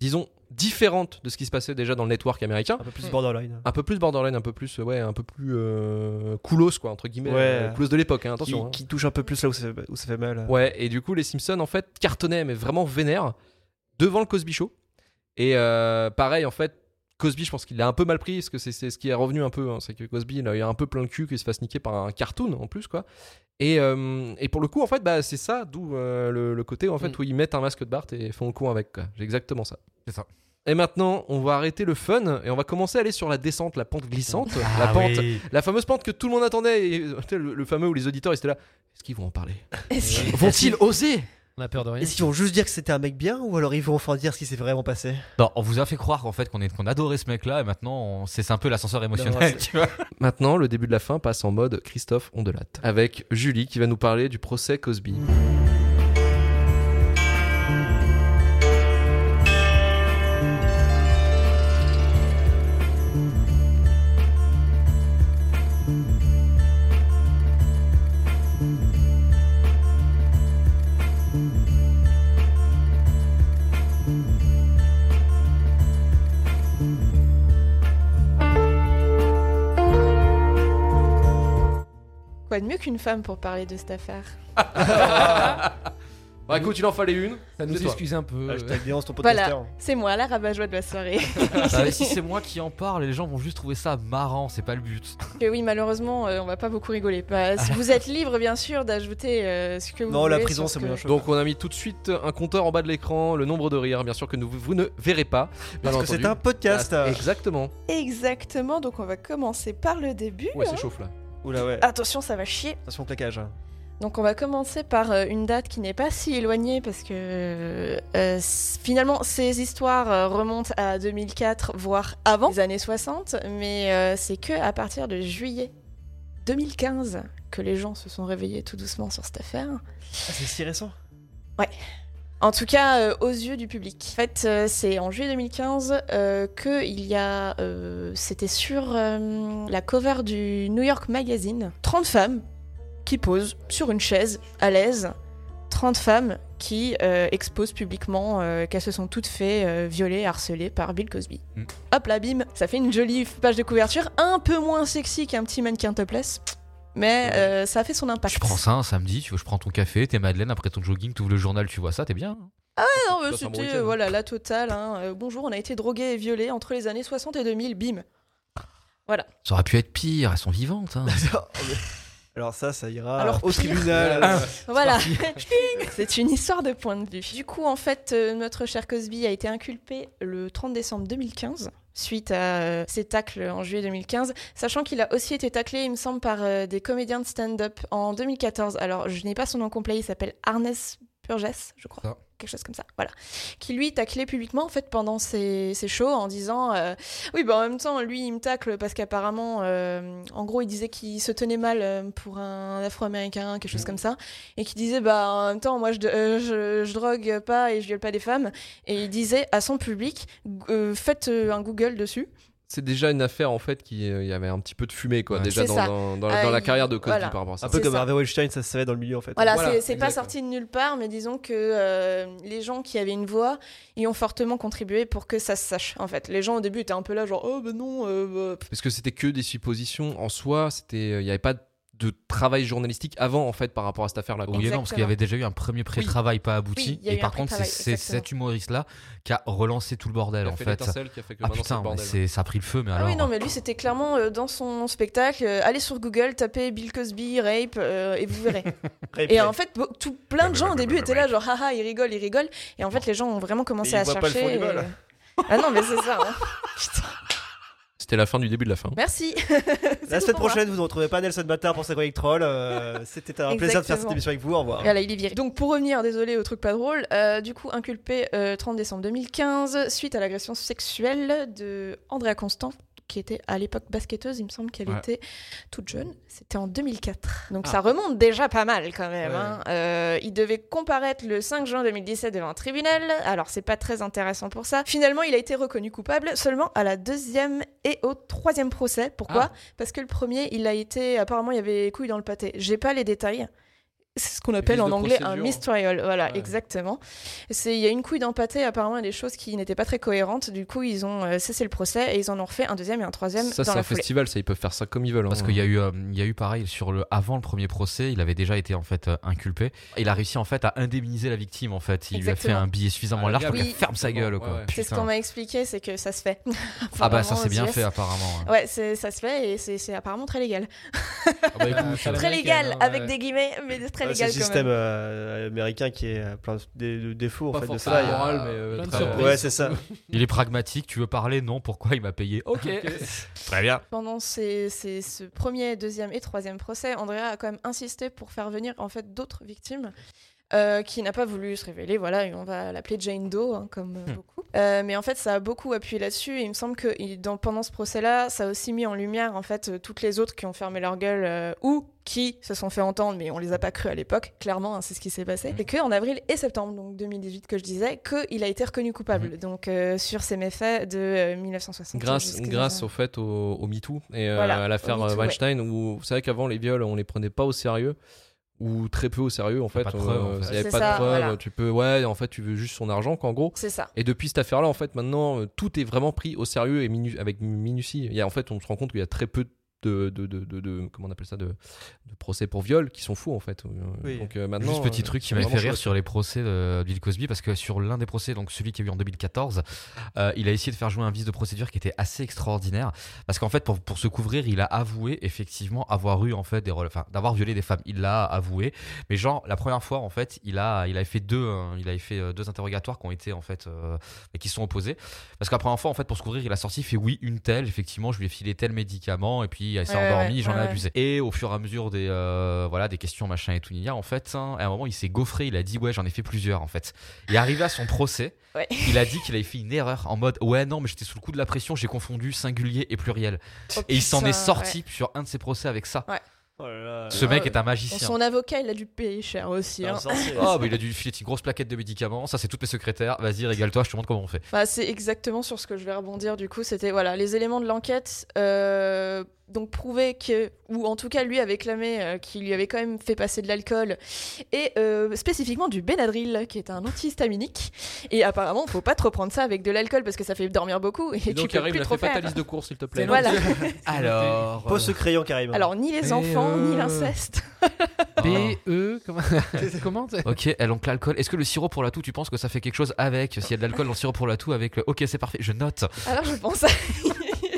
[SPEAKER 1] disons, différentes de ce qui se passait déjà dans le network américain.
[SPEAKER 4] Un peu plus borderline.
[SPEAKER 1] Un peu plus borderline, un peu plus, euh, ouais, un peu plus euh, coolos, quoi, entre guillemets,
[SPEAKER 4] Ouais.
[SPEAKER 1] euh, coolos de l'époque, hein, attention.
[SPEAKER 4] Qui, qui touche un peu plus là où ça, où ça fait mal.
[SPEAKER 1] hein. Ouais, et du coup, les Simpsons, en fait, cartonnaient, mais vraiment vénère, devant le Cosby Show. Et euh, pareil, en fait, Cosby, je pense qu'il l'a un peu mal pris, parce que c'est c'est ce qui est revenu un peu. hein, c'est que Cosby, il a eu un peu plein le cul qu'il se fasse niquer par un cartoon en plus, quoi. Et, euh, et pour le coup, en fait, bah, c'est ça, d'où euh, le, le côté en fait,
[SPEAKER 3] Mm.
[SPEAKER 1] où ils mettent un masque de Bart et font le con avec. quoi. J'ai exactement ça.
[SPEAKER 5] C'est ça.
[SPEAKER 1] Et maintenant, on va arrêter le fun et on va commencer à aller sur la descente, la pente glissante, la
[SPEAKER 5] Ah
[SPEAKER 1] pente,
[SPEAKER 5] oui.
[SPEAKER 1] la fameuse pente que tout le monde attendait. Et, euh, tu sais, le, le fameux où les auditeurs ils étaient là. Est-ce qu'ils vont en parler
[SPEAKER 2] Est-ce que-
[SPEAKER 1] Vont-ils oser
[SPEAKER 3] On a peur de rien.
[SPEAKER 4] Est-ce qu'ils vont juste dire que c'était un mec bien ou alors ils vont enfin dire ce qui s'est vraiment passé
[SPEAKER 5] Non, on vous a fait croire en fait qu'on est qu'on adorait ce mec-là et maintenant on- c'est c'est un peu l'ascenseur
[SPEAKER 4] Non,
[SPEAKER 5] émotionnel.
[SPEAKER 4] c'est-
[SPEAKER 5] tu vois.
[SPEAKER 1] Maintenant, le début de la fin passe en mode Christophe Ondelat, avec Julie qui va nous parler du procès Cosby.
[SPEAKER 2] Quoi de mieux qu'une femme pour parler de cette affaire
[SPEAKER 1] Bah écoute, il en fallait une.
[SPEAKER 3] Ça nous
[SPEAKER 1] C'est toi.
[SPEAKER 3] excuse un peu.
[SPEAKER 4] Hashtag violence ton
[SPEAKER 2] Voilà.
[SPEAKER 4] podcasteur.
[SPEAKER 2] C'est moi, la rabat-joie de la soirée. Ah
[SPEAKER 5] Bah, si c'est moi qui en parle, les gens vont juste trouver ça marrant, c'est pas le but.
[SPEAKER 2] que oui, malheureusement, euh, on va pas beaucoup rigoler. Bah, si vous êtes libre, bien sûr, d'ajouter euh, ce que vous
[SPEAKER 4] Ah. Non,
[SPEAKER 2] voulez.
[SPEAKER 4] la
[SPEAKER 2] sur
[SPEAKER 4] prison,
[SPEAKER 2] ce
[SPEAKER 4] c'est
[SPEAKER 2] que-
[SPEAKER 4] moyen chose.
[SPEAKER 1] Donc on a mis tout de suite un compteur en bas de l'écran, le nombre de rires, bien sûr que nous- vous ne verrez pas. bien
[SPEAKER 4] Parce que
[SPEAKER 1] entendu.
[SPEAKER 4] c'est un podcast.
[SPEAKER 1] Ah, Exactement.
[SPEAKER 2] Exactement, donc on va commencer par le début.
[SPEAKER 1] Ouais,
[SPEAKER 2] hein.
[SPEAKER 1] c'est chauffe là.
[SPEAKER 4] Oula, ouais.
[SPEAKER 2] Attention, ça va chier.
[SPEAKER 4] Attention, claquage.
[SPEAKER 2] Ah, Donc on va commencer par euh, une date qui n'est pas si éloignée parce que euh, euh, c- finalement ces histoires euh, remontent à 2004 voire avant les années 60 mais euh, c'est que à partir de juillet 2015 que les gens se sont réveillés tout doucement sur cette affaire.
[SPEAKER 4] Ah, c'est si récent.
[SPEAKER 2] En tout cas, euh, aux yeux du public. En fait, euh, c'est en juillet 2015 euh, que il y a, euh, c'était sur euh, la cover du New York Magazine, 30 femmes qui posent sur une chaise à l'aise, 30 femmes qui euh, exposent publiquement euh, qu'elles se sont toutes fait euh, violer, harceler par Bill Cosby.
[SPEAKER 5] Mm.
[SPEAKER 2] Hop là, bim, ça fait une jolie page de couverture, un peu moins sexy qu'un petit mannequin topless, mais euh, ça a fait son impact.
[SPEAKER 5] Tu prends ça un samedi, tu vois, je prends ton café, tes madeleines, après ton jogging, tu ouvres le journal, tu vois ça, t'es bien. hein.
[SPEAKER 2] Non, mais
[SPEAKER 1] Passe un bon
[SPEAKER 2] c'était
[SPEAKER 1] week-end, hein.
[SPEAKER 2] euh, voilà, la totale. hein. Euh, bonjour, on a été drogués et violés entre les années 60 et 2000, bim.
[SPEAKER 5] Ça aurait pu être pire, elles sont vivantes. hein.
[SPEAKER 4] alors ça, ça ira
[SPEAKER 2] Alors,
[SPEAKER 4] au
[SPEAKER 2] pire.
[SPEAKER 4] tribunal.
[SPEAKER 1] Ah,
[SPEAKER 2] Voilà. Ch'ting C'est une histoire de point de vue. Du coup, en fait, euh, notre cher Cosby a été inculpé le 30 décembre 2015 suite à euh, ses tacles en juillet 2015, sachant qu'il a aussi été taclé, il me semble, par euh, des comédiens de stand-up en 2014. Alors, je n'ai pas son nom complet, il s'appelle Arnès Purges, je crois.
[SPEAKER 3] Ça.
[SPEAKER 2] Quelque chose comme ça, voilà. Qui lui taclait publiquement en fait pendant ses, ses shows en disant euh, Oui, bah en même temps, lui il me tacle parce qu'apparemment, euh, en gros, il disait qu'il se tenait mal euh, pour un afro-américain, quelque chose comme ça et qui disait bah en même temps moi je, euh, je, je drogue pas et je viole pas des femmes et il disait à son public G- euh, faites euh, un Google dessus
[SPEAKER 1] C'est déjà une affaire en fait qui euh, il y avait un petit peu de fumée quoi
[SPEAKER 5] Ouais.
[SPEAKER 1] déjà
[SPEAKER 2] C'est
[SPEAKER 1] dans,
[SPEAKER 2] ça.
[SPEAKER 1] dans- dans- dans
[SPEAKER 2] Ah,
[SPEAKER 1] la
[SPEAKER 2] il-
[SPEAKER 1] carrière de Cosby
[SPEAKER 2] voilà.
[SPEAKER 1] par rapport à ça.
[SPEAKER 4] Un peu
[SPEAKER 2] C'est
[SPEAKER 4] comme
[SPEAKER 2] ça.
[SPEAKER 4] Harvey Weinstein, ça se savait dans le milieu en fait.
[SPEAKER 2] voilà,
[SPEAKER 1] Voilà,
[SPEAKER 2] c'est- c'est pas
[SPEAKER 1] exactement.
[SPEAKER 2] sorti de nulle part mais disons que euh, les gens qui avaient une voix y ont fortement contribué pour que ça se sache en fait les gens au début étaient un peu là genre oh bah non euh,
[SPEAKER 5] Ah,
[SPEAKER 2] bah,
[SPEAKER 1] Parce que c'était que des suppositions en soi, c'était euh, il n'y avait pas de travail journalistique avant en fait par rapport à cette affaire là.
[SPEAKER 5] Oui et non, parce qu'il y
[SPEAKER 2] Exactement.
[SPEAKER 5] avait déjà eu un premier pré-travail pas abouti.
[SPEAKER 2] Oui, il y a
[SPEAKER 5] et
[SPEAKER 2] eu
[SPEAKER 5] par
[SPEAKER 2] un
[SPEAKER 5] contre, c'est
[SPEAKER 2] pré-travail,
[SPEAKER 5] c'est
[SPEAKER 2] exactement.
[SPEAKER 5] cet humoriste-là qui a relancé tout le bordel en fait.
[SPEAKER 1] qui a fait que
[SPEAKER 5] Ah
[SPEAKER 1] maintenant c'est
[SPEAKER 5] putain,
[SPEAKER 1] le
[SPEAKER 5] mais
[SPEAKER 1] bordel.
[SPEAKER 5] c'est- ça a pris le feu, mais
[SPEAKER 2] ah
[SPEAKER 5] alors.
[SPEAKER 2] oui non mais lui c'était clairement euh, dans son spectacle euh, allez sur Google tapez Bill Cosby rape euh, et vous verrez et en fait be- tout plein de gens au début étaient là genre haha il rigole il rigole et en fait les gens ont vraiment commencé
[SPEAKER 4] Mais ils
[SPEAKER 2] à
[SPEAKER 4] voient pas le
[SPEAKER 2] chercher
[SPEAKER 4] fond du
[SPEAKER 2] et-
[SPEAKER 4] bol.
[SPEAKER 2] ah non mais c'est ça hein. Putain.
[SPEAKER 1] C'était la fin du début de la fin.
[SPEAKER 2] Merci. C'est
[SPEAKER 4] La
[SPEAKER 2] tout
[SPEAKER 4] semaine
[SPEAKER 2] pour moi.
[SPEAKER 4] prochaine, vous ne retrouvez pas Nelson Bâtard pour sa chronique troll. euh, C'était un plaisir de faire cette
[SPEAKER 2] Exactement.
[SPEAKER 4] émission avec vous. Au revoir.
[SPEAKER 2] Voilà, il est viré. Donc pour revenir, désolé, au truc pas drôle, euh, du coup inculpé euh, 30 décembre 2015 suite à l'agression sexuelle de Andrea Constant, qui était à l'époque basketteuse, il me semble qu'elle
[SPEAKER 1] Ouais.
[SPEAKER 2] était toute jeune. C'était en 2004. Donc
[SPEAKER 1] Ah.
[SPEAKER 2] ça remonte déjà pas mal quand même.
[SPEAKER 4] Ouais.
[SPEAKER 2] hein. Euh, il devait comparaître le 5 juin 2017 devant un tribunal. Alors c'est pas très intéressant pour ça. Finalement, il a été reconnu coupable seulement à la deuxième et au troisième procès.
[SPEAKER 1] Ah.
[SPEAKER 2] Pourquoi Parce que le premier, il a été apparemment il y avait couille dans le pâté. J'ai pas les détails. C'est ce qu'on appelle
[SPEAKER 1] vices
[SPEAKER 2] en
[SPEAKER 1] de
[SPEAKER 2] anglais un
[SPEAKER 1] procédure.
[SPEAKER 2] missed trial. Voilà,
[SPEAKER 1] Ouais.
[SPEAKER 2] exactement. C'est il y a une couille dans le pâté. Apparemment, il y a des choses qui n'étaient pas très cohérentes. Du coup, ils ont euh, cessé le procès et ils en ont refait un deuxième et un troisième
[SPEAKER 1] Ça
[SPEAKER 2] dans
[SPEAKER 1] c'est
[SPEAKER 2] la
[SPEAKER 1] un
[SPEAKER 2] foulée.
[SPEAKER 1] festival, ça ils peuvent faire ça comme ils veulent.
[SPEAKER 5] Parce
[SPEAKER 1] hein.
[SPEAKER 5] qu'il y a eu, euh, il y a eu pareil sur le avant le premier procès, il avait déjà été en fait euh, inculpé. Il a réussi en fait à indemniser la victime en fait. Il lui a
[SPEAKER 2] Exactement.
[SPEAKER 5] fait un billet suffisamment
[SPEAKER 1] Ah, le
[SPEAKER 5] large
[SPEAKER 1] gars,
[SPEAKER 5] pour qu'elle
[SPEAKER 2] oui.
[SPEAKER 5] ferme sa gueule quoi.
[SPEAKER 1] Ouais, ouais.
[SPEAKER 2] C'est ce
[SPEAKER 5] Putain.
[SPEAKER 2] qu'on m'a expliqué, c'est que ça se fait.
[SPEAKER 5] Ah bah ça
[SPEAKER 2] Apparemment,
[SPEAKER 5] c'est bien
[SPEAKER 2] aux US.
[SPEAKER 5] fait apparemment. hein.
[SPEAKER 2] Ouais, c'est- ça se fait et c'est c'est apparemment très légal.
[SPEAKER 1] Ah bah
[SPEAKER 2] Très légal,
[SPEAKER 5] hein,
[SPEAKER 2] avec des guillemets, mais très
[SPEAKER 4] Ouais,
[SPEAKER 2] légal
[SPEAKER 4] C'est le
[SPEAKER 2] quand
[SPEAKER 4] système
[SPEAKER 2] même.
[SPEAKER 4] euh, américain qui est euh, plein de, de défauts en
[SPEAKER 1] Pas
[SPEAKER 4] fait de
[SPEAKER 1] forcément
[SPEAKER 4] ça.
[SPEAKER 5] Ah,
[SPEAKER 1] moral, mais, euh,
[SPEAKER 3] plein de
[SPEAKER 1] très-
[SPEAKER 3] surprises.
[SPEAKER 4] Ouais, c'est ça.
[SPEAKER 5] Il est pragmatique, tu veux parler Non, pourquoi il m'a payé
[SPEAKER 1] Oh,
[SPEAKER 5] Ok. Très bien.
[SPEAKER 2] Pendant ces, ces- ce premier, deuxième et troisième procès, Andrea a quand même insisté pour faire venir en fait d'autres victimes. euh, qui n'a pas voulu se révéler. Voilà, et on va l'appeler Jane Doe, hein, comme
[SPEAKER 1] Hmm.
[SPEAKER 2] euh, beaucoup. Euh, mais en fait, ça a beaucoup appuyé là-dessus. Et il me semble que il- dans- pendant ce procès-là, ça a aussi mis en lumière en fait euh, toutes les autres qui ont fermé leur gueule euh, ou qui se sont fait entendre, mais on les a pas cru à l'époque. Clairement, hein, c'est ce qui s'est passé.
[SPEAKER 1] Hmm.
[SPEAKER 5] Mhm.
[SPEAKER 2] Et que en avril et septembre donc 2018, que je disais, qu'il a été reconnu coupable. Donc euh, sur ces méfaits de euh, 1960.
[SPEAKER 1] Hmm. Grâce, grâce au fait au, au MeToo et euh,
[SPEAKER 2] Voilà,
[SPEAKER 1] à l'affaire
[SPEAKER 2] au Me Too,
[SPEAKER 1] euh, Weinstein où vous savez qu'avant les viols on les prenait pas au sérieux ou très peu au sérieux en fait.
[SPEAKER 5] pas de
[SPEAKER 1] euh,
[SPEAKER 5] preuves, en fait.
[SPEAKER 1] s'il y avait pas
[SPEAKER 2] C'est
[SPEAKER 1] de
[SPEAKER 2] ça,
[SPEAKER 1] preuves,
[SPEAKER 2] voilà.
[SPEAKER 1] tu peux ouais en fait tu veux juste son argent quoi en gros.
[SPEAKER 2] C'est ça.
[SPEAKER 1] Et depuis cette affaire-là, en fait, maintenant, euh, tout est vraiment pris au sérieux et minu- avec minutie. Il y a, en fait, on se rend compte qu'il y a très peu de, de, de, de- de- comment on appelle ça, de, de procès pour viol qui sont fous, en fait. Euh,
[SPEAKER 4] Oui.
[SPEAKER 1] Donc, euh, maintenant,
[SPEAKER 5] Juste petit truc qui
[SPEAKER 1] c'est
[SPEAKER 5] m'a fait
[SPEAKER 1] vraiment
[SPEAKER 5] rire
[SPEAKER 1] chouette.
[SPEAKER 5] sur les procès de Bill Cosby, parce que sur l'un des procès, donc celui qui a eu en 2014, euh, il a essayé de faire jouer un vice de procédure qui était assez extraordinaire, parce qu'en fait, pour, pour se couvrir, il a avoué effectivement avoir eu en fait des, rela- enfin, d'avoir violé des femmes. Il l'a avoué, mais genre la première fois en fait, il a, il a fait deux, hein, il a fait euh, deux interrogatoires qui ont été en fait, euh, mais qui se sont opposés, parce que la première fois en fait, pour se couvrir, il a sorti, il fait oui une telle, effectivement, je lui ai filé tel médicament, et puis elle s'est
[SPEAKER 2] Ouais, ouais,
[SPEAKER 5] endormie, j'en ai
[SPEAKER 2] ouais, ouais.
[SPEAKER 5] abusé abusé. Et au fur et à mesure des, euh, voilà, des questions, machin et tout, il y a en fait, hein, à un moment, il s'est gaufré, il a dit, ouais, j'en ai fait plusieurs, en fait. Et arrivé à son procès,
[SPEAKER 2] Ouais.
[SPEAKER 5] il a dit qu'il avait fait une erreur en mode, ouais, non, mais j'étais sous le coup de la pression, j'ai confondu singulier et pluriel.
[SPEAKER 2] Oh,
[SPEAKER 5] et il s'en
[SPEAKER 2] putain,
[SPEAKER 5] est sorti sur un de ses procès avec ça.
[SPEAKER 4] Oh là là.
[SPEAKER 5] Ce mec est un
[SPEAKER 2] ouais.
[SPEAKER 5] magicien.
[SPEAKER 2] Son avocat, il a dû payer cher aussi.
[SPEAKER 4] Ah, C'est un
[SPEAKER 2] hein.
[SPEAKER 4] sorcier.
[SPEAKER 5] Oh, bah, il a dû filer une grosse plaquette de médicaments. Ça, c'est toutes mes secrétaires. Vas-y, régale-toi, je te montre comment on fait.
[SPEAKER 2] Bah, c'est exactement sur ce que je vais rebondir du coup. C'était voilà les éléments de l'enquête. euh, donc prouver que, ou en tout cas lui avait clamé euh, qu'il lui avait quand même fait passer de l'alcool et euh, spécifiquement du Benadryl qui est un antihistaminique. Et apparemment, faut pas trop prendre ça avec de l'alcool parce que ça fait dormir beaucoup et,
[SPEAKER 1] Et
[SPEAKER 2] tu
[SPEAKER 1] donc,
[SPEAKER 2] peux
[SPEAKER 1] Karim,
[SPEAKER 2] plus
[SPEAKER 1] la
[SPEAKER 2] trop
[SPEAKER 1] fait pas ta
[SPEAKER 2] faire.
[SPEAKER 1] liste de cours, s'il te plaît.
[SPEAKER 2] Voilà.
[SPEAKER 5] Alors.
[SPEAKER 4] Pose ce crayon, Karim.
[SPEAKER 2] Alors ni les
[SPEAKER 3] Et
[SPEAKER 2] enfants ni
[SPEAKER 3] euh,
[SPEAKER 2] l'inceste.
[SPEAKER 3] B, E, comment Comment t'es-
[SPEAKER 5] euh, Ok, elle oncle l'alcool. Est-ce que le sirop pour la toux, tu penses que ça fait quelque chose avec S'il y a de l'alcool dans le sirop pour la toux, avec le. Ok, c'est parfait, je note.
[SPEAKER 2] Alors je pense à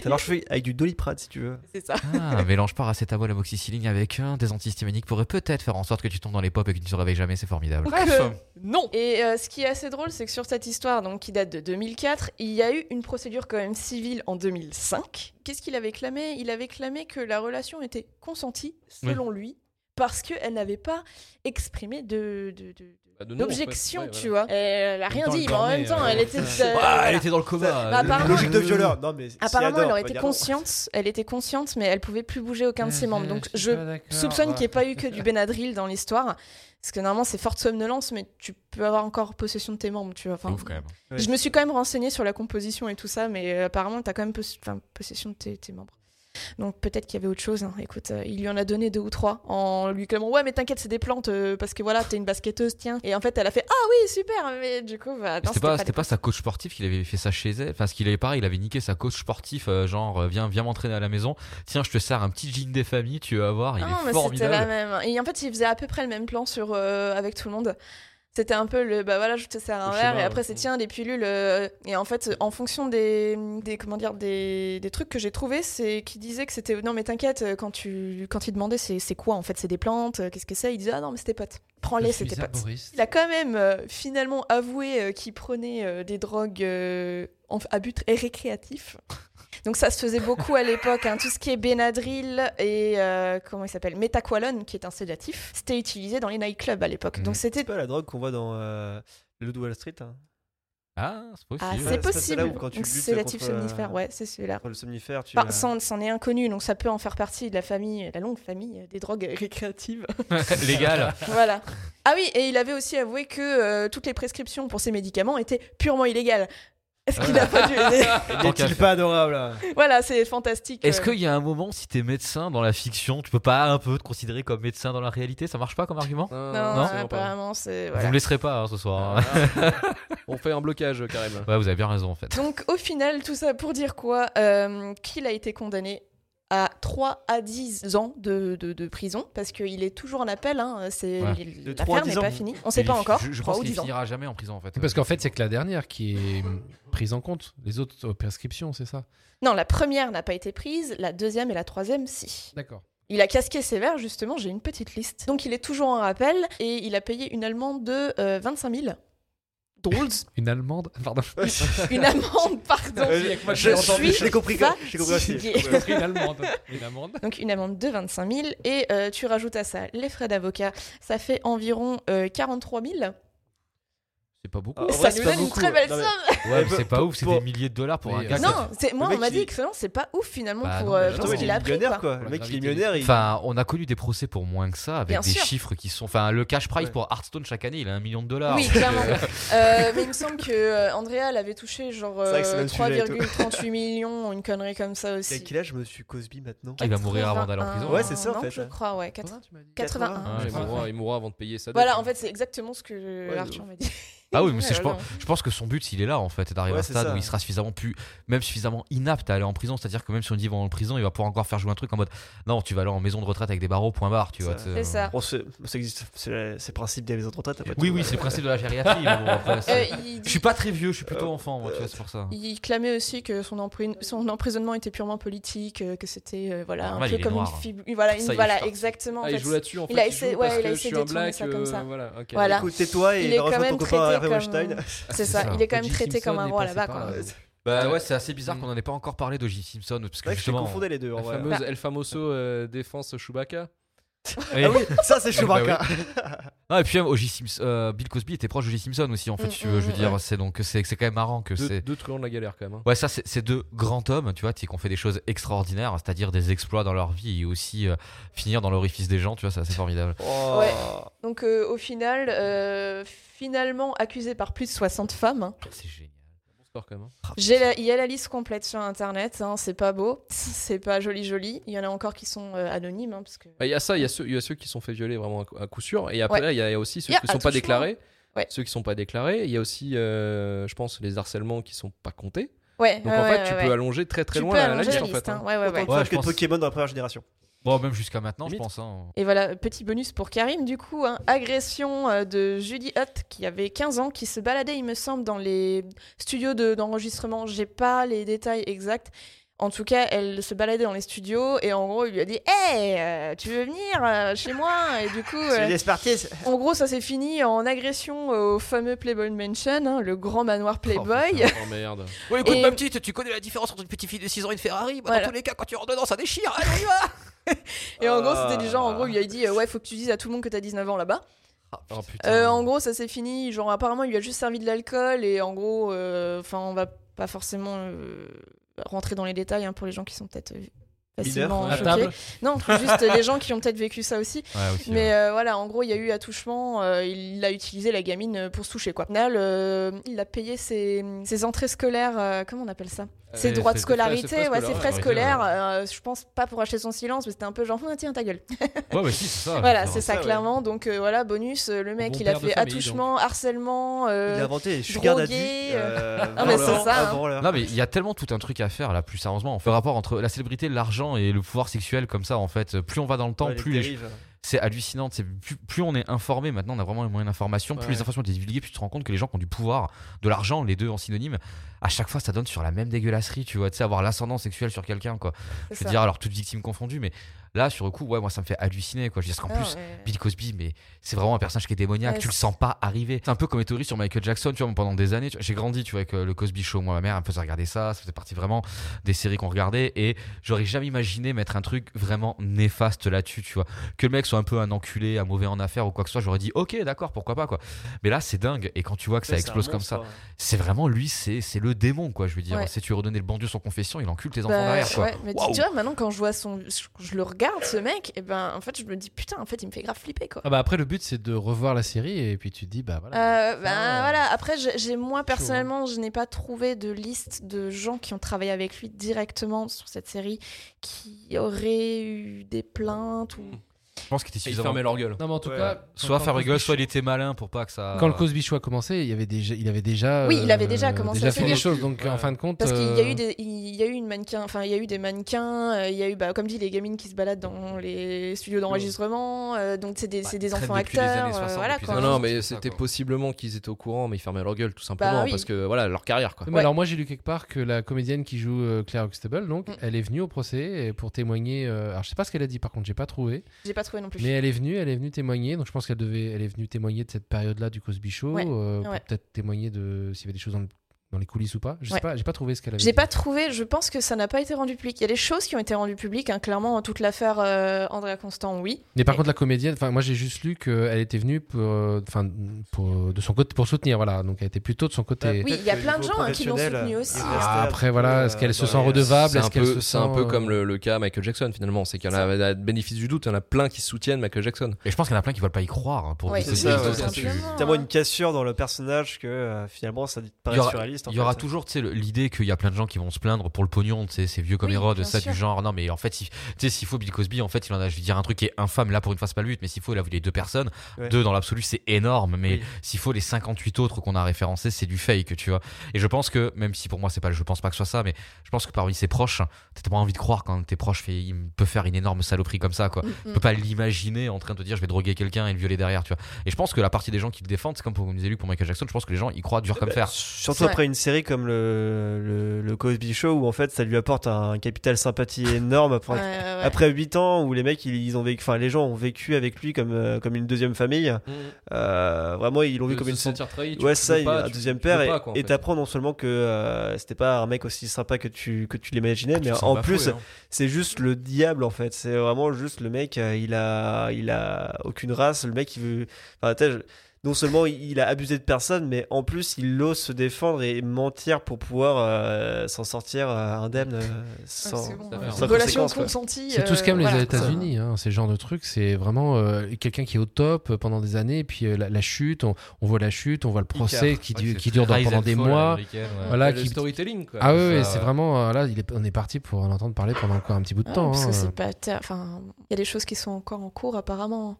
[SPEAKER 4] Ça marche avec du doliprane si tu veux.
[SPEAKER 2] c'est ça.
[SPEAKER 5] Ah, un mélange paracétamol, amoxicilline avec un des antihistaminiques pourrait peut-être faire en sorte que tu tombes dans les pops et que tu ne te réveilles jamais, c'est formidable.
[SPEAKER 2] Que-
[SPEAKER 1] Non
[SPEAKER 2] Et euh, ce qui est assez drôle, c'est que sur cette histoire, donc, qui date de 2004, il y a eu une procédure quand même civile en 2005. Qu'est-ce qu'il avait clamé Il avait clamé que la relation était consentie, selon lui, parce qu'elle n'avait pas exprimé de... de- de-
[SPEAKER 1] Ah,
[SPEAKER 2] d'objection, tu vois. Elle a rien
[SPEAKER 3] Dans le
[SPEAKER 2] dit, mais en
[SPEAKER 3] cornet,
[SPEAKER 2] même temps,
[SPEAKER 3] euh,
[SPEAKER 2] elle était. euh,
[SPEAKER 5] Ah, elle
[SPEAKER 2] voilà.
[SPEAKER 5] était dans le coma.
[SPEAKER 2] Bah, apparemment-
[SPEAKER 4] Logique de violeur. Non, mais si
[SPEAKER 2] Apparemment,
[SPEAKER 4] adore,
[SPEAKER 2] elle aurait
[SPEAKER 4] on va
[SPEAKER 2] été
[SPEAKER 4] dire non.
[SPEAKER 2] consciente. Elle était consciente, mais elle pouvait plus bouger aucun de ses membres. Donc, je
[SPEAKER 3] Ah, d'accord,
[SPEAKER 2] soupçonne
[SPEAKER 3] ouais.
[SPEAKER 2] qu'il n'y ait pas eu que du Benadryl dans l'histoire, parce que normalement, c'est forte somnolence, mais tu peux avoir encore possession de tes membres, tu vois. Enfin,
[SPEAKER 4] Ouais.
[SPEAKER 2] Je me suis quand même renseignée sur la composition et tout ça, mais euh, apparemment, tu as quand même poss- enfin, possession de tes, tes membres. Donc peut-être qu'il y avait autre chose. hein. Écoute, euh, il lui en a donné deux ou trois en lui clamant Ouais, mais t'inquiète, c'est des plantes, euh, parce que voilà, t'es une basketteuse, tiens. Et en fait, elle a fait Ah oui, super Mais du coup, bah, non,
[SPEAKER 5] C'était pas,
[SPEAKER 2] des
[SPEAKER 5] c'était pas sa coach sportive qu'il avait fait ça chez elle. Enfin, ce qu'il avait pareil, il avait niqué sa coach sportive, euh, genre, euh, viens, viens m'entraîner à la maison. Tiens, je te sers un petit jean des familles, tu vas voir, il
[SPEAKER 2] Ah non,
[SPEAKER 5] est
[SPEAKER 2] mais c'était la
[SPEAKER 5] formidable.
[SPEAKER 2] même. Et en fait, il faisait à peu près le même plan sur euh, avec tout le monde. C'était un peu le bah voilà, je te sers un
[SPEAKER 1] Le
[SPEAKER 2] verre
[SPEAKER 1] schéma,
[SPEAKER 2] et après
[SPEAKER 1] ouais.
[SPEAKER 2] c'est tiens des pilules euh, et en fait en fonction des, des comment dire des, des trucs que j'ai trouvé, c'est qui disait que c'était non mais t'inquiète euh, quand tu quand il demandait c'est c'est quoi en fait, c'est des plantes, euh, qu'est-ce que c'est Il disait ah non mais c'était potes. Prends-les,
[SPEAKER 3] Je
[SPEAKER 2] c'était
[SPEAKER 3] suis
[SPEAKER 2] potes.
[SPEAKER 3] arboriste.
[SPEAKER 2] Il a quand même euh, finalement avoué euh, qu'il prenait euh, des drogues euh, en- à but et récréatif. Donc ça se faisait beaucoup à l'époque, hein, tout ce qui est Benadryl et euh, comment il s'appelle Metaqualone, qui est un sédatif, c'était utilisé dans les nightclubs à l'époque.
[SPEAKER 5] Mhm.
[SPEAKER 2] Donc c'était
[SPEAKER 4] Mmh. C'est pas la drogue qu'on voit dans euh, le Wall Street. hein.
[SPEAKER 5] Ah, c'est
[SPEAKER 2] ah,
[SPEAKER 5] possible.
[SPEAKER 2] c'est
[SPEAKER 4] c'est celle-là
[SPEAKER 2] possible.
[SPEAKER 4] où quand tu
[SPEAKER 2] Donc
[SPEAKER 4] butes
[SPEAKER 2] sédatif
[SPEAKER 4] contre, euh,
[SPEAKER 2] somnifère, ouais, c'est celui-là.
[SPEAKER 4] Pour le somnifère, tu.
[SPEAKER 2] Enfin,
[SPEAKER 4] euh,
[SPEAKER 2] c'en c'en est inconnu, donc ça peut en faire partie de la famille, la longue famille euh, des drogues récréatives.
[SPEAKER 5] Légal.
[SPEAKER 2] Voilà. Ah oui, et il avait aussi avoué que euh, toutes les prescriptions pour ces médicaments étaient purement illégales. Est-ce qu'il n'a pas dû
[SPEAKER 5] Tant qu'à
[SPEAKER 4] N'est-il
[SPEAKER 5] faire.
[SPEAKER 4] pas adorable hein.
[SPEAKER 2] Voilà, c'est fantastique.
[SPEAKER 5] Est-ce
[SPEAKER 2] euh.
[SPEAKER 5] qu'il y a un moment, si t'es médecin dans la fiction, tu peux pas un peu te considérer comme médecin dans la réalité Ça marche pas comme argument
[SPEAKER 1] Non, non, c'est
[SPEAKER 2] Non,
[SPEAKER 1] bon, pardon.
[SPEAKER 2] apparemment, c'est.
[SPEAKER 5] Vous
[SPEAKER 2] Voilà.
[SPEAKER 5] me laisserez pas hein, ce soir. hein.
[SPEAKER 1] On fait un blocage, Karim.
[SPEAKER 5] Ouais, vous avez bien raison en fait.
[SPEAKER 2] Donc, au final, tout ça pour dire quoi Euh, Qu'il a été condamné à 3 à 10 ans de, de- de prison, parce qu'il est toujours en appel. Hein, c'est-
[SPEAKER 5] Ouais.
[SPEAKER 2] il-
[SPEAKER 4] De 3 à
[SPEAKER 2] L'affaire
[SPEAKER 4] 10
[SPEAKER 2] n'est
[SPEAKER 4] ans.
[SPEAKER 2] pas finie. On sait pas encore.
[SPEAKER 5] Je, je
[SPEAKER 2] 3
[SPEAKER 5] pense
[SPEAKER 2] ou
[SPEAKER 5] qu'il
[SPEAKER 2] 10 ans.
[SPEAKER 5] finira jamais en prison en fait.
[SPEAKER 3] Parce qu'en fait, c'est que la dernière qui est prise en compte. Les autres aux prescriptions, c'est ça
[SPEAKER 2] Non, la première n'a pas été prise, la deuxième et la troisième, si.
[SPEAKER 3] D'accord.
[SPEAKER 2] Il a casqué ses verres, justement, j'ai une petite liste. Donc il est toujours en rappel et il a payé une amende de euh, 25 000. Tools.
[SPEAKER 3] Une allemande Pardon.
[SPEAKER 2] Une amende, pardon.
[SPEAKER 4] Euh,
[SPEAKER 3] avec moi,
[SPEAKER 4] je-
[SPEAKER 3] j'ai entendu.
[SPEAKER 4] je- je l'ai compris. que- Je l'ai compris aussi.
[SPEAKER 2] fatiguée.
[SPEAKER 4] Ouais.
[SPEAKER 3] Une allemande. Une allemande.
[SPEAKER 2] Donc une amende de 25 000 et euh, tu rajoutes à ça les frais d'avocat. Ça fait environ euh, 43 000.
[SPEAKER 5] C'est pas beaucoup.
[SPEAKER 4] Ah, en
[SPEAKER 2] ça nous
[SPEAKER 4] vrai, c'est pas
[SPEAKER 2] donne une
[SPEAKER 4] beaucoup, hein.
[SPEAKER 2] très belle
[SPEAKER 4] non, mais-
[SPEAKER 2] somme.
[SPEAKER 5] Ouais, mais
[SPEAKER 4] pour-
[SPEAKER 5] c'est pas
[SPEAKER 4] pour-
[SPEAKER 5] ouf, c'est
[SPEAKER 4] pour-
[SPEAKER 5] des milliers de dollars pour
[SPEAKER 3] Oui,
[SPEAKER 5] un gars.
[SPEAKER 3] euh,
[SPEAKER 5] qui a-
[SPEAKER 2] Non, c'est- moi
[SPEAKER 4] Le
[SPEAKER 2] on
[SPEAKER 4] mec,
[SPEAKER 2] m'a
[SPEAKER 4] il-
[SPEAKER 2] dit que finalement c'est pas ouf finalement
[SPEAKER 5] Bah
[SPEAKER 2] pour,
[SPEAKER 5] non, mais
[SPEAKER 2] euh, pour
[SPEAKER 5] attends,
[SPEAKER 4] Attends,
[SPEAKER 2] ce
[SPEAKER 4] il
[SPEAKER 2] qu'il
[SPEAKER 4] est
[SPEAKER 2] a appris.
[SPEAKER 4] millionnaire,
[SPEAKER 2] quoi.
[SPEAKER 4] quoi. Le
[SPEAKER 3] Pour
[SPEAKER 4] mec,
[SPEAKER 3] la
[SPEAKER 4] il est
[SPEAKER 3] gravité.
[SPEAKER 4] millionnaire. il-
[SPEAKER 5] Enfin, on a connu des procès pour moins que ça, avec
[SPEAKER 2] Bien
[SPEAKER 5] des
[SPEAKER 2] sûr.
[SPEAKER 5] chiffres qui sont. Enfin, le cash prize
[SPEAKER 4] Ouais.
[SPEAKER 5] pour Hearthstone chaque année, il a un million de dollars.
[SPEAKER 2] Oui,
[SPEAKER 5] Donc, euh,
[SPEAKER 2] clairement. Euh, mais il me semble que euh, Andrea l'avait touché genre
[SPEAKER 4] C'est vrai que c'est
[SPEAKER 2] euh,
[SPEAKER 4] le même sujet et tout.
[SPEAKER 2] 3,38 millions, une connerie comme ça aussi.
[SPEAKER 4] Quel quel âge Monsieur Cosby maintenant
[SPEAKER 5] Ah, il va mourir avant d'aller en prison.
[SPEAKER 4] Ouais, c'est ça, en
[SPEAKER 2] Non,
[SPEAKER 4] fait,
[SPEAKER 2] Je
[SPEAKER 4] ouais.
[SPEAKER 2] crois, ouais. 80. 81.
[SPEAKER 5] Ouais,
[SPEAKER 1] il,
[SPEAKER 5] c'est
[SPEAKER 1] mourra, il mourra avant de payer sa dette. hein.
[SPEAKER 2] Voilà, en fait, c'est exactement ce que
[SPEAKER 4] Ouais,
[SPEAKER 2] Arthur m'a dit.
[SPEAKER 5] Ah oui, mais c'est- je,
[SPEAKER 2] Voilà.
[SPEAKER 5] pense, je pense que son but, il est là en fait, d'arriver
[SPEAKER 4] Ouais,
[SPEAKER 5] à un
[SPEAKER 4] c'est
[SPEAKER 5] stade
[SPEAKER 4] ça.
[SPEAKER 5] où il sera suffisamment plus, même suffisamment inapte à aller en prison. C'est-à-dire que même si on dit il va en prison, il va pouvoir encore faire jouer un truc en mode non, tu vas aller en maison de retraite avec des barreaux, point barre, tu vois. tu
[SPEAKER 4] Ça.
[SPEAKER 5] sais,
[SPEAKER 2] C'est
[SPEAKER 5] euh.
[SPEAKER 2] ça.
[SPEAKER 4] Bon, c'est ça existe- c'est la- c'est le principe des maisons de retraite. après
[SPEAKER 5] Oui,
[SPEAKER 4] tout.
[SPEAKER 5] oui, c'est le principe de la gériatrie. mais bon, après,
[SPEAKER 2] Euh,
[SPEAKER 5] c'est-
[SPEAKER 2] il,
[SPEAKER 5] Je suis pas très vieux, je suis plutôt enfant, moi, tu vois, c'est pour ça.
[SPEAKER 2] il clamait aussi que son, empri- son emprisonnement était purement politique, euh, que c'était euh, voilà,
[SPEAKER 5] Normal,
[SPEAKER 2] un
[SPEAKER 5] il
[SPEAKER 2] peu
[SPEAKER 5] est
[SPEAKER 2] comme
[SPEAKER 5] noir.
[SPEAKER 2] une fibre. Voilà, une-
[SPEAKER 5] Ça y est, je
[SPEAKER 2] voilà
[SPEAKER 5] pars.
[SPEAKER 2] exactement. en
[SPEAKER 1] Ah,
[SPEAKER 2] fait.
[SPEAKER 1] il joue là-dessus en fait.
[SPEAKER 2] il a
[SPEAKER 1] il joue
[SPEAKER 2] essayé-
[SPEAKER 1] parce
[SPEAKER 2] ouais, il
[SPEAKER 1] que
[SPEAKER 2] a
[SPEAKER 1] je suis
[SPEAKER 2] essayé
[SPEAKER 1] un
[SPEAKER 2] de tourner
[SPEAKER 1] black.
[SPEAKER 2] ça comme ça.
[SPEAKER 1] euh, Voilà. ok.
[SPEAKER 2] Voilà.
[SPEAKER 4] Écoute, tais-toi
[SPEAKER 2] Ah. Il
[SPEAKER 4] et
[SPEAKER 2] est
[SPEAKER 4] va
[SPEAKER 2] quand
[SPEAKER 4] rejoindre
[SPEAKER 2] même
[SPEAKER 4] ton copain
[SPEAKER 2] traité
[SPEAKER 4] Harvey Weinstein.
[SPEAKER 2] comme- c'est ça.
[SPEAKER 5] ça.
[SPEAKER 2] il est quand même
[SPEAKER 3] O.J.
[SPEAKER 2] traité comme un
[SPEAKER 3] Simpson
[SPEAKER 2] roi
[SPEAKER 3] est passé
[SPEAKER 2] là-bas.
[SPEAKER 3] par
[SPEAKER 2] quoi.
[SPEAKER 3] là.
[SPEAKER 5] Bah
[SPEAKER 1] Bah
[SPEAKER 5] ouais,
[SPEAKER 1] ouais,
[SPEAKER 5] c'est assez bizarre
[SPEAKER 3] Mm.
[SPEAKER 5] qu'on en ait pas encore parlé d'O.J. Simpson, parce
[SPEAKER 4] C'est
[SPEAKER 5] que
[SPEAKER 4] vrai que je les
[SPEAKER 5] justement.
[SPEAKER 4] confondais les deux. en
[SPEAKER 1] La
[SPEAKER 4] vrai.
[SPEAKER 1] fameuse El Famoso euh, défense Chewbacca.
[SPEAKER 5] Oui.
[SPEAKER 4] Ah oui, ça c'est
[SPEAKER 5] Bah oui.
[SPEAKER 4] Chewbacca.
[SPEAKER 5] Ah, et puis euh, O.J. Simpson, euh, Bill Cosby était proche d'O.J. Simpson aussi, en fait,
[SPEAKER 2] Mm,
[SPEAKER 5] si tu veux.
[SPEAKER 2] mm,
[SPEAKER 5] Je veux
[SPEAKER 2] mm,
[SPEAKER 5] dire,
[SPEAKER 2] ouais.
[SPEAKER 5] c'est donc c'est c'est quand même marrant que
[SPEAKER 1] Deux,
[SPEAKER 5] c'est.
[SPEAKER 1] deux truands de la galère quand même. hein.
[SPEAKER 5] Ouais, ça, c'est c'est deux grands hommes, tu vois, qui ont fait des choses extraordinaires, c'est-à-dire des exploits dans leur vie et aussi euh, finir dans l'orifice des gens, tu vois, ça c'est formidable.
[SPEAKER 4] Oh.
[SPEAKER 2] Ouais. Donc euh, au final, euh, finalement accusé par plus de 60 femmes. hein.
[SPEAKER 5] C'est génial.
[SPEAKER 1] Bon sport quand même. hein.
[SPEAKER 2] J'ai la- Il y a la liste complète sur internet, hein, c'est pas beau, c'est pas joli joli. Il y en a encore qui sont euh, anonymes. hein, parce que...
[SPEAKER 1] Bah, Il y a ça, il y a, ceux, il y a ceux qui sont fait violer vraiment à coup- à coup sûr. Et après, il y a aussi ceux
[SPEAKER 2] Il y a
[SPEAKER 1] qui ne sont pas
[SPEAKER 2] attouchement.
[SPEAKER 1] déclarés.
[SPEAKER 2] Ouais.
[SPEAKER 1] Ceux qui sont pas déclarés. Il y a aussi, euh, je pense, les harcèlements qui sont pas comptés.
[SPEAKER 2] Ouais,
[SPEAKER 1] Donc
[SPEAKER 2] ouais,
[SPEAKER 1] en fait,
[SPEAKER 2] ouais,
[SPEAKER 1] tu
[SPEAKER 2] ouais,
[SPEAKER 1] peux
[SPEAKER 2] ouais.
[SPEAKER 1] allonger très très
[SPEAKER 2] Tu
[SPEAKER 1] loin
[SPEAKER 2] peux
[SPEAKER 1] la, la
[SPEAKER 2] allonger
[SPEAKER 1] liste
[SPEAKER 2] la
[SPEAKER 1] en fait.
[SPEAKER 2] hein,
[SPEAKER 1] hein.
[SPEAKER 2] ouais, ouais,
[SPEAKER 4] Autant
[SPEAKER 2] ouais.
[SPEAKER 4] de
[SPEAKER 5] Ouais,
[SPEAKER 4] femmes
[SPEAKER 5] je
[SPEAKER 4] que de
[SPEAKER 5] pense.
[SPEAKER 4] Pokémon dans la première génération.
[SPEAKER 5] Bon, même jusqu'à maintenant, je
[SPEAKER 1] Limite.
[SPEAKER 5] pense. hein.
[SPEAKER 2] Et voilà, petit bonus pour Karim, du coup, hein, agression euh, de Judy Hutt, qui avait 15 ans, qui se baladait, il me semble, dans les studios de- d'enregistrement. J'ai pas les détails exacts. En tout cas, elle se baladait dans les studios et en gros, il lui a dit Hey, euh, tu veux venir euh, chez moi Et du coup. euh,
[SPEAKER 4] C'est les Spartiates.
[SPEAKER 2] En gros, ça s'est fini en agression au fameux Playboy Mansion, hein, le grand manoir Playboy.
[SPEAKER 1] Oh merde.
[SPEAKER 5] Ouais,
[SPEAKER 2] écoute, Et- ma
[SPEAKER 5] petite, tu connais la différence entre une petite fille de 6 ans et une Ferrari
[SPEAKER 2] Bah, dans Voilà. tous
[SPEAKER 5] les cas, quand tu rentres dedans, ça déchire. hein,
[SPEAKER 2] et en gros,
[SPEAKER 4] Ah.
[SPEAKER 2] c'était du genre, en gros, il lui a dit euh, Ouais, faut que tu dises à tout le monde que t'as 19 ans là-bas.
[SPEAKER 1] Oh, putain.
[SPEAKER 2] Euh, en gros, ça s'est fini. Genre, apparemment, il lui a juste servi de l'alcool. Et en gros, euh, enfin, on va pas forcément euh, rentrer dans les détails hein, pour les gens qui sont peut-être euh, facilement
[SPEAKER 3] à
[SPEAKER 2] choqués.
[SPEAKER 3] table.
[SPEAKER 2] Non, juste les gens qui ont peut-être vécu ça aussi.
[SPEAKER 5] Ouais, aussi. ouais.
[SPEAKER 2] Mais euh, voilà, en gros, il y a eu attouchement. euh, il a utilisé la gamine euh, pour se toucher, quoi. Au final, euh, il a payé ses, ses entrées scolaires. euh, comment on appelle ça Ses
[SPEAKER 5] Euh,
[SPEAKER 2] droits de
[SPEAKER 5] ses- ses
[SPEAKER 1] ses
[SPEAKER 5] frais-
[SPEAKER 2] scolarité,
[SPEAKER 1] frais
[SPEAKER 2] ouais, ses
[SPEAKER 1] scolaires,
[SPEAKER 2] frais
[SPEAKER 5] ouais.
[SPEAKER 2] scolaires. euh, je pense pas pour acheter son silence, mais c'était un peu genre, Ah, tiens, ta gueule.
[SPEAKER 5] hein. Ouais, Ah, mais si, c'est ça.
[SPEAKER 2] voilà,
[SPEAKER 5] je veux
[SPEAKER 2] c'est
[SPEAKER 5] dire.
[SPEAKER 2] ça,
[SPEAKER 4] ça, ouais.
[SPEAKER 2] clairement. Donc euh, voilà, bonus. euh, le mec,
[SPEAKER 3] Bon
[SPEAKER 2] il a
[SPEAKER 3] père de
[SPEAKER 2] fait
[SPEAKER 3] famille,
[SPEAKER 2] attouchement, harcèlement.
[SPEAKER 4] Il
[SPEAKER 2] euh,
[SPEAKER 4] a inventé les Sugar Daddy.
[SPEAKER 2] drogué,
[SPEAKER 4] euh,
[SPEAKER 2] Non, mais
[SPEAKER 4] branleur,
[SPEAKER 2] c'est ça,
[SPEAKER 4] un
[SPEAKER 2] hein.
[SPEAKER 4] branleur.
[SPEAKER 5] Non mais il y a tellement tout un truc à faire là plus sérieusement en fait le rapport entre la célébrité l'argent et le pouvoir sexuel comme ça en fait plus on va dans le temps
[SPEAKER 4] Ouais, les
[SPEAKER 5] plus les-
[SPEAKER 4] dérives.
[SPEAKER 5] c'est hallucinant c'est plus, plus on est informé maintenant on a vraiment les moyens d'information plus
[SPEAKER 1] Ouais.
[SPEAKER 5] les informations sont divulguées plus tu te rends compte que les gens qui ont du pouvoir de l'argent les deux en synonyme à chaque fois ça donne sur la même dégueulasserie tu vois tu sais avoir l'ascendant sexuel sur quelqu'un quoi
[SPEAKER 2] c'est
[SPEAKER 5] je veux
[SPEAKER 2] ça.
[SPEAKER 5] dire alors toutes victimes confondues mais là sur le coup ouais moi ça me fait halluciner quoi je veux dire parce qu'en
[SPEAKER 2] Ah,
[SPEAKER 5] plus
[SPEAKER 2] ouais.
[SPEAKER 5] Bill Cosby, mais c'est vraiment un personnage qui est démoniaque,
[SPEAKER 2] Ouais,
[SPEAKER 5] tu le
[SPEAKER 2] c'est-
[SPEAKER 5] sens pas arriver. C'est un peu comme les théories sur Michael Jackson, tu vois, pendant des années. tu vois, J'ai grandi, tu vois, avec euh, le Cosby Show. Moi, ma mère, elle me faisait regarder ça. Ça faisait partie vraiment des séries qu'on regardait. Et j'aurais jamais imaginé mettre un truc vraiment néfaste là-dessus, tu vois. Que le mec soit un peu un enculé, un mauvais en affaires ou quoi que ce soit, j'aurais dit, ok, d'accord, pourquoi pas, quoi. Mais là, c'est dingue. Et quand tu vois que ça
[SPEAKER 4] Ouais, c'est
[SPEAKER 5] explose
[SPEAKER 4] un
[SPEAKER 5] comme
[SPEAKER 4] monstre,
[SPEAKER 5] ça,
[SPEAKER 4] hein.
[SPEAKER 5] c'est vraiment lui, c'est c'est le démon, quoi, je veux dire.
[SPEAKER 2] Ouais.
[SPEAKER 5] Si tu redonnais le bon Dieu son confession, il encule tes enfants
[SPEAKER 2] Bah,
[SPEAKER 5] derrière, quoi.
[SPEAKER 2] ouais, mais tu-
[SPEAKER 5] Waouh.
[SPEAKER 2] tu vois, maintenant quand je vois son, je, je le regarde ce mec, et ben en fait je me dis putain, en fait il me fait grave flipper quoi.
[SPEAKER 3] Ah bah après le but c'est de revoir la série et puis tu te dis bah voilà.
[SPEAKER 2] Euh, ben
[SPEAKER 3] Ah.
[SPEAKER 2] voilà, après, j'ai- j'ai moi personnellement, je n'ai pas trouvé de liste de gens qui ont travaillé avec lui directement sur cette série qui auraient eu des plaintes ou.
[SPEAKER 5] Je pense qu'il était
[SPEAKER 1] Ils
[SPEAKER 5] suffisamment.
[SPEAKER 1] fermaient leur gueule.
[SPEAKER 3] Non mais en tout
[SPEAKER 4] Ouais.
[SPEAKER 3] cas
[SPEAKER 5] Soit
[SPEAKER 3] quand
[SPEAKER 5] faire
[SPEAKER 3] le
[SPEAKER 5] rigole,
[SPEAKER 3] Cosby
[SPEAKER 5] soit il
[SPEAKER 3] Show-
[SPEAKER 5] était malin pour pas que ça.
[SPEAKER 3] quand le Cosby Show a commencé, il y avait déjà il avait déjà
[SPEAKER 2] Oui, il avait
[SPEAKER 3] euh,
[SPEAKER 2] déjà commencé à
[SPEAKER 3] déjà fait
[SPEAKER 2] faire
[SPEAKER 3] des
[SPEAKER 2] des
[SPEAKER 3] choses
[SPEAKER 1] trucs.
[SPEAKER 3] donc
[SPEAKER 1] Ouais.
[SPEAKER 3] en fin de compte
[SPEAKER 2] Parce qu'il y a
[SPEAKER 3] euh,
[SPEAKER 2] eu des, il y a eu une mannequin, enfin il y a eu des mannequins, euh, il y a eu bah, comme dit les gamines qui se baladent dans les studios d'enregistrement, euh, donc c'est des,
[SPEAKER 5] Bah,
[SPEAKER 2] c'est des
[SPEAKER 5] traîne
[SPEAKER 2] enfants
[SPEAKER 5] depuis les années
[SPEAKER 2] acteurs, euh,
[SPEAKER 5] 60,
[SPEAKER 2] voilà
[SPEAKER 5] depuis
[SPEAKER 2] quoi. Bah
[SPEAKER 5] les
[SPEAKER 1] Non,
[SPEAKER 5] Ouais,
[SPEAKER 1] non,
[SPEAKER 5] c'est
[SPEAKER 1] mais
[SPEAKER 5] ça,
[SPEAKER 1] c'était
[SPEAKER 5] quoi.
[SPEAKER 1] possiblement qu'ils étaient au courant, mais ils fermaient leur gueule tout simplement
[SPEAKER 2] oui.
[SPEAKER 1] parce que voilà, leur carrière quoi.
[SPEAKER 3] Mais alors moi j'ai lu quelque part que la comédienne qui joue euh, Claire Huxtable donc
[SPEAKER 2] Mm.
[SPEAKER 3] elle est venue au procès et pour témoigner euh, alors je sais pas ce qu'elle a dit par contre j'ai pas trouvé
[SPEAKER 2] J'ai pas trouvé non plus.
[SPEAKER 3] Mais elle est venue, elle est venue témoigner. Donc je pense qu'elle devait, elle est venue témoigner de cette période-là du Cosby Show,
[SPEAKER 2] Ouais,
[SPEAKER 3] euh, pour
[SPEAKER 2] ouais.
[SPEAKER 3] peut-être témoigner de s'il y avait des choses dans, le- dans les coulisses ou pas. Je sais
[SPEAKER 2] Ouais.
[SPEAKER 3] pas, j'ai pas trouvé ce qu'elle avait.
[SPEAKER 2] J'ai
[SPEAKER 3] dit.
[SPEAKER 2] pas trouvé, je pense que ça n'a pas été rendu public. Il y a des choses qui ont été rendues publiques, hein, clairement, toute l'affaire euh, Andrea Constant, oui.
[SPEAKER 3] Mais par contre la comédienne, enfin moi j'ai juste lu qu'elle était venue pour, euh, enfin pour euh, de son côté pour soutenir, voilà. Donc elle était plutôt de son côté.
[SPEAKER 2] Bah Oui, il y a plein de gens, hein, qui l'ont
[SPEAKER 4] euh,
[SPEAKER 2] soutenu aussi, hein.
[SPEAKER 3] Ah, après, voilà, est-ce qu'elle se sent redevable
[SPEAKER 1] C'est un,
[SPEAKER 3] est-ce qu'elle
[SPEAKER 1] peu,
[SPEAKER 3] se
[SPEAKER 1] c'est un
[SPEAKER 3] sent,
[SPEAKER 1] peu
[SPEAKER 3] euh,
[SPEAKER 1] comme le, le cas Michael Jackson finalement, c'est qu'il y en a, à bénéfice du doute, il y en a plein qui soutiennent Michael Jackson.
[SPEAKER 5] Et je pense qu'il y en a plein qui veulent pas y croire hein, pour
[SPEAKER 2] Ouais,
[SPEAKER 5] des
[SPEAKER 4] c'est ça,
[SPEAKER 5] causes
[SPEAKER 4] ouais,
[SPEAKER 5] quand
[SPEAKER 4] c'est
[SPEAKER 5] tu-
[SPEAKER 2] simplement.
[SPEAKER 4] tellement une cassure dans le personnage que euh, finalement ça paraît
[SPEAKER 5] Il y aura-
[SPEAKER 4] surréaliste. en
[SPEAKER 5] Il y aura
[SPEAKER 4] fait.
[SPEAKER 5] toujours tu sais, le- l'idée qu'il y a plein de gens qui vont se plaindre pour le pognon, tu sais, c'est vieux comme
[SPEAKER 2] Oui,
[SPEAKER 5] Hérode,
[SPEAKER 2] bien
[SPEAKER 5] ça
[SPEAKER 2] sûr.
[SPEAKER 5] du genre. Non, mais en fait, si- tu sais, s'il faut Bill Cosby, en fait, il en a, je vais dire un truc qui est infâme. Là, pour une fois, c'est pas le but, mais s'il faut, il a vu les deux personnes.
[SPEAKER 4] Ouais.
[SPEAKER 5] Deux dans l'absolu, c'est énorme, mais
[SPEAKER 4] Oui.
[SPEAKER 5] s'il faut les 58 autres qu'on a référencés, c'est du fake, tu vois. Et je pense que, même si pour moi, c'est pas, je pense pas que ce soit ça, mais je pense que parmi ses proches, t'as tellement envie de croire quand tes proches fait, il peut faire une énorme saloperie comme ça, quoi.
[SPEAKER 2] Mm,
[SPEAKER 5] Je
[SPEAKER 2] mm.
[SPEAKER 5] peux pas l'imaginer en train de te dire je vais droguer quelqu'un et le violer derrière, tu vois. Et je pense que la partie des gens qui le défendent, c'est comme pour nous élus pour Michael Jackson, je pense que les gens y croient dur comme fer.
[SPEAKER 4] Bah, Surtout
[SPEAKER 2] C'est
[SPEAKER 4] après une série comme le, le, le Cosby Show où en fait ça lui apporte un capital sympathie énorme. Pour
[SPEAKER 2] Ouais,
[SPEAKER 4] un-
[SPEAKER 2] ouais, ouais.
[SPEAKER 4] Après 8 ans où les mecs ils, ils ont vécu, enfin les gens ont vécu avec lui comme, euh, comme une deuxième famille.
[SPEAKER 1] Mmh.
[SPEAKER 4] Euh, vraiment ils l'ont vu comme une
[SPEAKER 1] trahi.
[SPEAKER 4] Ouais, ça, il a un deuxième père. et- et t'apprends non seulement que euh, c'était pas un mec aussi sympa que tu, que tu l'imaginais, mais en plus, c'est juste le diable en fait. C'est vraiment juste le mec, euh, il a, il a aucune race. Le mec, il veut. Enfin, tu sais, je- non seulement il il a abusé de personne, mais en plus, il ose se défendre et mentir pour pouvoir euh, s'en sortir euh, indemne. euh,
[SPEAKER 2] Ouais,
[SPEAKER 4] sans...
[SPEAKER 2] c'est bon,
[SPEAKER 1] ça
[SPEAKER 2] ouais.
[SPEAKER 1] fait un-
[SPEAKER 4] sans
[SPEAKER 2] Relation
[SPEAKER 4] conséquence, quoi.
[SPEAKER 2] consentie.
[SPEAKER 3] C'est tout ce
[SPEAKER 2] euh,
[SPEAKER 3] qu'aiment
[SPEAKER 2] voilà.
[SPEAKER 3] les États-Unis, hein, ces genres de trucs. C'est vraiment euh, quelqu'un qui est au top euh, pendant des années, puis euh, la, la chute, on, on voit la chute, on voit le procès qui, du- qui dure dans- pendant des
[SPEAKER 5] euh,
[SPEAKER 3] mois. Voilà,
[SPEAKER 1] le
[SPEAKER 3] qui-
[SPEAKER 1] storytelling quoi.
[SPEAKER 3] Ah
[SPEAKER 5] ça,
[SPEAKER 3] ouais, ouais,
[SPEAKER 5] ouais.
[SPEAKER 3] c'est vraiment euh, là, il est- on est parti pour en entendre parler pendant encore un petit bout de
[SPEAKER 2] Ouais,
[SPEAKER 3] temps.
[SPEAKER 2] parce
[SPEAKER 3] hein.
[SPEAKER 2] que c'est pas. ter- Enfin, il y a des choses qui sont encore en cours apparemment.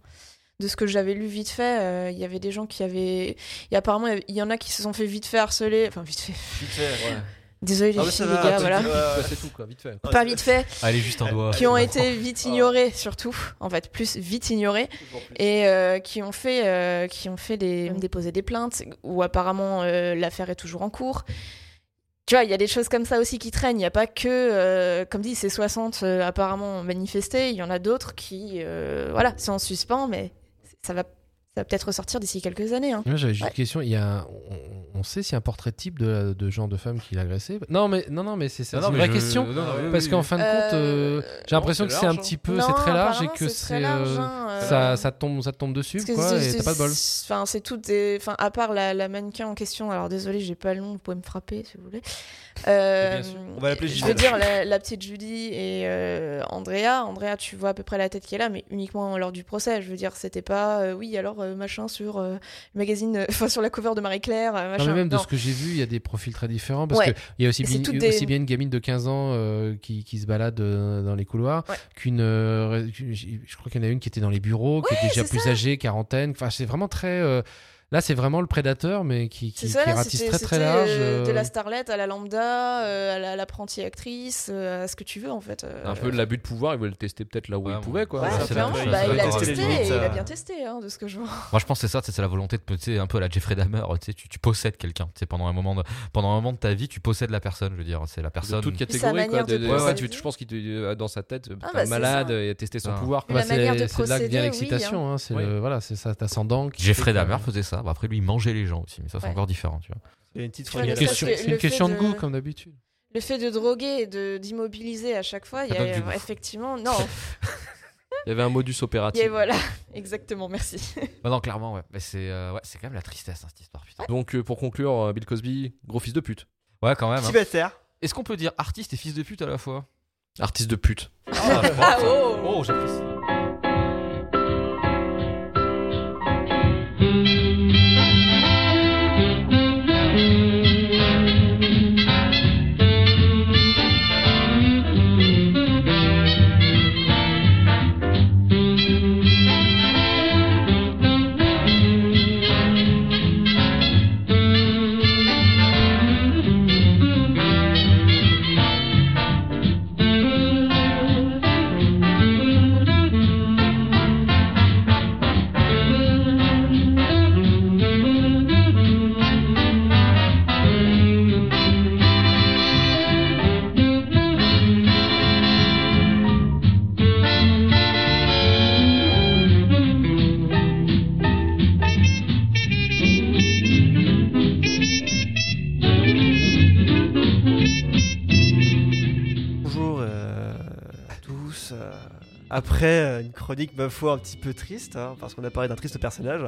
[SPEAKER 2] De ce que j'avais lu vite fait, euh, il y avait des gens qui avaient. Et apparemment, il y en a qui se sont fait vite fait harceler. Enfin, vite fait. Désolé les
[SPEAKER 4] Ah ouais, ça
[SPEAKER 2] filles, les
[SPEAKER 4] va,
[SPEAKER 2] gars,
[SPEAKER 4] t'as-
[SPEAKER 2] voilà.
[SPEAKER 4] t'as- Ouais,
[SPEAKER 1] c'est tout quoi, vite fait.
[SPEAKER 4] t'as-
[SPEAKER 2] Pas vite fait.
[SPEAKER 5] Allez, juste un doigt.
[SPEAKER 2] qui ont été vite ignorés surtout en fait plus vite ignorés et euh, qui ont fait euh, qui ont fait des déposer des plaintes où apparemment euh, l'affaire est toujours en cours tu vois, il y a des choses comme ça aussi qui traînent. Il n'y a pas que, euh, comme dit, ces 60 euh, apparemment manifestés. Il y en a d'autres qui, euh, voilà, sont en suspens, mais ça va, ça va peut-être ressortir d'ici quelques années. hein.
[SPEAKER 3] Moi, j'avais juste
[SPEAKER 2] Ouais.
[SPEAKER 3] une question. Il y a, un- on, on sait s'il y a un portrait type de, la- de genre de femme qui l'a agressé Non, mais non, non, mais c'est ça. c'est une vraie question. Parce qu'en fin de compte,
[SPEAKER 2] Euh,
[SPEAKER 3] euh, j'ai l'impression
[SPEAKER 1] non,
[SPEAKER 3] que
[SPEAKER 1] c'est
[SPEAKER 3] c'est un
[SPEAKER 1] large,
[SPEAKER 3] petit
[SPEAKER 1] hein.
[SPEAKER 3] peu,
[SPEAKER 2] Non,
[SPEAKER 3] c'est très large et
[SPEAKER 2] apparemment,
[SPEAKER 3] que
[SPEAKER 2] très
[SPEAKER 3] c'est,
[SPEAKER 2] large,
[SPEAKER 3] euh,
[SPEAKER 2] hein, euh,
[SPEAKER 3] ça, ça tombe, ça te tombe dessus,
[SPEAKER 2] Parce que
[SPEAKER 3] quoi.
[SPEAKER 2] c'est-
[SPEAKER 3] Et t'as pas de bol.
[SPEAKER 2] c'est- Enfin, c'est toutes des. Enfin, à part la, la mannequin en question. Alors, désolé, j'ai pas le nom. Vous pouvez me frapper si vous voulez. Euh,
[SPEAKER 3] Mais bien sûr.
[SPEAKER 4] On va l'appeler
[SPEAKER 2] Je
[SPEAKER 4] Gisèle.
[SPEAKER 2] veux dire la, la petite Judy et euh, Andrea. Andrea, tu vois à peu près la tête qui est là, mais uniquement lors du procès. Je veux dire, c'était pas. euh, oui, alors euh, machin sur euh, le magazine. euh, Enfin, sur la cover de Marie Claire. euh,
[SPEAKER 3] Non,
[SPEAKER 2] machin.
[SPEAKER 3] mais même de
[SPEAKER 2] Non.
[SPEAKER 3] ce que j'ai vu, il y a des profils très différents parce
[SPEAKER 2] Ouais.
[SPEAKER 3] que il y a aussi
[SPEAKER 2] Et c'est
[SPEAKER 3] bien,
[SPEAKER 2] toutes des-
[SPEAKER 3] aussi bien une gamine de 15 ans euh, qui, qui se balade euh, dans les couloirs
[SPEAKER 2] Ouais.
[SPEAKER 3] qu'une euh, qu'une- je crois qu'il y en a une qui était dans les bureaux, qui est déjà
[SPEAKER 2] c'est
[SPEAKER 3] plus âgée, quarantaine. Enfin, c'est vraiment très euh, là, c'est vraiment le prédateur mais qui
[SPEAKER 2] C'est
[SPEAKER 3] qui,
[SPEAKER 2] ça,
[SPEAKER 3] qui
[SPEAKER 2] là,
[SPEAKER 3] ratisse
[SPEAKER 2] c'était
[SPEAKER 3] très très
[SPEAKER 2] c'était,
[SPEAKER 3] large.
[SPEAKER 2] euh, de
[SPEAKER 3] euh,
[SPEAKER 2] la starlette à la lambda, euh, à la- à l'apprentie actrice, euh, à ce que tu veux en fait. euh,
[SPEAKER 1] Un peu de l'abus de pouvoir, ils voulaient le tester peut-être là où
[SPEAKER 5] Ouais,
[SPEAKER 1] ils
[SPEAKER 5] bon.
[SPEAKER 1] pouvaient quoi.
[SPEAKER 2] Ouais,
[SPEAKER 5] Ouais, c'est la
[SPEAKER 2] clairement,
[SPEAKER 5] même chose.
[SPEAKER 2] bah, il a
[SPEAKER 5] D'accord,
[SPEAKER 2] testé,
[SPEAKER 4] les limites,
[SPEAKER 2] et il
[SPEAKER 4] euh.
[SPEAKER 2] a bien testé, hein, de ce que je vois.
[SPEAKER 5] Moi, je pense que c'est ça, tu sais, c'est la volonté de, tu sais, un peu à la Jeffrey Dahmer, tu, sais, tu, tu possèdes quelqu'un. Tu sais, pendant un moment, de, pendant un moment de ta vie, tu possèdes la personne. Je veux dire, c'est la personne.
[SPEAKER 1] De toute
[SPEAKER 2] Sa
[SPEAKER 1] catégorie quoi.
[SPEAKER 2] manière
[SPEAKER 1] de-
[SPEAKER 2] de
[SPEAKER 1] de- ouais, ouais, tu-
[SPEAKER 2] procéder.
[SPEAKER 1] je pense qu'il te- euh, dans sa tête,
[SPEAKER 2] Ah,
[SPEAKER 1] t'es
[SPEAKER 2] bah,
[SPEAKER 1] un
[SPEAKER 2] c'est
[SPEAKER 1] malade
[SPEAKER 2] ça.
[SPEAKER 1] et tester son
[SPEAKER 5] Ah.
[SPEAKER 1] pouvoir.
[SPEAKER 3] bah,
[SPEAKER 2] la
[SPEAKER 3] c'est
[SPEAKER 2] manière de
[SPEAKER 3] c'est là que
[SPEAKER 2] procéder,
[SPEAKER 3] vient
[SPEAKER 2] oui,
[SPEAKER 3] l'excitation, hein, c'est
[SPEAKER 1] Oui.
[SPEAKER 3] le- voilà, c'est ça, ascendant. qui
[SPEAKER 5] Jeffrey
[SPEAKER 3] fait que-
[SPEAKER 5] Dahmer faisait ça. Bah, après, lui, il mangeait les gens aussi, mais ça, c'est
[SPEAKER 2] Ouais.
[SPEAKER 5] encore différent, tu vois.
[SPEAKER 4] Il y a une petite
[SPEAKER 2] Ouais, mais
[SPEAKER 3] Une
[SPEAKER 2] ça,
[SPEAKER 4] frégate.
[SPEAKER 3] question,
[SPEAKER 2] c'est
[SPEAKER 3] c'est
[SPEAKER 2] le
[SPEAKER 3] une
[SPEAKER 2] fait
[SPEAKER 3] question de...
[SPEAKER 2] de-
[SPEAKER 3] goût comme d'habitude.
[SPEAKER 2] Le fait de droguer et de d'immobiliser à chaque fois, il y
[SPEAKER 5] Ça donne Ah, du
[SPEAKER 2] a
[SPEAKER 5] goût.
[SPEAKER 2] effectivement. Non,
[SPEAKER 1] Il y avait un modus operandi.
[SPEAKER 2] et voilà, exactement, merci.
[SPEAKER 5] Bah, non, clairement, ouais. Mais c'est euh, ouais, c'est quand même la tristesse, hein, cette histoire, putain.
[SPEAKER 1] Donc euh, pour conclure, euh, Bill Cosby, gros fils de pute.
[SPEAKER 5] Ouais, quand même. hein.
[SPEAKER 4] Tibétaire.
[SPEAKER 5] Est-ce qu'on peut dire artiste et fils de pute à la fois
[SPEAKER 1] Artiste de pute.
[SPEAKER 2] Ah, oh.
[SPEAKER 5] Oh, j'apprécie.
[SPEAKER 6] Thank
[SPEAKER 4] bonjour euh, à tous. euh, après euh, une chronique, ma foi, un petit peu triste, hein, parce qu'on a parlé d'un triste personnage,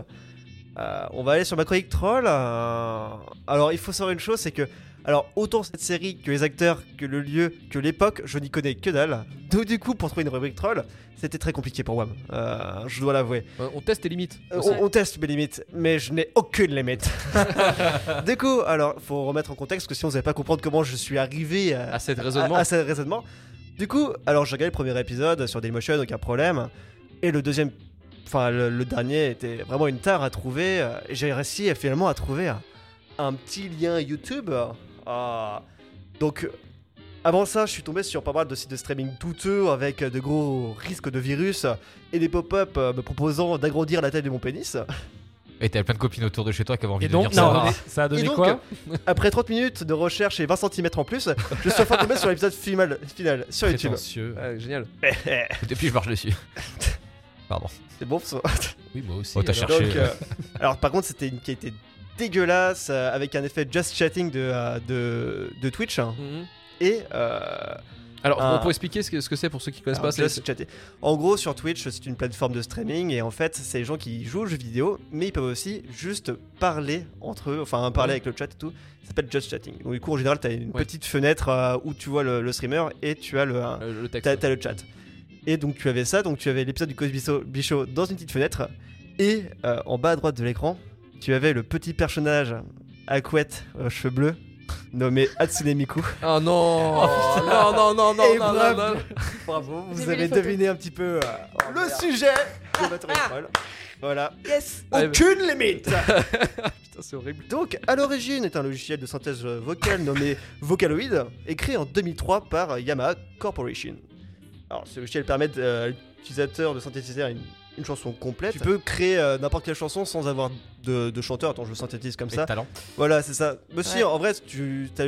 [SPEAKER 4] euh, on va aller sur ma chronique troll. euh, alors, il faut savoir une chose, c'est que, alors, autant cette série que les acteurs, que le lieu, que l'époque, je n'y connais que dalle. Donc, du coup, pour trouver une rubrique troll, c'était très compliqué pour moi, je dois l'avouer.
[SPEAKER 1] Euh, On teste les limites.
[SPEAKER 4] Euh, on, on teste mes limites, mais je n'ai aucune limite. du coup, alors, faut remettre en contexte que si on ne savait pas comprendre comment je suis arrivé à,
[SPEAKER 1] À cet raisonnement.
[SPEAKER 4] à- à ce Ah, raisonnement. Du coup, alors j'ai regardé le premier épisode sur Dailymotion, aucun problème. Et le deuxième, enfin le, le dernier était vraiment une tare à trouver. euh, et J'ai réussi euh, finalement à trouver euh, un petit lien YouTube. euh, donc, euh, avant ça, je suis tombé sur pas mal de sites de streaming douteux avec euh, de gros risques de virus euh, et des pop-up euh, me proposant d'agrandir la taille de mon pénis.
[SPEAKER 5] Et t'as plein de copines autour de chez toi qui avaient envie
[SPEAKER 3] Et
[SPEAKER 5] de
[SPEAKER 3] donc,
[SPEAKER 5] venir
[SPEAKER 3] ça, a
[SPEAKER 5] savoir.
[SPEAKER 3] donné- ça a donné
[SPEAKER 4] Et donc, euh,
[SPEAKER 3] quoi
[SPEAKER 4] Après 30 minutes de recherche et 20 cm en plus, je suis enfin tombé sur l'épisode final, final sur YouTube.
[SPEAKER 3] Prétentieux.
[SPEAKER 1] Ouais, génial.
[SPEAKER 5] Depuis, je marche dessus. Pardon.
[SPEAKER 4] C'est bon ça
[SPEAKER 3] Oui, moi aussi.
[SPEAKER 5] Oh, t'as
[SPEAKER 3] alors.
[SPEAKER 5] cherché.
[SPEAKER 4] Donc, euh, alors par contre, c'était une qualité dégueulasse euh, avec un effet just chatting de, euh, de, de Twitch hein. et euh,
[SPEAKER 1] Mhm. Alors,
[SPEAKER 4] Ah.
[SPEAKER 1] on peut expliquer ce que ce que c'est pour ceux qui connaissent
[SPEAKER 4] alors,
[SPEAKER 1] pas. c'est-
[SPEAKER 4] just chatting. En gros, sur Twitch, c'est une plateforme de streaming et en fait, c'est les gens qui jouent aux jeux vidéo, mais ils peuvent aussi juste parler entre eux, enfin parler avec le chat et tout. Ça s'appelle just chatting. Donc, du coup, en général, t'as une
[SPEAKER 1] Ouais.
[SPEAKER 4] petite fenêtre euh, où tu vois le, le streamer et tu as le, un-
[SPEAKER 1] euh, le texte.
[SPEAKER 4] t'as, t'as le chat. Et donc tu avais ça, donc tu avais l'épisode du Cosby Show- Bichot dans une petite fenêtre, et euh, en bas à droite de l'écran, tu avais le petit personnage à couette euh, cheveux bleus, nommé Hatsune Miku.
[SPEAKER 1] Ah non Non, non, non, non,
[SPEAKER 4] Et
[SPEAKER 1] non, non,
[SPEAKER 4] bravo.
[SPEAKER 1] non.
[SPEAKER 4] Bravo,
[SPEAKER 2] J'ai
[SPEAKER 4] vous
[SPEAKER 2] vu les
[SPEAKER 4] avez
[SPEAKER 2] photos.
[SPEAKER 4] deviné un petit peu euh, le sujet de votre école. Voilà,
[SPEAKER 5] Oh.
[SPEAKER 2] Yes
[SPEAKER 1] Ouais,
[SPEAKER 4] aucune limite
[SPEAKER 1] Putain, c'est horrible.
[SPEAKER 4] Donc, à l'origine est un logiciel de synthèse euh, vocale nommé Vocaloid, et créé en 2003 par euh, Yamaha Corporation. Alors, ce logiciel permet euh, à l'utilisateur de synthétiser une, une chanson complète. Tu peux créer euh, n'importe quelle chanson sans avoir de, de chanteur. Attends, je synthétise comme ça.
[SPEAKER 5] talent.
[SPEAKER 4] Voilà, c'est ça. Mais si,
[SPEAKER 2] Ouais.
[SPEAKER 4] en vrai, tu t'as-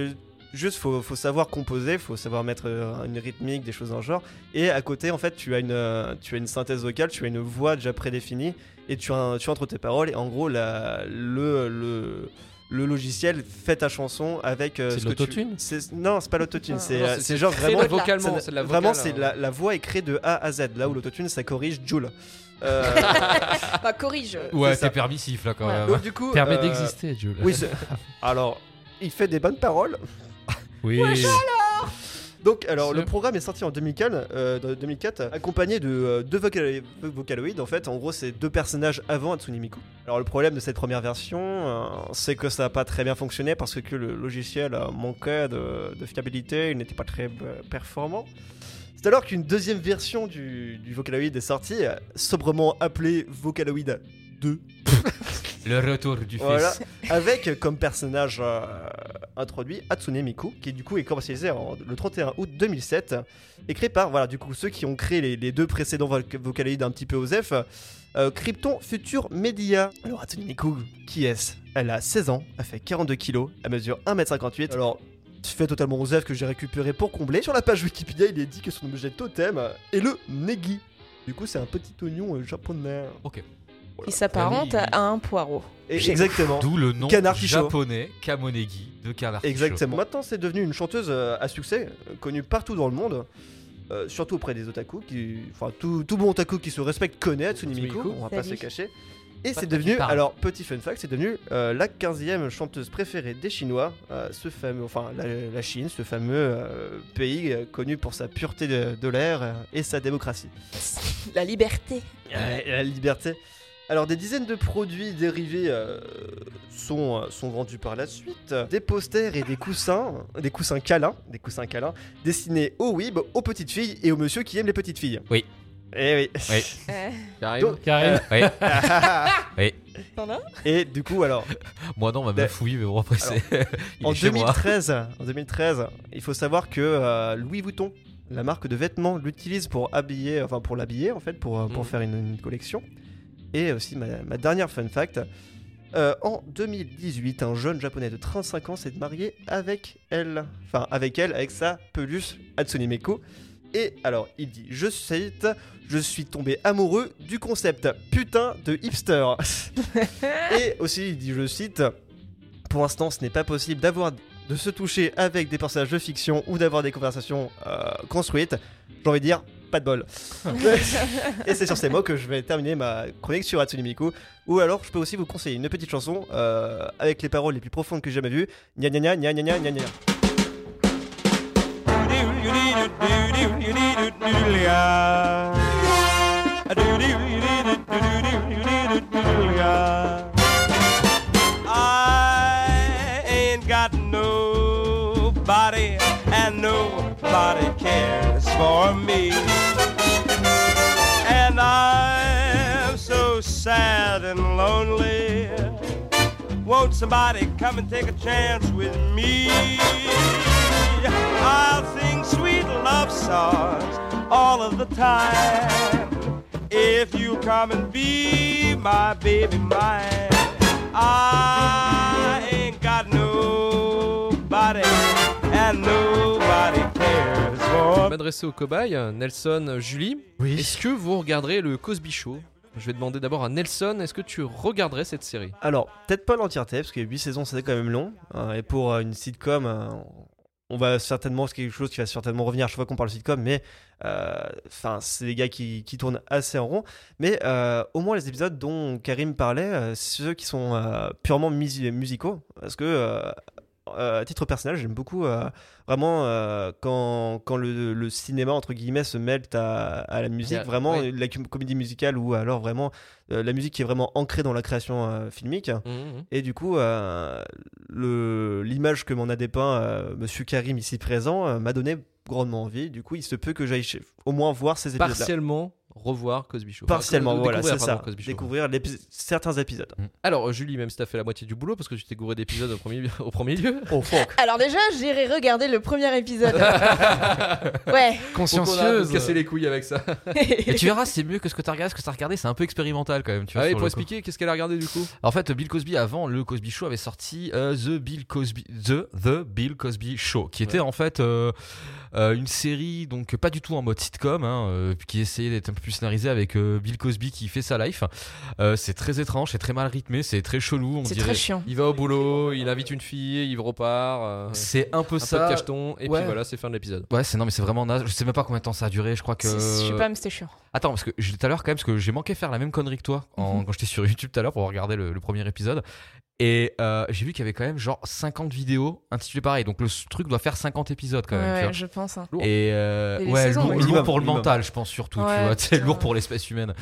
[SPEAKER 4] juste faut, faut savoir composer, faut savoir mettre euh, une rythmique, des choses dans le genre. Et à côté, en fait, tu as une, euh, tu as une synthèse vocale, tu as une voix déjà prédéfinie et tu, as- tu entres tes paroles. Et en gros, la, le, le le logiciel fait ta chanson avec euh,
[SPEAKER 3] C'est de
[SPEAKER 4] ce que tu-
[SPEAKER 3] l'autotune
[SPEAKER 4] c'est- Non, c'est pas l'autotune,
[SPEAKER 2] Ah.
[SPEAKER 4] c'est
[SPEAKER 1] Non,
[SPEAKER 4] euh, c'est genre
[SPEAKER 1] très
[SPEAKER 4] vraiment
[SPEAKER 1] vocalement,
[SPEAKER 4] ça-
[SPEAKER 1] c'est de la
[SPEAKER 4] vraiment,
[SPEAKER 1] vocale,
[SPEAKER 4] c'est
[SPEAKER 1] hein.
[SPEAKER 4] la, la voix est créée de A à Z, là où l'autotune ça corrige Joule. Euh,
[SPEAKER 1] Ah,
[SPEAKER 2] Bah, corrige
[SPEAKER 5] Ouais,
[SPEAKER 4] c'est ça.
[SPEAKER 5] t'es permissif là quand
[SPEAKER 2] Ouais.
[SPEAKER 5] même. hein.
[SPEAKER 4] donc, du coup,
[SPEAKER 3] Permet
[SPEAKER 4] euh,
[SPEAKER 3] d'exister, Jules.
[SPEAKER 4] Oui, c'est- alors il fait des bonnes paroles,
[SPEAKER 3] Oui.
[SPEAKER 4] Donc, alors, le
[SPEAKER 3] Sûr.
[SPEAKER 4] programme est sorti en 2004, euh, dans- 2004, accompagné de euh, deux vocalo- vocaloïdes. En fait, en gros, c'est deux personnages avant Hatsune Miku. Alors, le problème de cette première version, euh, c'est que ça n'a pas très bien fonctionné parce que le logiciel euh, manquait de, de fiabilité, il n'était pas très euh, performant. C'est alors qu'une deuxième version du, du Vocaloid est sortie, euh, sobrement appelée Vocaloid 2
[SPEAKER 5] Le retour du
[SPEAKER 4] voilà.
[SPEAKER 5] fils.
[SPEAKER 4] Avec euh, comme personnage euh, introduit Hatsune Miku, qui du coup est commercialisé en- le 31 août 2007, et créé par voilà, du coup, ceux qui ont créé les, les deux précédents voc- vocaloïdes un petit peu aux F, euh, Krypton Future Media. Alors Hatsune Miku, qui est-ce Elle a 16 ans, elle fait 42 kilos, elle mesure 1m58. Alors, fait totalement aux F que j'ai récupéré pour combler. Sur la page Wikipédia, il est dit que son objet totem est le Negi. Du coup, c'est un petit oignon euh, japonais.
[SPEAKER 2] Il s'apparente à un poireau.
[SPEAKER 4] Et-
[SPEAKER 2] J'ai-
[SPEAKER 4] exactement.
[SPEAKER 5] D'où le nom
[SPEAKER 4] Canard qui chaud.
[SPEAKER 5] japonais Kamonegi de Canard qui chaud.
[SPEAKER 4] Exactement. Maintenant, c'est devenu une chanteuse euh, à succès, euh, connue partout dans le monde, euh, surtout auprès des otaku, qui, enfin tout, tout bon otaku qui se respecte connaît Hatsune
[SPEAKER 1] Hatsune
[SPEAKER 4] Miku,
[SPEAKER 1] Miku.
[SPEAKER 4] on va pas se
[SPEAKER 2] Salut.
[SPEAKER 4] le cacher. Et
[SPEAKER 5] Pas
[SPEAKER 4] c'est
[SPEAKER 5] de quoi tu
[SPEAKER 4] devenu,
[SPEAKER 5] parles.
[SPEAKER 4] alors petit fun fact, c'est devenu euh, la 15e chanteuse préférée des Chinois, euh, ce fameux, enfin la, la Chine, ce fameux euh, pays euh, connu pour sa pureté de, de l'air euh, et sa démocratie.
[SPEAKER 2] La liberté.
[SPEAKER 4] Ouais, la liberté. Alors, des dizaines de produits dérivés euh, sont, euh, sont vendus par la suite. Des posters et des coussins, des coussins câlins, des coussins câlins, destinés aux weeb, aux petites filles et aux monsieur qui aiment les petites filles.
[SPEAKER 5] Oui.
[SPEAKER 4] Eh oui.
[SPEAKER 5] Oui.
[SPEAKER 2] Euh,
[SPEAKER 1] Karim.
[SPEAKER 3] Karim.
[SPEAKER 5] Ouais.
[SPEAKER 2] T'en as
[SPEAKER 4] et du coup, alors,
[SPEAKER 5] Moi non, ma meuf oui, mais bon après
[SPEAKER 4] Ben, Alors,
[SPEAKER 5] c'est. il
[SPEAKER 4] en
[SPEAKER 5] est chez moi.
[SPEAKER 4] 2013, en 2013, il faut savoir que euh, Louis Vuitton, la marque de vêtements, l'utilise pour habiller, enfin pour l'habiller en fait, pour, euh,
[SPEAKER 5] Mm.
[SPEAKER 4] pour
[SPEAKER 1] Mhm.
[SPEAKER 4] faire une, une collection. Et aussi ma, ma dernière fun fact. euh, en 2018, un jeune japonais de 35 ans s'est marié avec elle, enfin avec elle, avec sa peluche Hatsune Miku. Et alors, il dit, je cite, je suis tombé amoureux du concept putain de hipster. Et aussi, il dit, je cite, pour l'instant, ce n'est pas possible d'avoir de se toucher avec des personnages de fiction ou d'avoir des conversations euh, construites, j'ai envie de dire pas de bol. Et c'est sur ces mots que je vais terminer ma chronique sur Hatsune Miku. Ou alors, je peux aussi vous conseiller une petite chanson euh, avec les paroles les plus profondes que j'ai jamais vues. Gna gna gna gna gna gna gna gna.
[SPEAKER 6] I ain't got nobody, and nobody cares for me. And I'm so sad and lonely. Won't somebody come and take a chance with me? I'll sing sweet love songs all of the time. If you come and be my baby mine, I ain't got nobody, and nobody cares for
[SPEAKER 1] Je vais m'adresser aux cobayes, Nelson, euh, Julie. Est-ce que vous regarderez le Cosby Show Je vais demander d'abord à Nelson, est-ce que tu regarderais cette série
[SPEAKER 4] Alors, peut-être pas l'entièreté, parce que 8 saisons, c'est quand même long. hein, et pour euh, une sitcom, euh, on va certainement, c'est quelque chose qui va certainement revenir à chaque fois qu'on parle sitcom, mais euh, enfin, c'est des gars qui, qui tournent assez en rond. Mais euh, au moins, les épisodes dont Karim parlait, euh, c'est ceux qui sont euh, purement musi- musicaux, parce que. euh, euh, à titre personnel, j'aime beaucoup euh, vraiment euh, quand, quand le, le cinéma entre guillemets se mêle à, à la musique,
[SPEAKER 1] Yeah,
[SPEAKER 4] vraiment
[SPEAKER 1] oui.
[SPEAKER 4] la com- comédie musicale ou alors vraiment euh, la musique qui est vraiment ancrée dans la création euh, filmique.
[SPEAKER 5] Mmh,
[SPEAKER 4] Et du coup, euh, le- l'image que m'en a dépeint euh, Monsieur Karim ici présent euh, m'a donné grandement envie. Du coup, il se peut que j'aille chez- au moins voir ces épisodes-là.
[SPEAKER 1] Partiellement revoir Cosby Show. Enfin,
[SPEAKER 4] Partiellement,
[SPEAKER 1] découvrir,
[SPEAKER 4] voilà, c'est
[SPEAKER 1] pardon,
[SPEAKER 4] ça.
[SPEAKER 1] Cosby Show.
[SPEAKER 4] Découvrir l'épis- certains épisodes.
[SPEAKER 1] Alors, euh, Julie, même si t'as fait la moitié du boulot, parce que tu t'es gouré d'épisodes au premier, au premier lieu.
[SPEAKER 4] Oh fuck.
[SPEAKER 2] Alors déjà, j'irai regarder le premier épisode.
[SPEAKER 1] Faut qu'on
[SPEAKER 2] ouais.
[SPEAKER 1] arrête de se
[SPEAKER 3] Consciencieuse.
[SPEAKER 1] casser les couilles avec ça.
[SPEAKER 5] Et tu verras, c'est mieux que ce que t'as regardé. Ce que t'as regardé, c'est un peu expérimental quand même. Tu vois,
[SPEAKER 1] Ah oui,
[SPEAKER 5] sur
[SPEAKER 1] pour
[SPEAKER 5] le coup.
[SPEAKER 1] expliquer, qu'est-ce qu'elle a regardé du coup
[SPEAKER 5] En fait, Bill Cosby, avant le Cosby Show, avait sorti euh, The Bill Cosby, The, The Bill Cosby Show, qui était en fait euh, euh, une série, donc pas du tout en mode sitcom, hein, euh, qui essayait d'être un peu plus scénarisée avec euh, Bill Cosby qui fait sa life. Euh, c'est très étrange, c'est très mal rythmé, c'est très chelou, on
[SPEAKER 2] C'est
[SPEAKER 5] dirait.
[SPEAKER 2] très chiant.
[SPEAKER 1] Il va au boulot, il invite une fille, il repart. euh,
[SPEAKER 5] c'est un peu
[SPEAKER 1] un
[SPEAKER 5] ça.
[SPEAKER 1] peu de cacheton, et
[SPEAKER 5] ouais.
[SPEAKER 1] puis voilà, c'est fin de l'épisode.
[SPEAKER 5] Ouais, c'est non, mais c'est vraiment naze. Je sais même pas combien de temps ça a duré. Je crois que.
[SPEAKER 2] C'est- Je sais pas, mais c'était chiant.
[SPEAKER 5] Attends, parce que j'ai- tout à l'heure, quand même, parce que j'ai manqué faire la même connerie que toi en-
[SPEAKER 2] Mhm.
[SPEAKER 5] quand j'étais sur YouTube tout à l'heure pour regarder le, le premier épisode. Et euh, j'ai vu qu'il y avait quand même genre 50 vidéos intitulées pareil. Donc le s- truc doit faire 50 épisodes quand même.
[SPEAKER 2] ouais,
[SPEAKER 5] tu vois.
[SPEAKER 2] je pense. hein.
[SPEAKER 5] Et, euh,
[SPEAKER 2] Et les
[SPEAKER 5] ouais,
[SPEAKER 2] saisons,
[SPEAKER 5] lourd,
[SPEAKER 2] ouais.
[SPEAKER 5] lourd
[SPEAKER 4] Minimum,
[SPEAKER 5] pour le
[SPEAKER 4] minimum.
[SPEAKER 5] mental, je pense surtout. tu
[SPEAKER 2] Ouais,
[SPEAKER 5] vois, c'est
[SPEAKER 2] putain.
[SPEAKER 5] lourd pour l'espèce humaine.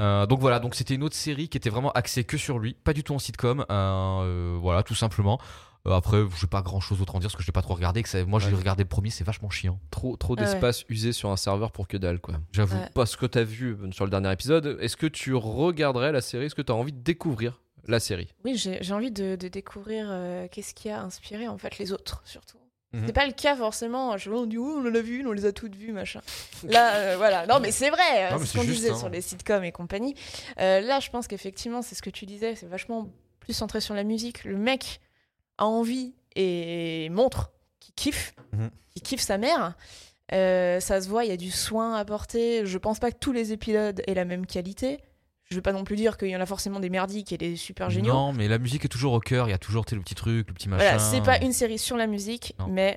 [SPEAKER 5] Euh, donc voilà, donc c'était une autre série qui était vraiment axée que sur lui, pas du tout en sitcom. euh, euh, voilà, tout simplement. Euh, après, j'ai pas grand chose d'autre à en dire parce que je l'ai pas trop regardé. Que ça- moi, j'ai
[SPEAKER 1] Ouais.
[SPEAKER 5] regardé le premier, c'est vachement chiant,
[SPEAKER 1] Trop, trop
[SPEAKER 2] Ah ouais.
[SPEAKER 1] d'espace usé sur un serveur pour que dalle, quoi.
[SPEAKER 5] j'avoue.
[SPEAKER 2] Ouais.
[SPEAKER 1] Parce que t'as vu euh, sur le dernier épisode, est-ce que tu regarderais la série Est-ce que t'as envie de découvrir la série
[SPEAKER 2] Oui, j'ai j'ai envie de, de découvrir euh, qu'est-ce qui a inspiré en fait les autres, surtout.
[SPEAKER 5] Mhm.
[SPEAKER 2] C'est pas le cas forcément. Je on dit oh, on l'a vu, une, on les a toutes vues, machin. Là, euh, voilà. Non, mais c'est vrai.
[SPEAKER 5] Non,
[SPEAKER 2] euh, C'est
[SPEAKER 5] mais c'est
[SPEAKER 2] ce qu'on
[SPEAKER 5] juste,
[SPEAKER 2] disait
[SPEAKER 5] hein.
[SPEAKER 2] sur les sitcoms et compagnie. Euh, là, je pense qu'effectivement, c'est ce que tu disais. C'est vachement plus centré sur la musique. Le mec a envie et montre qu'il kiffe,
[SPEAKER 5] Mhm.
[SPEAKER 2] qu'il kiffe sa mère. Euh, ça se voit, il y a du soin apporté. Je pense pas que tous les épisodes aient la même qualité. Je veux pas non plus dire qu'il y en a forcément des merdiques et des super géniaux.
[SPEAKER 5] Non, mais la musique est toujours au cœur. Il y a toujours tu sais, le petit truc, le petit machin.
[SPEAKER 2] Voilà, c'est pas une série sur la musique,
[SPEAKER 5] Non.
[SPEAKER 2] mais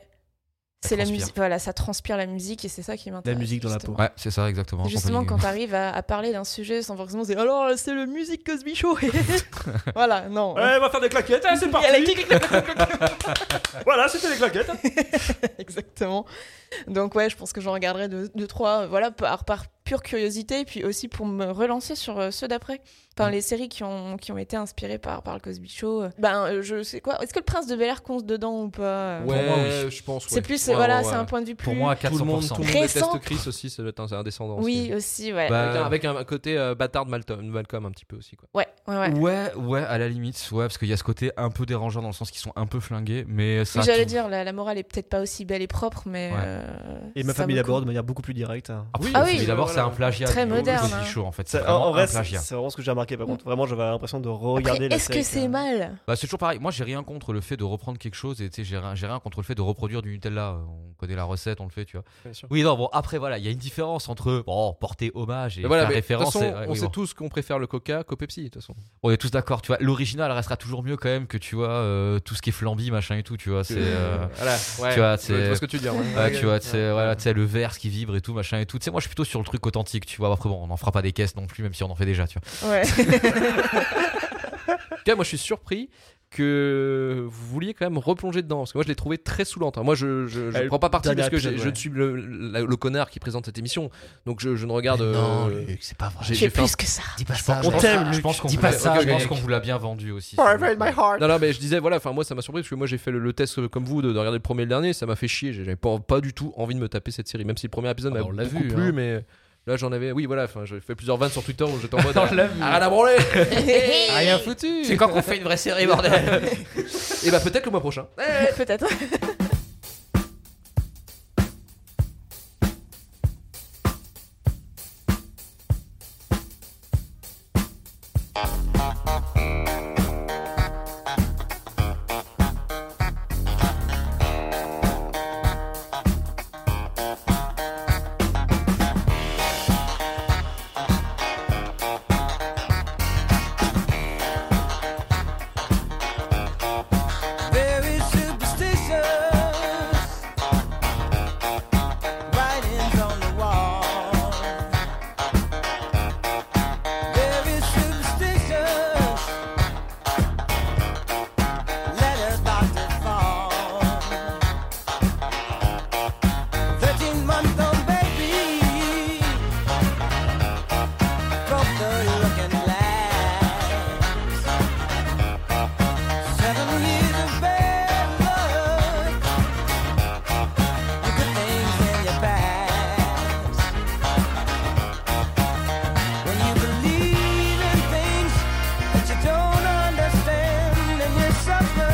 [SPEAKER 5] Ça
[SPEAKER 2] c'est la
[SPEAKER 5] transpire.
[SPEAKER 2] musique. Voilà, ça transpire la musique et c'est ça qui m'intéresse.
[SPEAKER 4] La musique dans la
[SPEAKER 2] justement.
[SPEAKER 4] peau.
[SPEAKER 5] Ouais, c'est ça, exactement.
[SPEAKER 2] Justement,
[SPEAKER 5] Compagnie-
[SPEAKER 2] quand t'arrives à, à parler d'un sujet sans forcément dire alors c'est le musique Cosby Show. voilà, non.
[SPEAKER 6] on va faire des claquettes, hein, c'est
[SPEAKER 2] Il y a la clique, clique, clique, clique, clique.
[SPEAKER 6] Voilà, c'était des claquettes. hein.
[SPEAKER 2] Exactement. Donc ouais, je pense que j'en regarderai deux, deux, trois, euh, voilà, par, par pure curiosité, et puis aussi pour me relancer sur euh, ceux d'après.
[SPEAKER 1] Mm.
[SPEAKER 2] Enfin, les séries qui ont, qui ont été inspirées par, par le Cosby Show. Euh, Ben, euh, je sais quoi. Est-ce que le Prince de Bel-Air compte dedans ou pas
[SPEAKER 1] Pour moi, oui. je pense.
[SPEAKER 2] C'est plus, euh,
[SPEAKER 1] Ouais,
[SPEAKER 2] voilà,
[SPEAKER 1] ouais,
[SPEAKER 2] c'est
[SPEAKER 1] ouais.
[SPEAKER 2] un point de vue plus...
[SPEAKER 5] Pour moi, à 400%.
[SPEAKER 1] Tout le monde, tout le monde
[SPEAKER 2] Récent.
[SPEAKER 1] déteste Chris aussi, c'est c'est un descendant.
[SPEAKER 2] Oui, aussi, ouais.
[SPEAKER 5] Bah,
[SPEAKER 1] Avec, un, avec un côté euh, bâtard de Malcolm, Malcolm un petit peu aussi quoi.
[SPEAKER 2] ouais, ouais, ouais.
[SPEAKER 5] Ouais. ouais, à la limite, ouais, parce qu'il y a ce côté un peu dérangeant dans le sens qu'ils sont un peu flingués, mais ça.
[SPEAKER 2] Oui, J'allais
[SPEAKER 5] tout-
[SPEAKER 2] dire, la, la morale est peut-être pas aussi belle et propre, mais.
[SPEAKER 5] Ouais.
[SPEAKER 2] euh,
[SPEAKER 4] Et ma
[SPEAKER 2] ça
[SPEAKER 4] famille
[SPEAKER 2] me
[SPEAKER 4] d'abord
[SPEAKER 2] coûte.
[SPEAKER 4] de manière beaucoup plus directe. hein.
[SPEAKER 5] Ah, pff,
[SPEAKER 2] Ah
[SPEAKER 5] mais
[SPEAKER 2] oui,
[SPEAKER 5] d'abord, c'est un plagiat.
[SPEAKER 2] Très
[SPEAKER 5] du
[SPEAKER 2] moderne,
[SPEAKER 5] Cosby
[SPEAKER 2] hein.
[SPEAKER 5] Show, en fait. C'est
[SPEAKER 4] Ça- en,
[SPEAKER 5] vraiment
[SPEAKER 4] en
[SPEAKER 5] un
[SPEAKER 4] vrai, c'est
[SPEAKER 5] plagiat.
[SPEAKER 4] c'est vraiment ce que j'ai remarqué par contre. Vraiment, j'avais l'impression de
[SPEAKER 2] Après,
[SPEAKER 4] regarder la
[SPEAKER 2] est-ce que
[SPEAKER 4] série,
[SPEAKER 2] c'est
[SPEAKER 4] hein. quoi.
[SPEAKER 2] mal
[SPEAKER 5] Bah, c'est toujours pareil. Moi, j'ai rien contre le fait de reprendre quelque chose et tu sais, j'ai rien, j'ai rien contre le fait de reproduire du Nutella. Euh, On connaît la recette, on le fait, tu vois.
[SPEAKER 4] Bien sûr.
[SPEAKER 5] Oui, non, bon, après, voilà, il y a une différence entre bon, porter hommage et
[SPEAKER 1] Mais voilà,
[SPEAKER 5] faire
[SPEAKER 1] mais de toute
[SPEAKER 5] référence.
[SPEAKER 1] façon,
[SPEAKER 5] et- ouais,
[SPEAKER 1] on
[SPEAKER 5] oui,
[SPEAKER 1] sait
[SPEAKER 5] bon.
[SPEAKER 1] tous qu'on préfère le Coca qu'au Pepsi, de toute façon.
[SPEAKER 5] On est tous d'accord, tu vois. L'original restera toujours mieux quand même que, tu vois, euh, tout ce qui est flambi, machin et tout, tu vois. C'est. euh,
[SPEAKER 1] Voilà, ouais.
[SPEAKER 5] tu vois,
[SPEAKER 1] je- je
[SPEAKER 5] c'est-
[SPEAKER 1] vois ce que tu dis. Euh, ouais.
[SPEAKER 5] Ouais, tu vois, tu sais, voilà, tu sais, le verre qui vibre et tout, machin et tout. Tu sais, moi, je suis plutôt sur le truc authentique, tu vois. Après, bon, on n'en fera pas des caisses non plus, même si on en fait déjà, tu vois.
[SPEAKER 2] Ouais.
[SPEAKER 1] En tout cas, moi, je suis surpris que vous vouliez quand même replonger dedans parce que moi je l'ai trouvé très saoulante hein. moi je je, je
[SPEAKER 4] Euh,
[SPEAKER 1] prends pas parti
[SPEAKER 4] dernier
[SPEAKER 1] parce que
[SPEAKER 4] épisode,
[SPEAKER 1] j'ai- je
[SPEAKER 4] ouais.
[SPEAKER 1] ne suis le, la- le connard qui présente cette émission donc je, je ne regarde
[SPEAKER 7] non,
[SPEAKER 1] euh,
[SPEAKER 7] Luc, c'est pas vrai.
[SPEAKER 1] j'ai-
[SPEAKER 2] J'ai
[SPEAKER 1] j'ai fait un-
[SPEAKER 2] plus que ça.
[SPEAKER 7] Dis pas ça.
[SPEAKER 5] Je pense-
[SPEAKER 4] t'aime,
[SPEAKER 5] Je pense qu'on
[SPEAKER 7] Dis
[SPEAKER 5] vous
[SPEAKER 7] pas
[SPEAKER 5] l'a-
[SPEAKER 7] ça,
[SPEAKER 5] je pense
[SPEAKER 7] Greg.
[SPEAKER 5] qu'on vous l'a bien vendu
[SPEAKER 1] Oh,
[SPEAKER 5] aussi.
[SPEAKER 1] Non, non, mais je disais, voilà, enfin, moi, ça m'a surpris parce que moi, j'ai fait le, le test euh, comme vous de, de regarder le premier et le dernier. Ça m'a fait chier. J'avais pas, pas du tout envie de me taper cette série, même si le premier épisode
[SPEAKER 3] Ah
[SPEAKER 1] m'a
[SPEAKER 3] bah, on l'a
[SPEAKER 1] beaucoup
[SPEAKER 3] vu,
[SPEAKER 1] plu,
[SPEAKER 3] hein.
[SPEAKER 1] mais là, j'en avais. Oui, voilà, enfin, j'ai fait plusieurs vannes sur Twitter où j'étais en mode.
[SPEAKER 3] On l'a vu.
[SPEAKER 1] Ah, la branlée
[SPEAKER 3] Rien foutu.
[SPEAKER 5] C'est quand qu'on fait une vraie série, bordel
[SPEAKER 1] Et bah, peut-être le mois prochain.
[SPEAKER 2] Ouais, Peut-être.
[SPEAKER 6] very superstitious. Writings on the wall. Very superstitious. Letters about to fall. Thirteen month old baby. Broke the looking glass. Seven years of bad luck. You put things in your past. When you believe in things that you don't understand, and you suffer.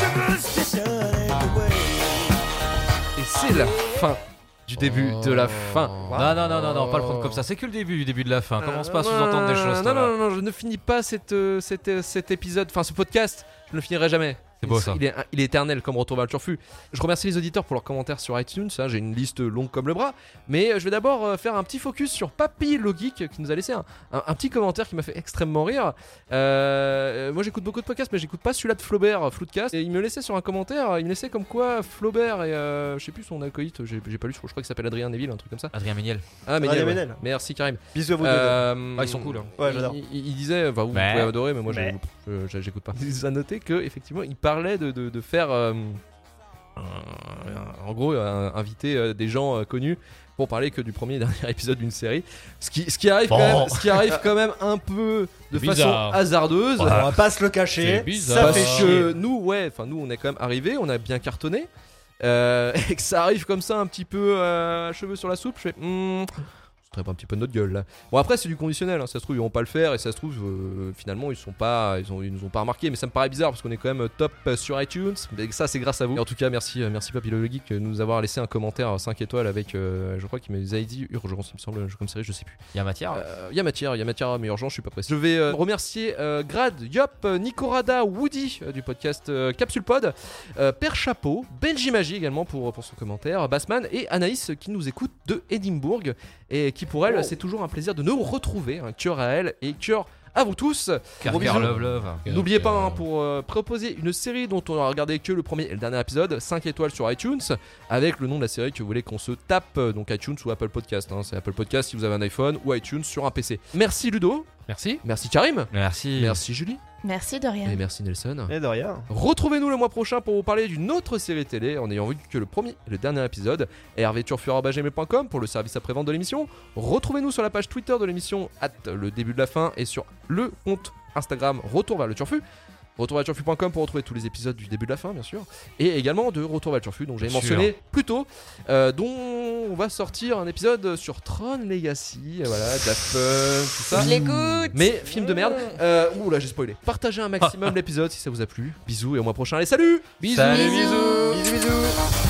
[SPEAKER 6] Superstition is the way.
[SPEAKER 1] Et c'est la fin du début de la fin.
[SPEAKER 5] Non, non, non, non, non, pas le prendre comme ça. C'est que le début du début de la fin. Commence pas à sous-entendre des choses.
[SPEAKER 1] Oh. Euh, Non,
[SPEAKER 5] toi, là.
[SPEAKER 1] non, non, non, je ne finis pas cette, euh, cette, euh, cet épisode, enfin ce podcast, je ne le finirai jamais.
[SPEAKER 5] C'est beau,
[SPEAKER 1] Il-
[SPEAKER 5] ça.
[SPEAKER 1] Il est, il est éternel comme Retour vers le Turfu. Je remercie les auditeurs pour leurs commentaires sur iTunes, hein, j'ai une liste longue comme le bras. Mais euh, je vais d'abord euh, faire un petit focus sur Papy le Geek qui nous a laissé un, un- un petit commentaire qui m'a fait extrêmement rire. Euh, euh, moi j'écoute beaucoup de podcasts, mais j'écoute pas celui-là de Flaubert, euh, Floodcast. Et il me laissait sur un commentaire, il me laissait comme quoi Flaubert et euh, je sais plus son acolyte, j'ai j'ai pas lu, je crois qu'il s'appelle Adrien Neville, un truc comme ça.
[SPEAKER 5] Adrien Méniel.
[SPEAKER 1] Ah, mais
[SPEAKER 4] Adrien Ménel.
[SPEAKER 1] Merci Karim.
[SPEAKER 4] Bisous à vous deux.
[SPEAKER 1] Euh,
[SPEAKER 5] Ah, ils sont cool. hein.
[SPEAKER 4] Ouais, j'adore.
[SPEAKER 1] il, il- il disait, enfin, vous, vous
[SPEAKER 5] Mais-
[SPEAKER 1] pouvez adorer, mais moi, je-
[SPEAKER 4] mais-
[SPEAKER 1] je- je- j'écoute pas. Il nous a noté que effectivement, il parlait de, de- de faire, euh, un- en gros, un- inviter euh, des gens euh, connus pour parler que du premier et dernier épisode d'une série, ce qui, ce qui arrive
[SPEAKER 5] Bon.
[SPEAKER 1] quand même, ce qui arrive quand même un peu de
[SPEAKER 3] C'est
[SPEAKER 1] façon
[SPEAKER 3] bizarre.
[SPEAKER 1] hasardeuse.
[SPEAKER 4] On va pas se le
[SPEAKER 3] C'est
[SPEAKER 4] cacher.
[SPEAKER 3] bizarre.
[SPEAKER 4] Ça fait
[SPEAKER 1] Parce que
[SPEAKER 4] chier.
[SPEAKER 1] nous, ouais, enfin nous, on est quand même arrivé, on a bien cartonné, euh, et que ça arrive comme ça un petit peu euh, à cheveux sur la soupe. Je fais, hmm, ce serait pas un petit peu de notre gueule là. Bon après c'est du conditionnel, hein, ça se trouve ils vont pas le faire et ça se trouve euh, finalement ils sont pas, ils, ont, ils nous ont pas remarqué, mais ça me paraît bizarre parce qu'on est quand même top euh, sur iTunes. Mais ça c'est grâce à vous. Et en tout cas merci, euh, merci Papy le Geek de nous avoir laissé un commentaire 5 étoiles avec, euh, je crois qu'il m'avait dit urgence, il me semble, comme série, je sais plus.
[SPEAKER 5] Il y a matière.
[SPEAKER 1] Il Euh, y a matière, il y a matière, mais urgent, je suis pas pressé. Je vais euh, remercier euh, Grad, Yop, euh, Nicorada, Woody euh, du podcast euh, Capsule Pod, euh, Père Chapeau, Benji Magie également pour, pour son commentaire, Bassman et Anaïs euh, qui nous écoute de Édimbourg et qui pour elle, c'est toujours un plaisir de nous retrouver. Un cœur à elle et cœur à vous tous.
[SPEAKER 5] Car
[SPEAKER 1] gros
[SPEAKER 5] car
[SPEAKER 1] bisous.
[SPEAKER 5] love, love.
[SPEAKER 1] N'oubliez pas hein, pour euh, proposer une série dont on a regardé que le premier et le dernier épisode, 5 étoiles sur iTunes, avec le nom de la série que vous voulez qu'on se tape, euh, donc iTunes ou Apple Podcast. hein. C'est Apple Podcast si vous avez un iPhone ou iTunes sur un PC. Merci Ludo,
[SPEAKER 3] Merci.
[SPEAKER 1] merci Karim,
[SPEAKER 5] Merci.
[SPEAKER 1] merci Julie
[SPEAKER 2] Merci de rien.
[SPEAKER 1] et merci Nelson.
[SPEAKER 4] Et de rien.
[SPEAKER 1] Retrouvez-nous le mois prochain pour vous parler d'une autre série télé en ayant vu que le premier et le dernier épisode. hervéturfur.gmail.com pour le service après-vente de l'émission. Retrouvez-nous sur la page Twitter de l'émission, at le début de la fin, et sur le compte Instagram Retour vers le Turfu. Retour vers le turfu.com pour retrouver tous les épisodes du début de la fin, bien sûr. Et également de Retour vers le Turfu, dont j'ai
[SPEAKER 5] Bien
[SPEAKER 1] mentionné plus tôt, euh, dont on va sortir un épisode sur Tron Legacy, euh, voilà, Daft Punk, tout ça.
[SPEAKER 2] Je l'écoute.
[SPEAKER 1] Mais film de merde. Euh, ouh là, j'ai spoilé. Partagez un maximum l'épisode si ça vous a plu. Bisous et au mois prochain. Allez, salut
[SPEAKER 5] Salut,
[SPEAKER 2] Bisous.
[SPEAKER 4] Bisous, bisous.